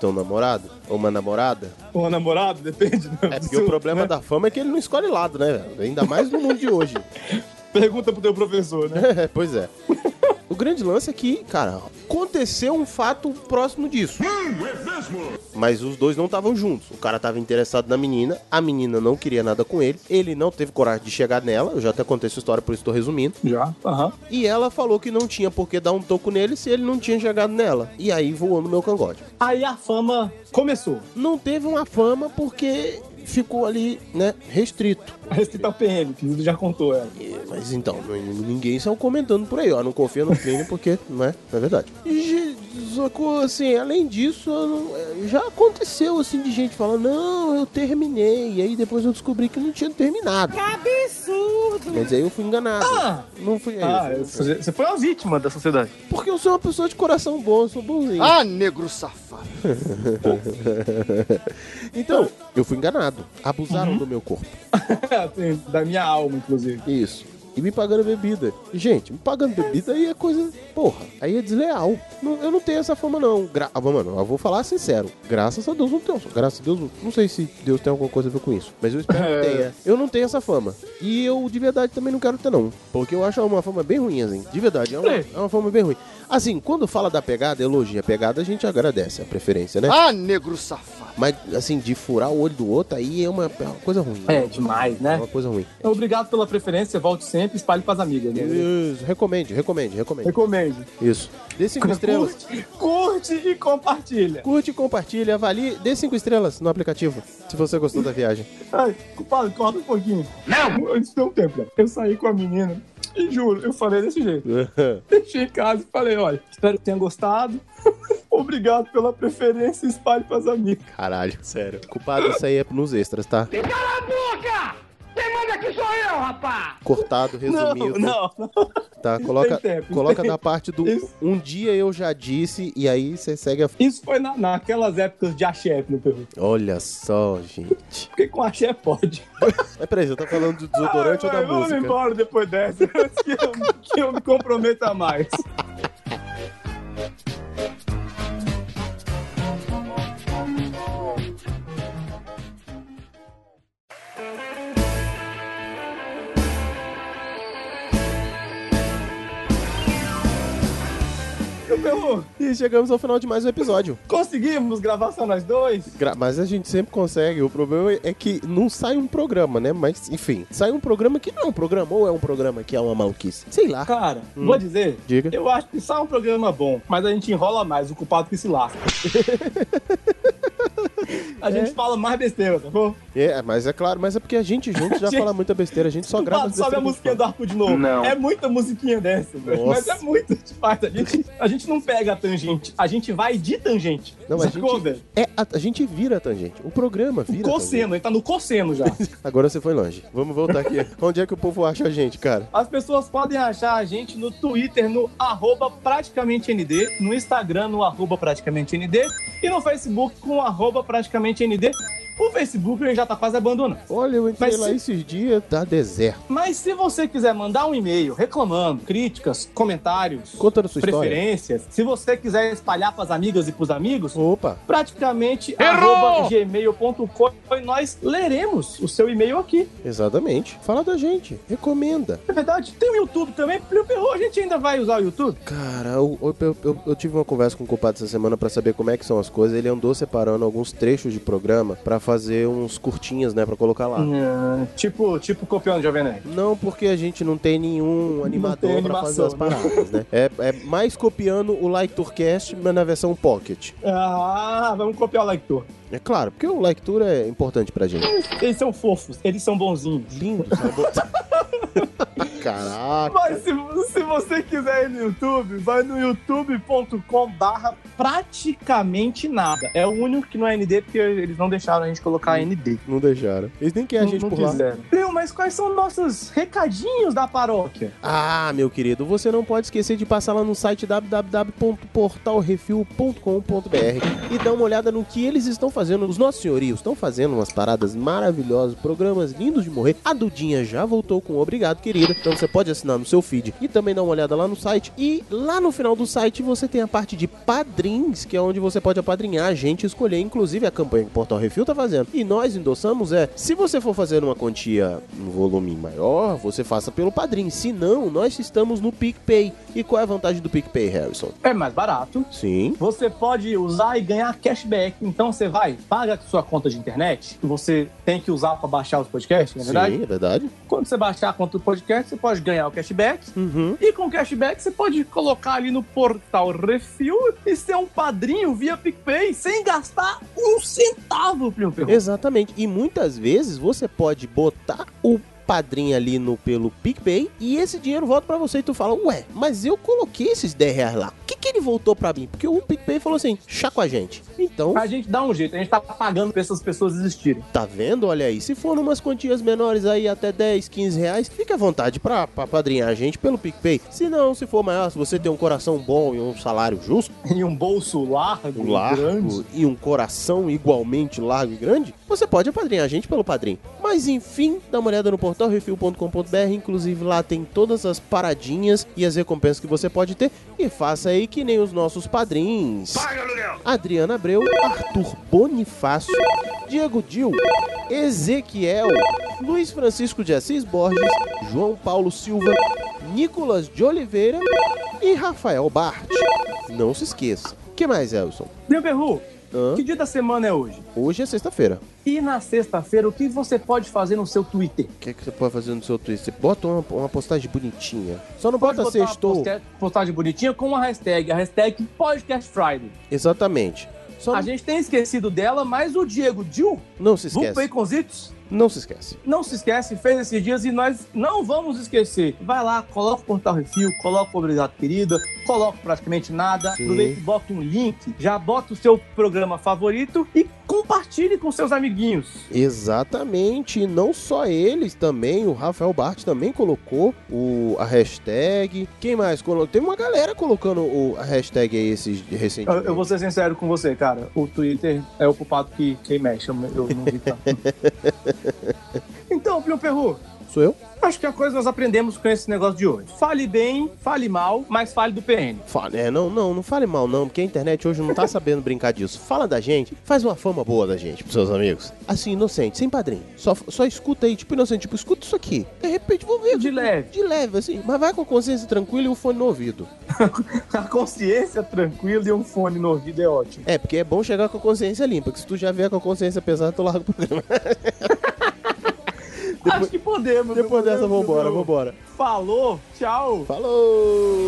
[SPEAKER 1] tão namorado? Ou uma namorada?
[SPEAKER 2] Ou namorado, depende. né?
[SPEAKER 10] É.
[SPEAKER 1] É porque o problema da fama é que ele não escolhe lado, né, velho? Ainda mais no mundo de hoje.
[SPEAKER 2] Pergunta pro teu professor, né?
[SPEAKER 1] pois é. O grande lance é que, cara, aconteceu um fato próximo disso.
[SPEAKER 10] Hum, é mesmo?
[SPEAKER 1] Mas os dois não estavam juntos. O cara estava interessado na menina, a menina não queria nada com ele, ele não teve coragem de chegar nela. Eu já até contei essa história, por isso estou resumindo.
[SPEAKER 2] Já, aham.
[SPEAKER 1] E ela falou que não tinha por que dar um toco nele se ele não tinha chegado nela. E aí voou no meu cangote.
[SPEAKER 2] Aí a fama começou.
[SPEAKER 1] Não teve uma fama porque ficou ali, né, restrito.
[SPEAKER 2] Restrito ao PM, que tá o já contou é. ela.
[SPEAKER 1] Mas então, n- ninguém saiu comentando por aí, ó. Não confia no Plínio porque, não é, não é verdade. E, sacou, assim, além disso, eu não- é, já aconteceu, assim, de gente falando, não, eu terminei. E aí depois eu descobri que não tinha terminado.
[SPEAKER 11] absurdo!
[SPEAKER 1] Mas aí eu fui enganado.
[SPEAKER 11] Ah!
[SPEAKER 1] não fui é
[SPEAKER 2] Ah,
[SPEAKER 1] isso.
[SPEAKER 2] você você foi uma vítima da sociedade.
[SPEAKER 1] Porque eu sou uma pessoa de coração bom, eu sou bonzinho.
[SPEAKER 11] Ah, negro safado!
[SPEAKER 1] então, eu fui enganado. Abusaram do meu corpo.
[SPEAKER 2] Assim, da minha alma, inclusive.
[SPEAKER 1] Isso. E me pagando bebida. E, Gente, me pagando bebida aí é coisa. Porra, aí é desleal. Não- eu não tenho essa fama, não. Gra ah, mano, eu vou falar sincero. Graças a Deus não tenho. Graças a Deus. não- Não sei se Deus tem alguma coisa a ver com isso. Mas eu espero que tenha. Eu não tenho essa fama. E eu, de verdade, também não quero ter, não. Porque eu acho uma fama bem ruim, assim. De verdade, é uma, é uma fama bem ruim. Assim, quando fala da pegada, elogia a pegada, a gente agradece a preferência, né?
[SPEAKER 11] Ah, negro safado!
[SPEAKER 1] Mas, assim, de furar o olho do outro aí é uma, é uma coisa ruim.
[SPEAKER 2] É, demais, né?
[SPEAKER 1] É uma coisa ruim.
[SPEAKER 2] Então, Obrigado pela preferência, volte sempre, espalhe pras amigas. Né?
[SPEAKER 1] Isso, recomende, recomende, recomende.
[SPEAKER 2] Recomende.
[SPEAKER 1] Isso. Dê cinco estrelas.
[SPEAKER 2] Curte, curte e compartilha.
[SPEAKER 1] Curte, compartilha, avalie, dê cinco estrelas no aplicativo, se você gostou da viagem.
[SPEAKER 2] Ai, compadre, corta um pouquinho. Não! Antes de um tempo, né? eu saí com a menina e juro, eu falei desse jeito. Deixei em casa e falei, olha, espero que tenha gostado. Obrigado pela preferência, espalhe pras amigas.
[SPEAKER 1] Caralho, sério. Culpado, isso aí é nos extras, tá?
[SPEAKER 11] Cala a boca! Quem manda aqui sou eu, rapaz!
[SPEAKER 1] Cortado, resumido.
[SPEAKER 2] Não, não.
[SPEAKER 1] Tá, coloca,
[SPEAKER 2] tem tempo,
[SPEAKER 1] coloca
[SPEAKER 2] tem.
[SPEAKER 1] da parte do um dia eu já disse e aí você segue a...
[SPEAKER 2] Isso foi na- naquelas épocas de axé no Peru.
[SPEAKER 1] Olha só, gente.
[SPEAKER 2] Porque com axé pode.
[SPEAKER 1] Mas peraí, você tá falando do desodorante
[SPEAKER 2] Ai,
[SPEAKER 1] ou da
[SPEAKER 2] vai, Vamos
[SPEAKER 1] música?
[SPEAKER 2] embora depois dessa, antes que eu, que eu me comprometa mais. Peru,
[SPEAKER 1] E chegamos ao final de mais um episódio.
[SPEAKER 2] conseguimos gravar só nós dois?
[SPEAKER 1] Gra- Mas a gente sempre consegue. O problema é que não sai um programa, né? Mas, enfim, sai um programa que não é um programa, ou é um programa que é uma maluquice. Sei lá.
[SPEAKER 2] Cara,
[SPEAKER 1] Hum.
[SPEAKER 2] vou dizer,
[SPEAKER 1] Diga.
[SPEAKER 2] eu acho que sai um programa bom, mas a gente enrola mais, o culpado que se lasca. a gente fala mais besteira, tá bom?
[SPEAKER 1] É, mas é claro, mas é porque a gente junto já
[SPEAKER 2] Gente,
[SPEAKER 1] fala muita besteira, a é gente só grava.
[SPEAKER 2] Culpado,
[SPEAKER 1] as
[SPEAKER 2] sobe a
[SPEAKER 1] besteiras
[SPEAKER 2] musiquinha do
[SPEAKER 1] que
[SPEAKER 2] arco de novo.
[SPEAKER 1] Não.
[SPEAKER 2] É muita musiquinha dessa, velho. mas
[SPEAKER 1] Nossa.
[SPEAKER 2] é muito de fato. A gente, a gente não pega a tangente, a gente vai de tangente.
[SPEAKER 1] fala. Não, a
[SPEAKER 2] Sacou,
[SPEAKER 1] gente,
[SPEAKER 2] velho?
[SPEAKER 1] é, a, a gente vira a tangente. O programa vira. a tangente.
[SPEAKER 2] Cosseno, ele tá no cosseno já.
[SPEAKER 1] Agora você foi longe. Vamos voltar aqui. Onde é que o povo acha a gente, cara?
[SPEAKER 2] As pessoas podem achar a gente no Twitter, no arroba praticamente ND, no Instagram, no arroba praticamente ND, e no Facebook com arroba praticamente ND. O Facebook ele já tá quase abandonando.
[SPEAKER 1] Olha, eu entrei
[SPEAKER 2] Mas
[SPEAKER 1] lá
[SPEAKER 2] se-
[SPEAKER 1] esses dias, tá deserto.
[SPEAKER 2] Mas se você quiser mandar um e-mail reclamando, críticas, comentários,
[SPEAKER 1] Conta a sua história.
[SPEAKER 2] preferências, se você quiser espalhar pras amigas e pros amigos,
[SPEAKER 1] Opa,
[SPEAKER 2] praticamente
[SPEAKER 1] Errou!
[SPEAKER 2] arroba gmail.com e nós leremos o seu e-mail aqui.
[SPEAKER 1] exatamente. Fala da gente, recomenda.
[SPEAKER 2] É verdade, tem o YouTube também, Plio Perro, a gente ainda vai usar o YouTube?
[SPEAKER 1] Cara, eu, eu- eu- eu tive uma conversa com o compadre essa semana pra saber como é que são as coisas. Ele andou separando alguns trechos de programa pra fazer uns curtinhas, né, Pra colocar lá.
[SPEAKER 2] Hum, tipo, tipo copiando de Jovem Nerd.
[SPEAKER 1] Não porque a gente não tem nenhum animador
[SPEAKER 2] tem
[SPEAKER 1] pra fazer as
[SPEAKER 2] animação, né?
[SPEAKER 1] paradas, né? É, é mais copiando o Like Tourcast, mas na versão Pocket.
[SPEAKER 2] Ah, vamos copiar o Lector.
[SPEAKER 1] É claro, porque o Like Tour é importante pra gente.
[SPEAKER 2] Eles são fofos, eles são bonzinhos.
[SPEAKER 1] Lindo, sabe? Caraca.
[SPEAKER 2] Mas se, se você quiser ir no YouTube, vai no youtube.com barra praticamente nada. É o único que não é ND, porque eles não deixaram a gente colocar ND.
[SPEAKER 1] Não deixaram. Eles nem querem a gente
[SPEAKER 2] não
[SPEAKER 1] por lá.
[SPEAKER 2] quiseram. Meu, mas quais são nossos recadinhos da paróquia?
[SPEAKER 1] Ah, meu querido, você não pode esquecer de passar lá no site www.portalrefil.com.br e dar uma olhada no que eles estão fazendo. Os nossos senhorios estão fazendo umas paradas maravilhosas, programas lindos de morrer. A Dudinha já voltou com Obrigado, querida. Então você pode assinar no seu feed e também dar uma olhada lá no site. E lá no final do site você tem a parte de padrinhos, que é onde você pode apadrinhar a gente e escolher, inclusive a campanha que o Portal Refil tá fazendo. E nós endossamos é, se você for fazer uma quantia uma, um volume maior, você faça pelo padrinho. Se não, nós estamos no PicPay. E qual é a vantagem do PicPay, Harrison?
[SPEAKER 2] É mais barato.
[SPEAKER 1] Sim.
[SPEAKER 2] Você pode usar e ganhar cashback. Então você vai, paga sua conta de internet, que você tem que usar para baixar os podcasts, não é verdade?
[SPEAKER 1] Sim, é verdade.
[SPEAKER 2] Quando você baixar a conta do podcast, você pode ganhar o cashback.
[SPEAKER 1] Uhum.
[SPEAKER 2] E com o cashback, você pode colocar ali no portal Refil e ser um padrinho via PicPay sem gastar um centavo, primo. Perro.
[SPEAKER 1] Exatamente. E muitas vezes você pode botar o padrinho ali no pelo PicPay e esse dinheiro volta para você e tu fala, ué, mas eu coloquei esses 10 reais lá. O que, que ele voltou para mim? Porque o PicPay falou assim, chá com a gente. Então...
[SPEAKER 2] A gente dá um jeito, a gente tá pagando pra essas pessoas existirem.
[SPEAKER 1] Tá vendo? Olha aí, se for umas quantias menores aí, até 10, 15 reais, fica à vontade pra, pra padrinhar a gente pelo PicPay. Se não, se for maior, se você tem um coração bom e um salário justo...
[SPEAKER 2] E um bolso largo,
[SPEAKER 1] um largo grande. E um coração igualmente largo e grande, você pode apadrinhar a gente pelo padrinho. Mas enfim, dá uma olhada no portal portalrefil.com.br, inclusive lá tem todas as paradinhas e as recompensas que você pode ter. E faça aí que nem os nossos padrinhos. Adriana Abreu, Arthur Bonifácio, Diego Dil, Ezequiel, Luiz Francisco de Assis Borges, João Paulo Silva, Nicolas de Oliveira e Rafael Bart. Não se esqueça. que mais, Elson?
[SPEAKER 2] Meu Perru, que dia da semana é hoje?
[SPEAKER 1] Hoje é sexta-feira.
[SPEAKER 2] E na sexta-feira, o que você pode fazer no seu Twitter?
[SPEAKER 1] O que, é que você pode fazer no seu Twitter? Você bota uma, uma postagem bonitinha. Só não pode bota sextou.
[SPEAKER 2] postagem bonitinha com uma hashtag. A hashtag Podcast Friday.
[SPEAKER 1] Exatamente.
[SPEAKER 2] Só a não... gente tem esquecido dela, mas o Diego Dil...
[SPEAKER 1] Não se esquece.
[SPEAKER 2] Do Baconzitos...
[SPEAKER 1] Não se esquece.
[SPEAKER 2] Não se esquece, fez esses dias e nós não vamos esquecer. Vai lá, coloca o portal refil, coloca o Obrigado Querida, coloca praticamente nada,
[SPEAKER 1] Sim.
[SPEAKER 2] aproveita e bota um link, já bota o seu programa favorito e compartilhe com seus amiguinhos.
[SPEAKER 1] Exatamente, e não só eles também, o Rafael Bart também colocou o, a hashtag. Quem mais colocou? Tem uma galera colocando o, a hashtag aí esses recentemente.
[SPEAKER 2] Eu, eu vou ser sincero com você, cara. O Twitter é o culpado que quem mexe, eu, eu não vi tanto. Então, Plio Perru.
[SPEAKER 1] Sou eu?
[SPEAKER 2] Acho que é a coisa nós aprendemos com esse negócio de hoje. Fale bem, fale mal, mas fale do PN.
[SPEAKER 1] Fala, é, não, não, não fale mal não, porque a internet hoje não tá sabendo brincar disso. Fala da gente, faz uma fama boa da gente pros seus amigos. Assim, inocente, sem padrinho. Só, só escuta aí, tipo inocente, tipo, escuta isso aqui. De repente vou ver.
[SPEAKER 2] De
[SPEAKER 1] tipo,
[SPEAKER 2] leve.
[SPEAKER 1] De leve, assim, mas vai com a consciência tranquila e o fone no ouvido.
[SPEAKER 2] a consciência tranquila e um fone no ouvido é ótimo.
[SPEAKER 1] É, porque é bom chegar com a consciência limpa, que se tu já vier com a consciência pesada, tu larga o programa.
[SPEAKER 2] Depois, Acho que podemos.
[SPEAKER 1] Depois dessa, vambora, vambora.
[SPEAKER 2] Falou, tchau.
[SPEAKER 1] Falou.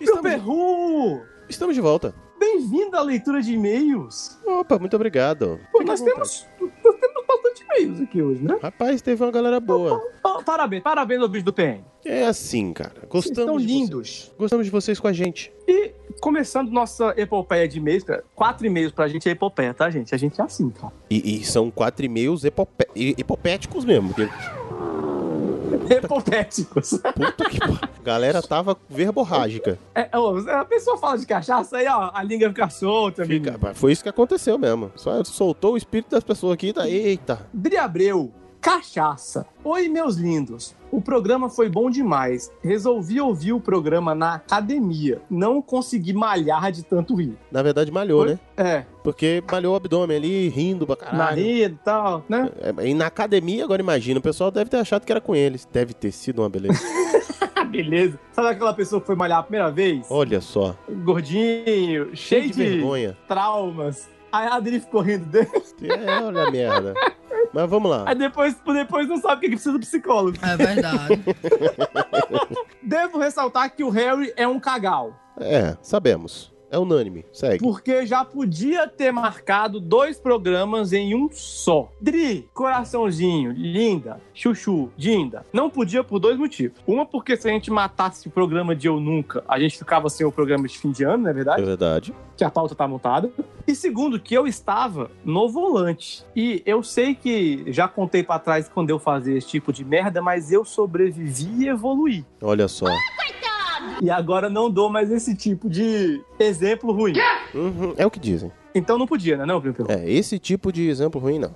[SPEAKER 2] Meu Perru!
[SPEAKER 1] Estamos de volta.
[SPEAKER 2] Bem-vindo à leitura de e-mails.
[SPEAKER 1] Opa, muito obrigado.
[SPEAKER 2] Pô,
[SPEAKER 1] Fique à
[SPEAKER 2] nós
[SPEAKER 1] vontade.
[SPEAKER 2] temos, nós temos bastante e-mails aqui hoje, né?
[SPEAKER 1] Rapaz, teve uma galera boa.
[SPEAKER 2] Pa- Parabéns, parabéns ao bicho do PN.
[SPEAKER 1] É assim, cara.
[SPEAKER 2] Vocês estão
[SPEAKER 1] Gostamos de vocês.
[SPEAKER 2] lindos.
[SPEAKER 1] Gostamos de vocês com a gente.
[SPEAKER 2] E começando nossa epopeia de e-mails, cara, quatro e-mails pra gente é epopeia, tá, gente? A gente é assim, cara.
[SPEAKER 1] E, e são quatro e-mails epopé- e- epopéticos mesmo. porque-
[SPEAKER 2] Epotéticos.
[SPEAKER 1] puta que pa- A galera tava verborrágica.
[SPEAKER 2] É, ô, a pessoa fala de cachaça aí, ó, a língua fica solta, menino.
[SPEAKER 1] Fica- Foi isso que aconteceu mesmo. Só soltou o espírito das pessoas aqui e tá. Eita.
[SPEAKER 2] Dri Abreu, cachaça. Oi, meus lindos. O programa foi bom demais. Resolvi ouvir o programa na academia. Não consegui malhar de tanto rir.
[SPEAKER 1] Na verdade, malhou,
[SPEAKER 2] Foi?
[SPEAKER 1] né?
[SPEAKER 2] É,
[SPEAKER 1] Porque malhou o abdômen ali, rindo pra caralho.
[SPEAKER 2] nariz e tal, né?
[SPEAKER 1] É, E na academia, agora imagina, o pessoal deve ter achado que era com eles. Deve ter sido uma beleza.
[SPEAKER 2] Ah, beleza. Sabe aquela pessoa que foi malhar a primeira vez?
[SPEAKER 1] Olha só.
[SPEAKER 2] Gordinho, cheio
[SPEAKER 1] Cheio de
[SPEAKER 2] de,
[SPEAKER 1] vergonha.
[SPEAKER 2] traumas. Aí a Adri ficou rindo dele.
[SPEAKER 1] É, olha a merda. Mas vamos lá.
[SPEAKER 2] Aí depois, depois não sabe o que que precisa do psicólogo.
[SPEAKER 3] É verdade.
[SPEAKER 2] Devo ressaltar que o Harry é um cagal.
[SPEAKER 1] É, sabemos. É unânime. Segue.
[SPEAKER 2] Porque já podia ter marcado dois programas em um só. Dri, coraçãozinho, linda, chuchu, dinda. Não podia por dois motivos. Uma, porque se a gente matasse o programa de Eu Nunca, a gente ficava sem o programa de fim de ano, não é
[SPEAKER 1] É
[SPEAKER 2] verdade?
[SPEAKER 1] verdade.
[SPEAKER 2] Que a pauta tá montada. E segundo, que eu estava no volante. E eu sei que já contei pra trás quando eu fazia esse tipo de merda, mas eu sobrevivi e evoluí.
[SPEAKER 1] Olha só.
[SPEAKER 2] E agora não dou mais esse tipo de exemplo ruim.
[SPEAKER 1] Uhum, é o que dizem.
[SPEAKER 2] Então não podia, né, não, Pimpão?
[SPEAKER 1] É, esse tipo de exemplo ruim, não.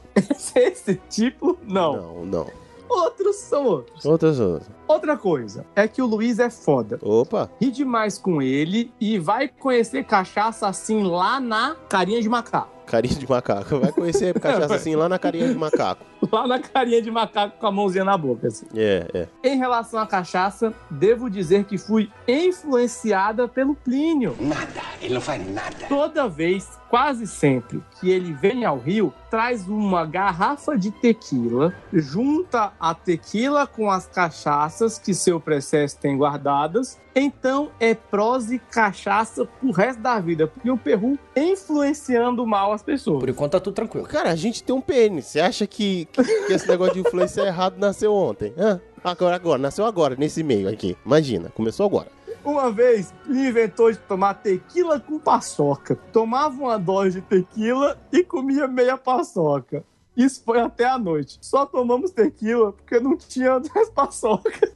[SPEAKER 2] Esse tipo, não.
[SPEAKER 1] Não, não.
[SPEAKER 2] Outros são outros.
[SPEAKER 1] Outras outras.
[SPEAKER 2] Outra coisa é que o Luiz é foda.
[SPEAKER 1] Opa.
[SPEAKER 2] Ri demais com ele e vai conhecer cachaça assim lá na carinha de macaco.
[SPEAKER 1] Carinha de macaco. Vai conhecer cachaça assim lá na carinha de macaco.
[SPEAKER 2] Lá na carinha de macaco com a mãozinha na boca, assim.
[SPEAKER 1] É, é.
[SPEAKER 2] Em relação à cachaça, devo dizer que fui influenciada pelo Plínio.
[SPEAKER 11] Nada, ele não faz nada.
[SPEAKER 2] Toda vez, quase sempre, que ele vem ao Rio, traz uma garrafa de tequila, junta a tequila com as cachaças que seu processo tem guardadas. Então é prose cachaça pro resto da vida, porque o Peru influenciando mal as pessoas.
[SPEAKER 3] Por enquanto tá tudo tranquilo.
[SPEAKER 1] Cara, a gente tem um pênis. Você acha que, que, que esse negócio de influência errado nasceu ontem? Hã? Agora, agora, nasceu agora, nesse meio aqui. Imagina, começou agora.
[SPEAKER 2] Uma vez, ele inventou de tomar tequila com paçoca. Tomava uma dose de tequila e comia meia paçoca. Isso foi até a noite. Só tomamos tequila porque não tinha mais paçoca.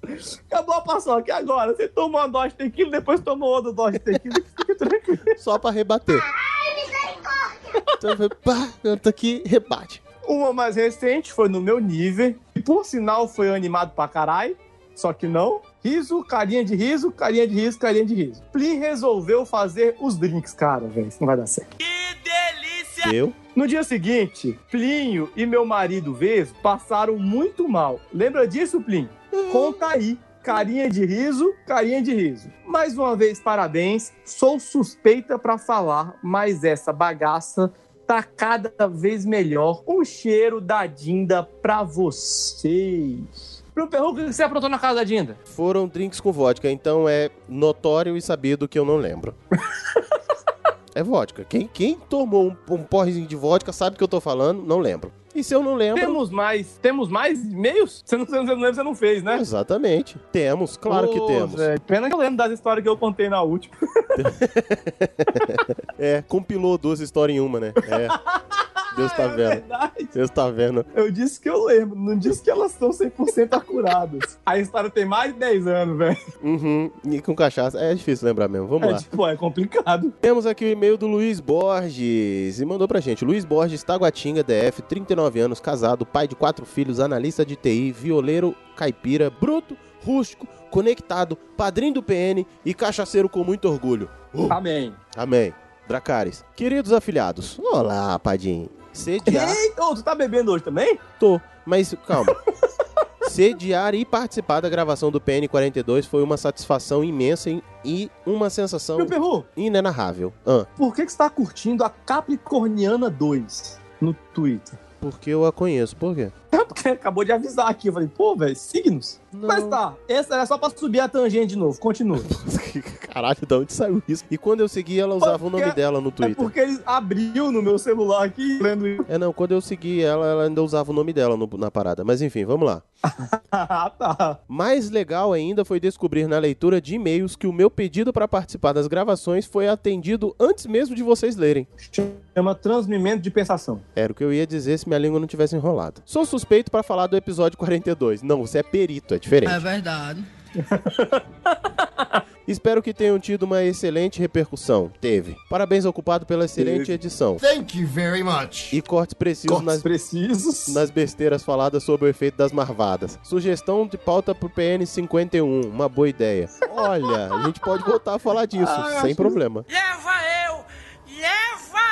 [SPEAKER 2] Acabou a paçoca. E agora? Você tomou uma dose de tequila, depois tomou outra dose de tequila. Fica tranquilo.
[SPEAKER 1] Só pra rebater.
[SPEAKER 15] Ai, misericórdia!
[SPEAKER 1] Então, foi, pá, eu tô aqui, rebate.
[SPEAKER 2] Uma mais recente foi no meu nível. E por sinal foi animado pra caralho. Só que não. Riso, carinha de riso, carinha de riso, carinha de riso. Plin resolveu fazer os drinks, cara, velho. Isso não vai dar certo.
[SPEAKER 20] Que delícia!
[SPEAKER 1] Eu?
[SPEAKER 2] No dia seguinte, Plinho e meu marido Vesgo passaram muito mal. Lembra disso, Plinho? Conta aí. Carinha de riso, carinha de riso. Mais uma vez, parabéns. Sou suspeita para falar, mas essa bagaça tá cada vez melhor. Um cheiro da Dinda pra vocês. Pro Perru, o que você aprontou na casa da Dinda?
[SPEAKER 1] Foram drinks com vodka, então é notório e sabido que eu não lembro. é vodka. Quem, quem tomou um, um porrezinho de vodka sabe o que eu tô falando, não lembro. E se eu não lembro.
[SPEAKER 2] Temos mais. Temos mais e-mails? Você não, você não lembra, você não fez, né? é.
[SPEAKER 1] Exatamente. Temos, claro que
[SPEAKER 2] Ô,
[SPEAKER 1] temos.
[SPEAKER 2] velho, pena que eu lembro das histórias que eu contei na última.
[SPEAKER 1] É, compilou duas histórias em uma, né? É. Deus tá
[SPEAKER 2] É
[SPEAKER 1] vendo.
[SPEAKER 2] verdade.
[SPEAKER 1] Deus tá vendo.
[SPEAKER 2] Eu disse que eu lembro, não disse que elas estão 100% acuradas. A história tem mais de 10 anos, velho.
[SPEAKER 1] Uhum. E com cachaça. É difícil lembrar mesmo. Vamos
[SPEAKER 2] É
[SPEAKER 1] lá.
[SPEAKER 2] tipo, é complicado.
[SPEAKER 1] Temos aqui o e-mail do Luiz Borges e mandou pra gente. Luiz Borges, Taguatinga, DF, 39 anos, casado, pai de quatro filhos, analista de TI, violeiro, caipira, bruto, rústico, conectado, padrinho do PN e cachaceiro com muito orgulho. Uh,
[SPEAKER 2] Amém.
[SPEAKER 1] amém. Dracares. Queridos afilhados. Olá, Padim. Sediar.
[SPEAKER 2] Eita, ô, tu tá bebendo hoje também?
[SPEAKER 1] Tô, mas calma. Sediar e participar da gravação do PN42 foi uma satisfação imensa e- e uma sensação
[SPEAKER 2] Meu Perru,
[SPEAKER 1] inenarrável. Ah,
[SPEAKER 2] por que, que você tá curtindo a Capricorniana 2 no Twitter?
[SPEAKER 1] porque eu a conheço. Por quê?
[SPEAKER 2] É porque acabou de avisar aqui. Eu falei, pô, velho, signos? Mas tá, essa era só pra subir a tangente de novo. Continua.
[SPEAKER 1] Caralho, de onde saiu isso? E quando eu segui, ela usava o nome
[SPEAKER 2] Porque-
[SPEAKER 1] dela no
[SPEAKER 2] É
[SPEAKER 1] Twitter.
[SPEAKER 2] porque ele abriu no meu celular aqui, lendo isso.
[SPEAKER 1] É, não, quando eu segui ela, ela ainda usava o nome dela no- na parada. Mas enfim, vamos lá.
[SPEAKER 2] Ah, tá.
[SPEAKER 1] Mais legal ainda foi descobrir na leitura de e-mails que o meu pedido pra participar das gravações foi atendido antes mesmo de vocês lerem.
[SPEAKER 2] Chama transmimento de pensação.
[SPEAKER 1] Era o que eu ia dizer se minha língua não tivesse enrolado. Sou suspeito pra falar do episódio 42. Não, você é perito, é diferente.
[SPEAKER 20] verdade.
[SPEAKER 1] Espero que tenham tido uma excelente repercussão. Teve. Parabéns ao culpado pela excelente edição.
[SPEAKER 22] Thank you very much.
[SPEAKER 1] E cortes precisos
[SPEAKER 2] Cortes
[SPEAKER 1] nas,
[SPEAKER 2] precisos.
[SPEAKER 1] nas besteiras faladas sobre o efeito das marvadas. Sugestão de pauta pro PN51, uma boa ideia. Olha, a gente pode voltar a falar disso,
[SPEAKER 2] Ah, eu acho
[SPEAKER 1] sem
[SPEAKER 2] que-
[SPEAKER 1] problema.
[SPEAKER 20] Leva eu! Leva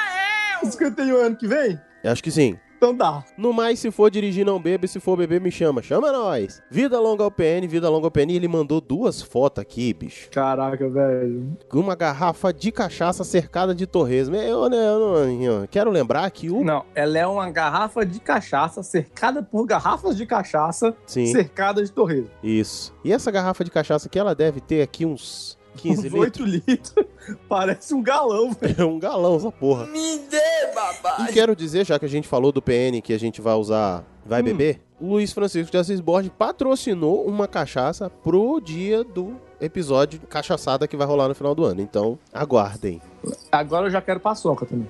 [SPEAKER 20] eu!
[SPEAKER 2] 51 ano que vem?
[SPEAKER 1] Acho que sim.
[SPEAKER 2] Então dá.
[SPEAKER 1] No mais, se for dirigir, não bebe. Se for beber, me chama. Chama nós. Vida longa ao PN, vida longa ao PN. E Ele mandou duas fotos aqui, bicho.
[SPEAKER 2] Caraca, velho.
[SPEAKER 1] Uma garrafa de cachaça cercada de torresmo. Eu, né, eu não- eu quero lembrar que o...
[SPEAKER 2] Não, ela é uma garrafa de cachaça cercada por garrafas de cachaça
[SPEAKER 1] Sim.
[SPEAKER 2] cercada de torresmo.
[SPEAKER 1] Isso. E essa garrafa de cachaça aqui, ela deve ter aqui uns 15
[SPEAKER 2] Uns
[SPEAKER 1] litros.
[SPEAKER 2] oito litros. Parece um galão, velho.
[SPEAKER 1] É um galão essa porra.
[SPEAKER 20] Me dê, babá!
[SPEAKER 1] E quero dizer, já que a gente falou do PN que a gente vai usar, vai
[SPEAKER 2] Hum.
[SPEAKER 1] beber, o Luiz Francisco de Assis Borges patrocinou uma cachaça pro dia do episódio cachaçada que vai rolar no final do ano. Então, aguardem.
[SPEAKER 2] Agora eu já quero paçoca também.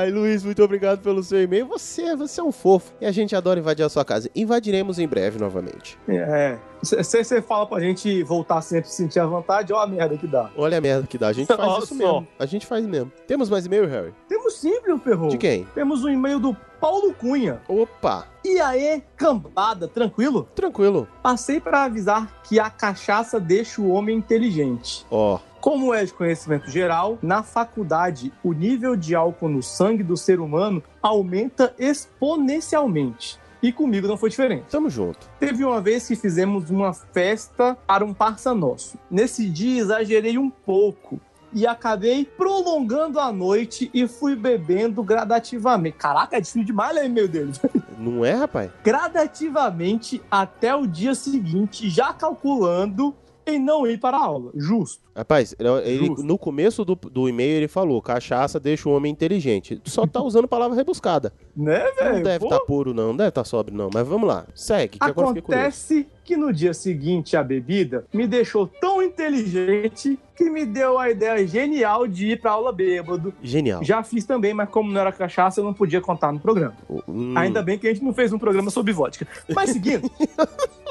[SPEAKER 1] Ai, Luiz, muito obrigado pelo seu e-mail. Você, você é um fofo. E a gente adora invadir a sua casa. Invadiremos em breve novamente.
[SPEAKER 2] É. Você fala pra gente voltar sempre sentir a vontade, ó a merda que dá.
[SPEAKER 1] Olha a merda que dá. A gente faz
[SPEAKER 2] Olha
[SPEAKER 1] isso
[SPEAKER 2] só.
[SPEAKER 1] mesmo. A gente faz mesmo. Temos mais e-mail, Harry?
[SPEAKER 2] Temos sim, meu perro.
[SPEAKER 1] De quem?
[SPEAKER 2] Temos um e-mail do Paulo Cunha.
[SPEAKER 1] Oh. Opa!
[SPEAKER 2] E aí, cambada, tranquilo?
[SPEAKER 1] Tranquilo.
[SPEAKER 2] Passei para avisar que a cachaça deixa o homem inteligente.
[SPEAKER 1] Ó.
[SPEAKER 2] Como é de conhecimento geral, na faculdade o nível de álcool no sangue do ser humano aumenta exponencialmente. E comigo não foi diferente.
[SPEAKER 1] Tamo junto.
[SPEAKER 2] Teve uma vez que fizemos uma festa para um parça nosso. Nesse dia exagerei um pouco e acabei prolongando a noite e fui bebendo gradativamente. Caraca, é difícil demais, né, meu Deus?
[SPEAKER 1] Não é, rapaz?
[SPEAKER 2] Gradativamente até o dia seguinte, já calculando em não ir para a aula. Justo.
[SPEAKER 1] Rapaz, ele, Justo. no começo do, do e-mail ele falou: cachaça deixa o homem inteligente. Só tá usando palavra rebuscada.
[SPEAKER 2] Né, velho?
[SPEAKER 1] Não deve estar tá puro, não. Não deve estar tá sóbrio, não. Mas vamos lá. Segue. Que
[SPEAKER 2] Acontece que no dia seguinte a bebida me deixou tão inteligente que me deu a ideia genial de ir pra aula bêbado.
[SPEAKER 1] Genial.
[SPEAKER 2] Já fiz também, mas como não era cachaça, eu não podia contar no programa. Hum. Ainda bem que a gente não fez um programa sobre vodka. Mas seguindo,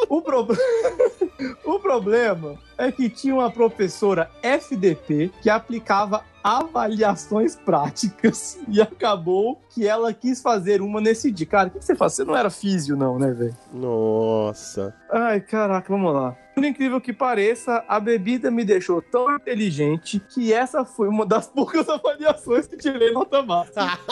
[SPEAKER 2] o, pro... o problema é que tinha uma professora FDP que aplicava avaliações práticas e acabou que ela quis fazer uma nesse dia. Cara, o que você faz? Você não era físio, não, né, velho?
[SPEAKER 1] Nossa.
[SPEAKER 2] Ai, caraca, vamos lá. Por incrível que pareça, a bebida me deixou tão inteligente que essa foi uma das poucas avaliações que tirei nota máxima.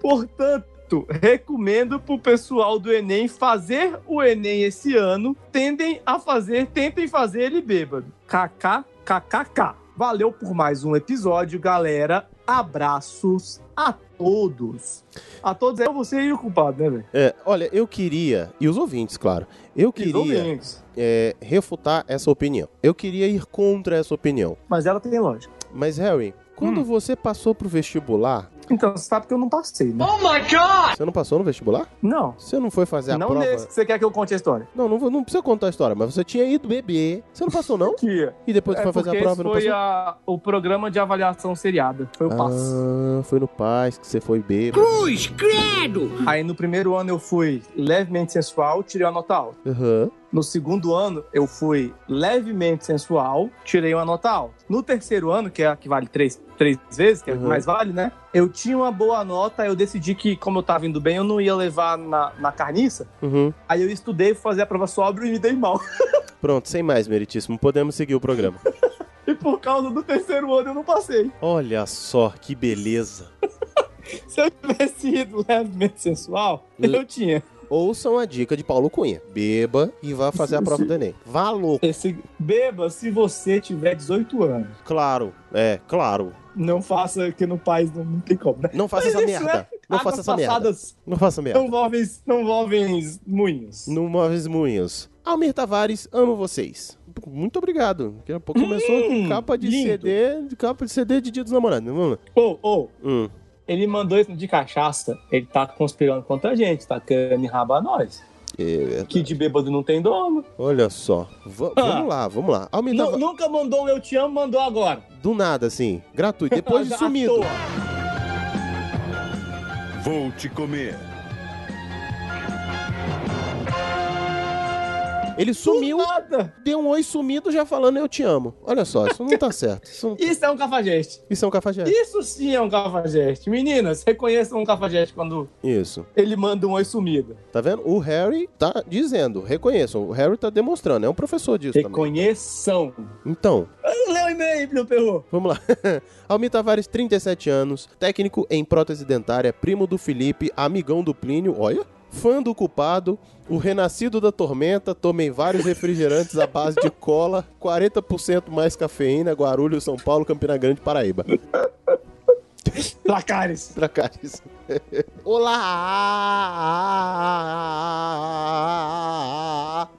[SPEAKER 2] Portanto, recomendo pro pessoal do Enem fazer o Enem esse ano. Tendem a fazer, tentem fazer ele bêbado. KKKKK. Valeu por mais um episódio, galera. Abraços a todos. A todos é você e o culpado, né, velho?
[SPEAKER 1] É, olha, eu queria, e os ouvintes, claro, eu queria é, refutar essa opinião. Eu queria ir contra essa opinião.
[SPEAKER 2] Mas ela tem lógica.
[SPEAKER 1] Mas, Harry, quando hum. você passou pro vestibular,
[SPEAKER 2] então, você sabe que eu não passei, né?
[SPEAKER 11] Oh my god!
[SPEAKER 1] Você não passou no vestibular?
[SPEAKER 2] Não.
[SPEAKER 1] Você não foi fazer a
[SPEAKER 2] não
[SPEAKER 1] prova?
[SPEAKER 2] Não nesse que você quer que eu conte a história.
[SPEAKER 1] Não, não, não precisa contar a história, mas você tinha ido beber. Você não passou, não?
[SPEAKER 2] Tinha.
[SPEAKER 1] E depois é foi fazer a prova e não
[SPEAKER 2] foi
[SPEAKER 1] passou?
[SPEAKER 2] A, o programa de avaliação seriada. Foi o ah, PAS.
[SPEAKER 1] Foi no PAS que você foi beber.
[SPEAKER 11] Cruz, credo!
[SPEAKER 2] Aí no primeiro ano eu fui levemente sensual, tirei a nota alta.
[SPEAKER 1] Aham. Uhum.
[SPEAKER 2] No segundo ano, eu fui levemente sensual, tirei uma nota alta. No terceiro ano, que é a que vale três, três vezes, que é a que
[SPEAKER 1] Uhum.
[SPEAKER 2] mais vale, né? Eu tinha uma boa nota, eu decidi que, como eu tava indo bem, eu não ia levar na, na carniça.
[SPEAKER 1] Uhum.
[SPEAKER 2] Aí eu estudei, fui fazer a prova sóbrio e me dei mal.
[SPEAKER 1] Pronto, sem mais, meritíssimo. Podemos seguir o programa.
[SPEAKER 2] e por causa do terceiro ano, eu não passei.
[SPEAKER 1] Olha só, que beleza.
[SPEAKER 2] Se eu tivesse ido levemente sensual,
[SPEAKER 1] Le-
[SPEAKER 2] eu tinha.
[SPEAKER 1] Ouçam a dica de Paulo Cunha. Beba e vá fazer a prova do Enem. Vá louco.
[SPEAKER 2] Esse... Beba se você tiver 18 anos.
[SPEAKER 1] Claro, é, claro.
[SPEAKER 2] Não faça que no país não, não tem como, né?
[SPEAKER 1] Não faça
[SPEAKER 2] Mas
[SPEAKER 1] essa
[SPEAKER 2] isso
[SPEAKER 1] merda.
[SPEAKER 2] é
[SPEAKER 1] Não
[SPEAKER 2] águas
[SPEAKER 1] faça essa merda.
[SPEAKER 2] passadas
[SPEAKER 1] Não faça merda.
[SPEAKER 2] Não envolvem, não envolvem moinhos.
[SPEAKER 1] No Móveis Moinhos. Almir Tavares, amo vocês. Muito obrigado. Daqui a pouco começou
[SPEAKER 2] Hum,
[SPEAKER 1] capa de
[SPEAKER 2] lindo.
[SPEAKER 1] CD, de capa de CD de Dia dos Namorados. Vamos lá.
[SPEAKER 2] Ou, ou,
[SPEAKER 1] Hum.
[SPEAKER 2] ele mandou isso de cachaça, ele tá conspirando contra a gente, tá querendo enrabar nós.
[SPEAKER 1] É,
[SPEAKER 2] Que de bêbado não tem dono.
[SPEAKER 1] olha só. Va-
[SPEAKER 2] Ah.
[SPEAKER 1] Vamos lá, vamos lá. Almir
[SPEAKER 2] Nu-
[SPEAKER 1] Tavares,
[SPEAKER 2] nunca mandou um eu te amo, mandou agora. Tá,
[SPEAKER 1] do nada, assim, gratuito. Depois de
[SPEAKER 2] À
[SPEAKER 1] sumido.
[SPEAKER 2] toa.
[SPEAKER 10] Vou te comer.
[SPEAKER 1] Ele sumiu,
[SPEAKER 2] Do nada.
[SPEAKER 1] deu um oi sumido já falando eu te amo. Olha só, isso não tá certo. Isso, não-
[SPEAKER 2] Isso é um cafajeste.
[SPEAKER 1] isso é um cafajeste.
[SPEAKER 2] Isso sim é um cafajeste. Meninas, reconheçam um cafajeste quando
[SPEAKER 1] Isso.
[SPEAKER 2] ele manda um oi sumido.
[SPEAKER 1] Tá vendo? O Harry tá dizendo, reconheçam. O Harry tá demonstrando, é um professor disso também.
[SPEAKER 2] Reconheçam.
[SPEAKER 1] Então,
[SPEAKER 2] Leu o e-mail, meu perro.
[SPEAKER 1] Vamos lá. Almir Tavares, 37 anos, técnico em prótese dentária, primo do Felipe, amigão do Plínio, olha. Fã do culpado, o renascido da tormenta, tomei vários refrigerantes à base de cola, 40% mais cafeína, Guarulhos, São Paulo, Campina Grande, Paraíba.
[SPEAKER 2] Placares.
[SPEAKER 1] Pra cá, isso. Olá!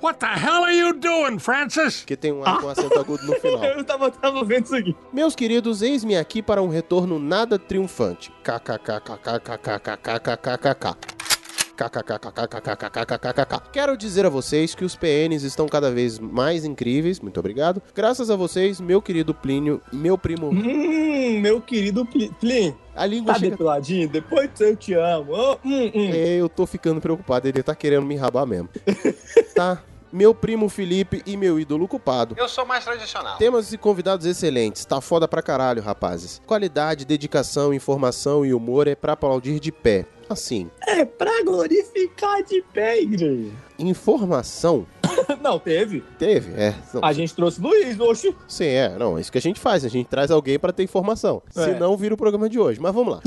[SPEAKER 10] What the hell are you doing, Francis?
[SPEAKER 1] Porque tem um A com acento agudo no final.
[SPEAKER 2] Eu tava, tava vendo isso aqui.
[SPEAKER 1] Meus queridos, eis-me aqui para um retorno nada triunfante. KKKKKKKKKKKKKK. KKKKKKKKKKKK. Quero dizer a vocês que os PNs estão cada vez mais incríveis, muito obrigado. Graças a vocês, meu querido Plínio e meu primo.
[SPEAKER 2] Hum, meu querido Pli- Plin.
[SPEAKER 1] A língua
[SPEAKER 2] Tá
[SPEAKER 1] chega...
[SPEAKER 2] depiladinho? Depois eu te amo. Ô, hum, hum.
[SPEAKER 1] É, eu tô ficando preocupado, ele tá querendo me rabar mesmo. Tá? meu primo Felipe e meu ídolo culpado.
[SPEAKER 3] Eu sou mais tradicional.
[SPEAKER 1] Temos e convidados excelentes, tá foda pra caralho, rapazes. Qualidade, dedicação, informação e humor é pra aplaudir de pé. Assim.
[SPEAKER 2] É pra glorificar de pé, igreja.
[SPEAKER 1] Informação?
[SPEAKER 2] não, teve.
[SPEAKER 1] Teve, é. Não.
[SPEAKER 2] A gente trouxe Luiz, oxi.
[SPEAKER 1] Sim, é. Não, isso que a gente faz. A gente traz alguém para ter informação.
[SPEAKER 2] É.
[SPEAKER 1] Senão vira o programa de hoje. Mas vamos lá.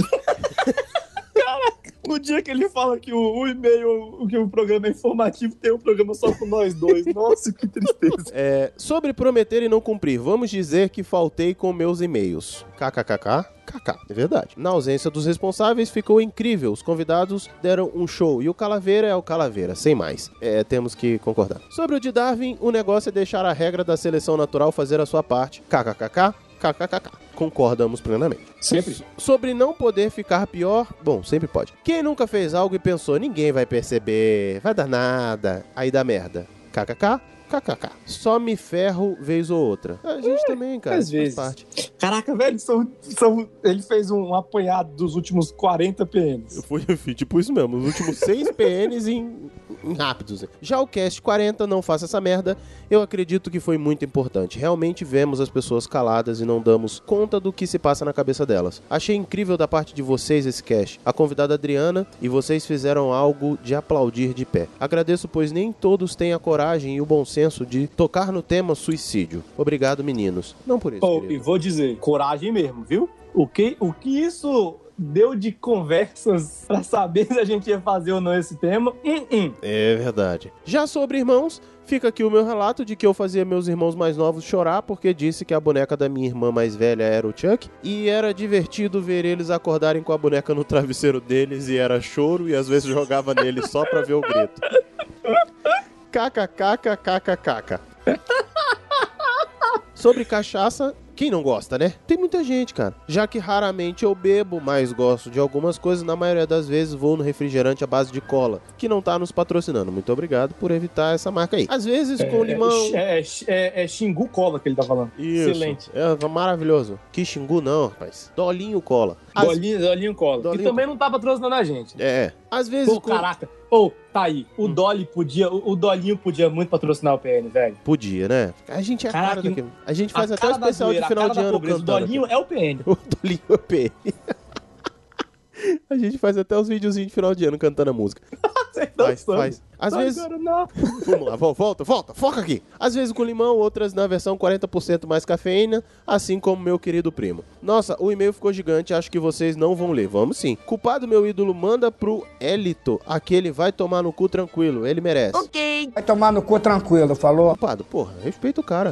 [SPEAKER 2] No dia que ele fala que o, o e-mail, que o programa é informativo, tem um programa só com nós dois. Nossa, que tristeza.
[SPEAKER 1] É, sobre prometer e não cumprir, vamos dizer que faltei com meus e-mails. KKKK. KK, é verdade. Na ausência dos responsáveis, ficou incrível. Os convidados deram um show e o Calaveira é o Calaveira, sem mais. É, temos que concordar. Sobre o de Darwin, o negócio é deixar a regra da seleção natural fazer a sua parte. KKKK, KKKK. Concordamos plenamente.
[SPEAKER 2] Sempre.
[SPEAKER 1] So- Sobre não poder ficar pior, bom, sempre pode. Quem nunca fez algo e pensou, ninguém vai perceber, vai dar nada, aí dá merda. KKK, KKK. Só me ferro vez ou outra. A gente também, cara.
[SPEAKER 2] às
[SPEAKER 1] faz
[SPEAKER 2] vezes.
[SPEAKER 1] parte.
[SPEAKER 2] Caraca, velho, são, são, ele fez um apanhado dos últimos 40 PMs.
[SPEAKER 1] Eu fui, eu fui tipo isso mesmo, os últimos seis PNs em, em rápidos. Já o cast 40, não faça essa merda, eu acredito que foi muito importante. Realmente vemos as pessoas caladas e não damos conta do que se passa na cabeça delas. Achei incrível da parte de vocês esse cast, a convidada Adriana, e vocês fizeram algo de aplaudir de pé. Agradeço, pois nem todos têm a coragem e o bom senso de tocar no tema suicídio. Obrigado, meninos. Não por isso,
[SPEAKER 2] Pô,
[SPEAKER 1] querido.
[SPEAKER 2] e vou dizer, coragem mesmo, viu? O que, o que isso deu de conversas pra saber se a gente ia fazer ou não esse tema? Hum, hum.
[SPEAKER 1] É verdade. Já sobre irmãos, fica aqui o meu relato de que eu fazia meus irmãos mais novos chorar porque disse que a boneca da minha irmã mais velha era o Chuck e era divertido ver eles acordarem com a boneca no travesseiro deles e era choro e às vezes jogava nele só pra ver o grito. KKKKKKK. Sobre cachaça, quem não gosta, né? Tem muita gente, cara. Já que raramente eu bebo, mas gosto de algumas coisas, na maioria das vezes vou no refrigerante à base de cola, que não tá nos patrocinando. Muito obrigado por evitar essa marca aí. Às vezes com limão.
[SPEAKER 2] É, é, é, é Xingu Cola que ele tá falando.
[SPEAKER 1] Isso.
[SPEAKER 2] Excelente.
[SPEAKER 1] É maravilhoso. Que xingu não, rapaz. Dolinho cola. Às-
[SPEAKER 2] Dolinho, Dolinho Cola.
[SPEAKER 1] Dolinho
[SPEAKER 2] que também não tá patrocinando a gente.
[SPEAKER 1] É. Às vezes.
[SPEAKER 2] Pô,
[SPEAKER 1] com- Hum.
[SPEAKER 2] caraca. Ô, tá aí. O Dolly podia, o o Dolinho podia muito patrocinar o PN, velho.
[SPEAKER 1] Podia, né? A gente é a
[SPEAKER 2] Caraca,
[SPEAKER 1] cara daquele. A gente faz
[SPEAKER 2] a
[SPEAKER 1] até o
[SPEAKER 2] cara da
[SPEAKER 1] especial
[SPEAKER 2] zoeira,
[SPEAKER 1] de
[SPEAKER 2] a
[SPEAKER 1] final
[SPEAKER 2] cara
[SPEAKER 1] de
[SPEAKER 2] da
[SPEAKER 1] ano
[SPEAKER 2] pobreza. O
[SPEAKER 1] cantando.
[SPEAKER 2] Dolinho é o PN.
[SPEAKER 1] O Dolinho é PN. A gente faz até os videozinhos de final de ano cantando a música. Faz, faz. Às
[SPEAKER 2] Agora
[SPEAKER 1] vezes.
[SPEAKER 2] não.
[SPEAKER 1] Vamos lá, vol- volta, volta, foca aqui. Às vezes com limão, outras na versão 40% mais cafeína, assim como meu querido primo. Nossa, o e-mail ficou gigante, acho que vocês não vão ler. Vamos sim. Culpado meu ídolo, manda pro Elito. Aquele vai tomar no cu tranquilo, ele merece.
[SPEAKER 11] Ok. Vai tomar no cu tranquilo, falou?
[SPEAKER 1] Culpado, porra, respeita o cara.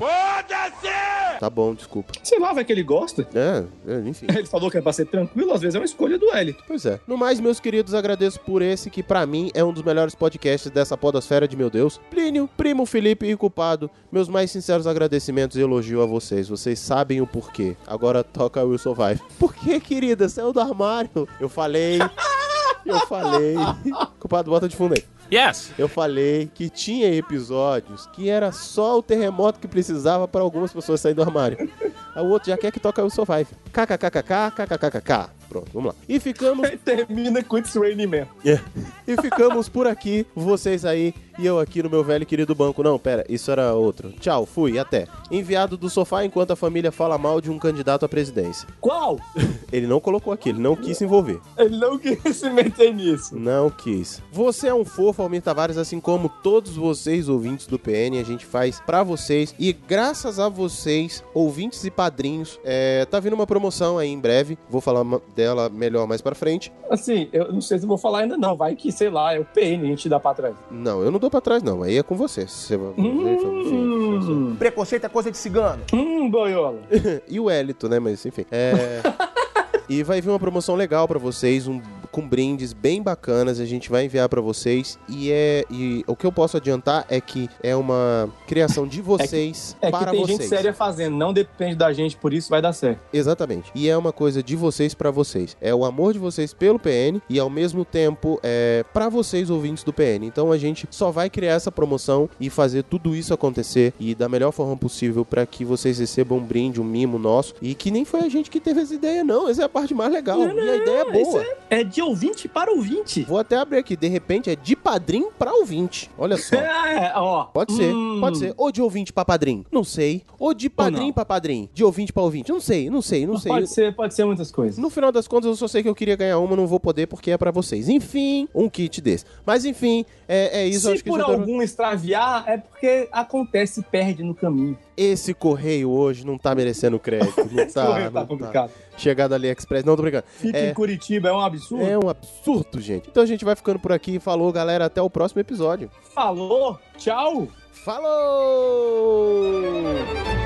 [SPEAKER 1] Tá bom, desculpa.
[SPEAKER 2] Sei lá, vai que ele gosta.
[SPEAKER 1] É, é, enfim.
[SPEAKER 2] Ele falou que é pra ser tranquilo, às vezes é uma escolha do Elito.
[SPEAKER 1] Pois é. No mais, meus queridos, agradeço por esse que, pra mim, é um dos melhores podcasts dessa podosfera de meu Deus. Plínio, Primo, Felipe e Culpado, meus mais sinceros agradecimentos e elogio a vocês. Vocês sabem o porquê. Agora toca Will Survive. Por que, querida? Saiu do armário. Eu falei... Eu falei... Culpado, bota de fundo aí.
[SPEAKER 22] Yes.
[SPEAKER 1] Eu falei que tinha episódios que era só o terremoto que precisava para algumas pessoas saírem do armário. Aí O outro já quer que toca o Survive. KKKKK, KKKKK. Pronto, vamos lá. E ficamos.
[SPEAKER 2] Termina com It's Raining Man.
[SPEAKER 1] É. E ficamos por aqui, vocês aí e eu aqui no meu velho e querido banco. Não, pera, isso era outro. Tchau, fui, até. Enviado do sofá enquanto a família fala mal de um candidato à presidência.
[SPEAKER 2] Qual?
[SPEAKER 1] Ele não colocou aqui, ele não quis se envolver.
[SPEAKER 2] Ele não quis se meter nisso.
[SPEAKER 1] Não quis. Você é um fofo, Almir Tavares, assim como todos vocês, ouvintes do PN, a gente faz pra vocês. E graças a vocês, ouvintes e padrinhos, é, tá vindo uma promoção aí em breve. Vou falar ma- dela melhor mais pra frente.
[SPEAKER 2] Assim, eu não sei se eu vou falar ainda não. Vai que, sei lá, é o PN, a gente dá pra trás.
[SPEAKER 1] Não, eu não dou pra trás, não. Aí é com você. Você vai-
[SPEAKER 2] Hum,
[SPEAKER 1] Preconceito é coisa de cigano.
[SPEAKER 2] hum boiola.
[SPEAKER 1] e o Hélito, né? Mas enfim. É. E vai vir uma promoção legal pra vocês, um, com brindes bem bacanas, a gente vai enviar pra vocês. E é e o que eu posso adiantar é que é uma criação de vocês
[SPEAKER 2] É
[SPEAKER 1] para
[SPEAKER 2] que tem
[SPEAKER 1] vocês.
[SPEAKER 2] gente séria fazendo, não depende da gente, por isso vai dar certo.
[SPEAKER 1] Exatamente. E é uma coisa de vocês pra vocês. É o amor de vocês pelo PN e ao mesmo tempo é para vocês ouvintes do PN. Então a gente só vai criar essa promoção e fazer tudo isso acontecer e da melhor forma possível pra que vocês recebam um brinde, um mimo nosso e que nem foi a gente que teve essa ideia não. Essa é a parte mais legal. e a ideia é boa.
[SPEAKER 2] É de ouvinte para ouvinte.
[SPEAKER 1] Vou até abrir aqui, de repente é de padrinho pra ouvinte. Olha só.
[SPEAKER 2] É, ó. Hum.
[SPEAKER 1] Pode ser, pode ser. Ou de ouvinte pra padrinho, não sei. Ou de padrinho
[SPEAKER 2] não.
[SPEAKER 1] pra padrinho, de ouvinte pra ouvinte, não sei, não sei, não sei.
[SPEAKER 2] Pode ser, pode ser muitas coisas.
[SPEAKER 1] No final das contas, eu só sei que eu queria ganhar uma, não vou poder porque é pra vocês. Enfim, um kit desse. Mas enfim, é, é isso.
[SPEAKER 2] Se
[SPEAKER 1] acho que
[SPEAKER 2] por
[SPEAKER 1] já tá-
[SPEAKER 2] algum extraviar, é porque acontece e perde no caminho.
[SPEAKER 1] Esse correio hoje não tá merecendo crédito. Não
[SPEAKER 2] Esse
[SPEAKER 1] tá,
[SPEAKER 2] correio tá
[SPEAKER 1] não
[SPEAKER 2] complicado.
[SPEAKER 1] Chegada AliExpress, não, tô brincando.
[SPEAKER 2] Fica
[SPEAKER 1] É-
[SPEAKER 2] em Curitiba, é um absurdo.
[SPEAKER 1] É um absurdo, gente. Então a gente vai ficando por aqui. Falou, galera. Até o um próximo episódio.
[SPEAKER 2] Falou, tchau.
[SPEAKER 1] Falou!